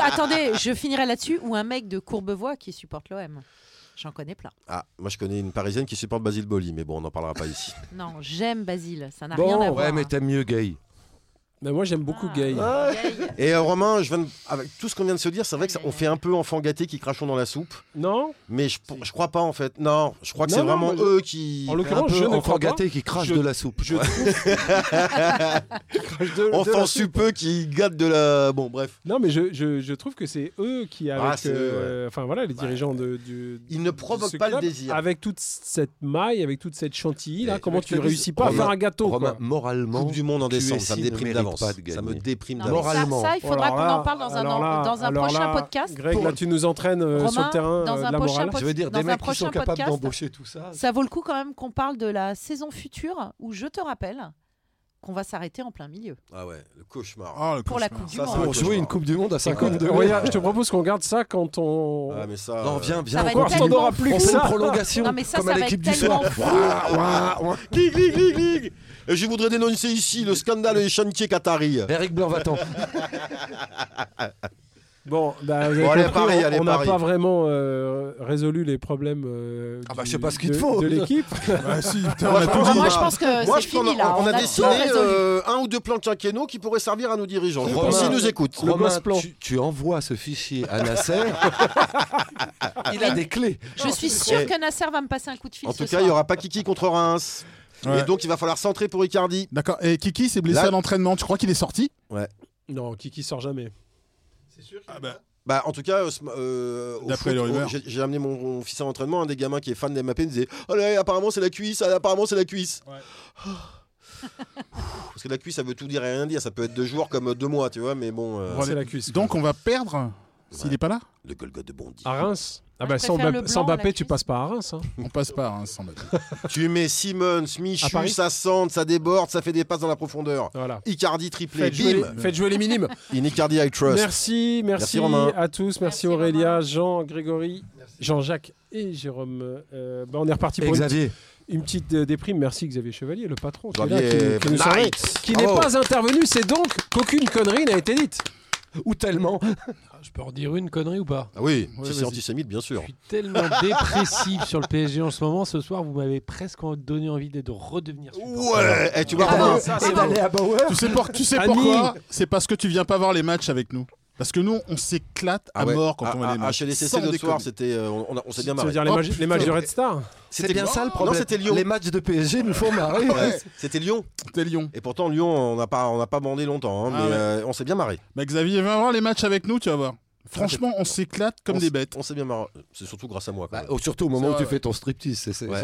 attendez, je finirai là-dessus. Ou un mec de Courbevoie qui supporte l'OM. J'en connais plein.
Ah, moi je connais une parisienne qui supporte Basile Boli, mais bon, on n'en parlera pas ici. [LAUGHS]
Non, j'aime Basile. Ça n'a
Bon,
rien à
ouais,
voir.
Ouais, mais t'aimes mieux gay.
Mais moi, j'aime beaucoup
Ah.
Gay.
hein. Gay.
Et euh, Romain, je viens de- avec tout ce qu'on vient de se dire, c'est vrai que ça-
Aïe,
on
aïe,
fait un peu enfant gâté qui crachons dans la soupe,
Non
mais je, je crois pas en fait. Non, je crois que
Non,
c'est
non,
vraiment
moi, je-
eux qui.
En
Un
l'occurrence, je
peu
ne
enfant
crois pas.
gâté qui crache
Je-
de la soupe.
Je trouve- De- de
Enfant
la-
supeux qui gâte de la. Bon, bref.
Non, mais je, je, je trouve que c'est eux qui, avec,
Ah, c'est eux,
euh, enfin voilà, les dirigeants de, du.
Ils ne
de
provoquent
ce
pas le
club,
désir.
Avec toute cette maille, avec toute cette chantilly, là,
Et
comment
je te
tu
dis,
réussis pas à
Romain-
faire un gâteau
Romain,
quoi.
moralement,
Coupe du monde en
QSI
décembre, ça me
ne
déprime
mérite
d'avance.
pas de
Ça me
gagner.
déprime
Non,
d'avance.
mais ça,
Moralement.
ça, il
Oh,
faudra
alors
qu'on
là,
en parle dans un,
alors
en-
là,
dans un
alors
prochain
là,
podcast.
Greg,
Pour-
là, tu nous entraînes euh, sur
Romain,
le terrain
dans
euh,
un
de la
prochain
morale.
pod-
Je veux dire,
dans
des
un
mecs qui
prochain
sont capables
podcast.
d'embaucher tout ça.
Ça vaut le coup quand même qu'on parle de la saison future où je te rappelle qu'on va s'arrêter en plein milieu
Ah ouais, le cauchemar.
Oh, le
pour la
cauchemar.
Coupe du
ça, ça
Monde.
va.
Pour jouer une Coupe du Monde à 52
Euh, regarde, je te propose qu'on garde ça quand on.
Ah, mais ça.
Non,
euh,
viens,
Ça
viens.
va
on
être
continue.
on n'aura
Bah, tellement
plus
On
que
fait une
ça.
prolongation.
Non mais ça,
comme
ça
à
va
l'équipe
être
du
tellement
soir.
fou.
Ouah, ouah, ouah.
Ligue, ligue, ligue, ligue Et je voudrais dénoncer ici le scandale des chantiers
Euh,
qatari.
Eric Blanc va
Bon, bah, vous avez
Bon, allez,
compris,
Paris,
on-
allez,
on n'a
Paris.
pas vraiment euh, résolu les problèmes euh,
Ah bah,
du-
je sais pas ce qu'il
de-
te faut.
de
[LAUGHS]
l'équipe.
Bah, si,
[LAUGHS]
putain,
Moi,
on a
je
tout
pense-
dit.
Ah, moi je
Bah,
pense que
Moi,
c'est
je pense
fini
qu'on
là.
on, a
tout
dessiné
résolu.
euh, un ou deux plans quinquennaux qui pourraient servir à nos dirigeants. Je
Romain,
pense qu'ils nous écoutent.
Le
Romain,
boss plan.
tu, tu envoies ce fichier à Nasser. Il a des clés.
Je suis sûr
Eh.
que Nasser va me passer un coup de fil.
En
ce
tout cas,
soir.
il n'y aura pas Kiki contre Reims.
Ouais.
Et donc, il va falloir centrer pour Icardi.
D'accord. Et Kiki s'est blessé
Là-
à l'entraînement. Tu crois qu'il est sorti
Non, Kiki sort jamais.
C'est sûr
Ah bah.
Bah, en tout cas, euh, ce- euh, au
D'après
foot,
le
on-
River.
j'ai- j'ai amené mon, mon fils à l'entraînement. Un des gamins qui est fan des MAP me disait Oh là, apparemment, c'est la cuisse. ah, Apparemment, c'est la cuisse. Ah.
Ouais.
Parce que la cuisse, ça veut tout dire et rien dire. Ça peut être deux joueurs comme euh, deux mois, tu vois. Mais bon, euh,
Voilà.
C'est la cuisse.
Donc on va perdre s'il
Ouais.
n'est pas là
le Golgot de Bondy.
À Reims Ah
Moi,
bah
je
sans,
préfère
Mbappé-
le
sans
blanc à la
Mbappé, tu
cuisse.
passes pas à Reims. hein.
On passe pas hein, sans Mbappé.
Tu mets Simmons,
À
Michu,
Paris
ça sente, ça déborde, ça fait des passes dans la profondeur.
Voilà.
Icardi triplé,
Faites jouer,
bim
les, faites jouer les
[LAUGHS]
minimes.
In Icardi I trust.
Merci, merci,
Merci, Romain.
à tous. Merci,
Merci,
Aurélia,
Romain.
Jean, Grégory, Jean-Jacques et Jérôme. Euh, bah, on est reparti pour une,
Xavier.
une petite euh, déprime. Merci Xavier Chevalier, le patron qui est là,
Xavier
qui- qui nous surveille,
Knight.
qui n'est
Bravo.
pas intervenu. C'est donc qu'aucune connerie n'a été dite.
Ou tellement.
Je peux redire une connerie ou pas
Ah oui,
Ouais,
si c'est
vas-y.
antisémite, bien sûr.
Je suis
[LAUGHS]
tellement dépressif sur le PSG en ce moment. Ce soir, vous m'avez presque donné envie de de redevenir supporter.
Ouais, et tu vois,
Ah,
Romain,
non, ça, c'est
Et d'aller à Bauer.
tu sais, pour- tu sais
Annie.
pourquoi C'est parce que tu viens pas voir les matchs avec nous. Parce que nous, on s'éclate à
Ah ouais,
mort quand
à-
on va
à-
les
à
matchs.
chez les CC
Sans
l'autre
déconner.
soir, c'était, euh, on, on- on s'est bien
Ça veut
marré.
dire les,
Oh,
matchs, les matchs de Red Star.
C'est
C'était
bien ça le
Non,
problème.
c'était Lyon.
Les matchs de PSG nous font marrer.
Ouais, C'était Lyon.
C'était Lyon.
Et pourtant, Lyon, on n'a pas, on n'a pas bandé longtemps, hein,
Ah
mais
ouais.
euh, on s'est bien marré.
Bah, Xavier, viens voir les matchs avec nous, tu vas voir. Franchement, on s'éclate comme
Ah, On
des
s-
bêtes.
On s'est bien marré. C'est surtout grâce à moi. quand
Bah,
même.
oh, surtout au moment
C'est
où tu
vrai.
fais ton striptease. c'est- c'est-
Ouais.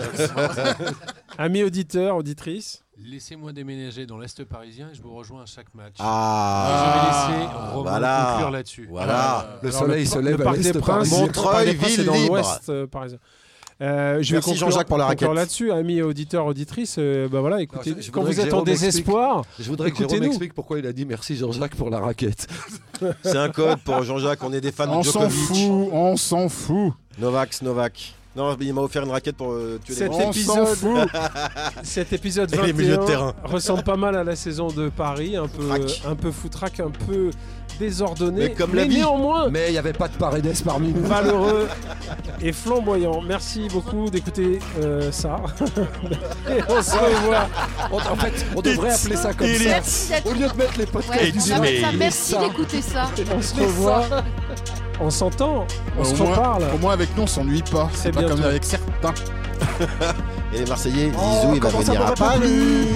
Amis auditeurs, auditrices,
Laissez-moi déménager dans l'Est parisien et je vous rejoins à chaque match.
Ah,
je vais laisser Romain
voilà.
conclure là-dessus.
Voilà.
Ah, Le
Alors,
soleil
par-
se lève
le
à
Parc des
l'est
Princes. le
parisien.
Parc des
Montreuil,
Princes, c'est
ville
dans
libre.
l'Ouest euh, parisien. Euh, je vais
Merci
conclure-
Jean-Jacques pour la
conclure
raquette.
là-dessus, amis auditeurs, auditrices. euh, bah voilà, écoutez,
je- je
quand
voudrais
vous
que
êtes en
Jérôme explique.
désespoir,
Je voudrais que Jérôme
Écoutez-nous.
explique pourquoi il a dit merci Jean-Jacques pour la raquette.
C'est un code pour Jean-Jacques. On est des fans
On
de
s'en
Djokovic.
fout, on s'en fout.
Novak, Novak. Non, mais il m'a offert une raquette pour euh, tuer les
Cet
gens.
On s'en
épisode-
fout.
cet
[LAUGHS]
épisode
Et les milieux de
21
terrain.
ressemble pas mal à la saison de Paris, un peu,
Foutraque.
un peu foutraque, un peu désordonné,
Mais comme la vie. [LAUGHS]
néanmoins
Mais il n'y avait pas de Paredes parmi nous.
valeureux et flamboyant. Merci beaucoup d'écouter euh, ça. [LAUGHS] et on se revoit.
On- en fait, on devrait
It's-
appeler ça comme
il
ça.
est-
Au lieu de mettre les podcasts
Ouais,
du
on appelle ça
dimanche,
merci
ça.
d'écouter ça.
On se revoit. On s'entend. On se
Au moins-
reparle.
Au moins, avec nous, on s'ennuie pas.
C'est
C'est pas
bien
comme
tout.
avec certains.
Et les Marseillais, Zizou,
Oh,
il va
comment ça,
venir
on
à
va pas
Paris.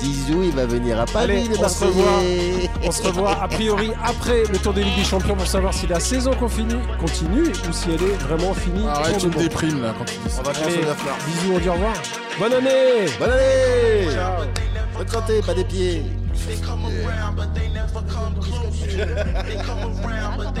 Zizou, il va venir à Paris,
Allez,
les
on se revoit.
Marseillais.
On se revoit a priori après le tour des Ligues des Champions pour savoir si la saison continue, continue ou si elle est vraiment finie.
Arrête, tu
pour de
me
bon.
déprimes là quand tu dis ça.
On va
Allez,
commencer la fleur.
bisous, on dit au revoir. Bonne année
Bonne année
Ciao.
Bonne santé, pas des pieds
They come around, but they never come close. They come around, but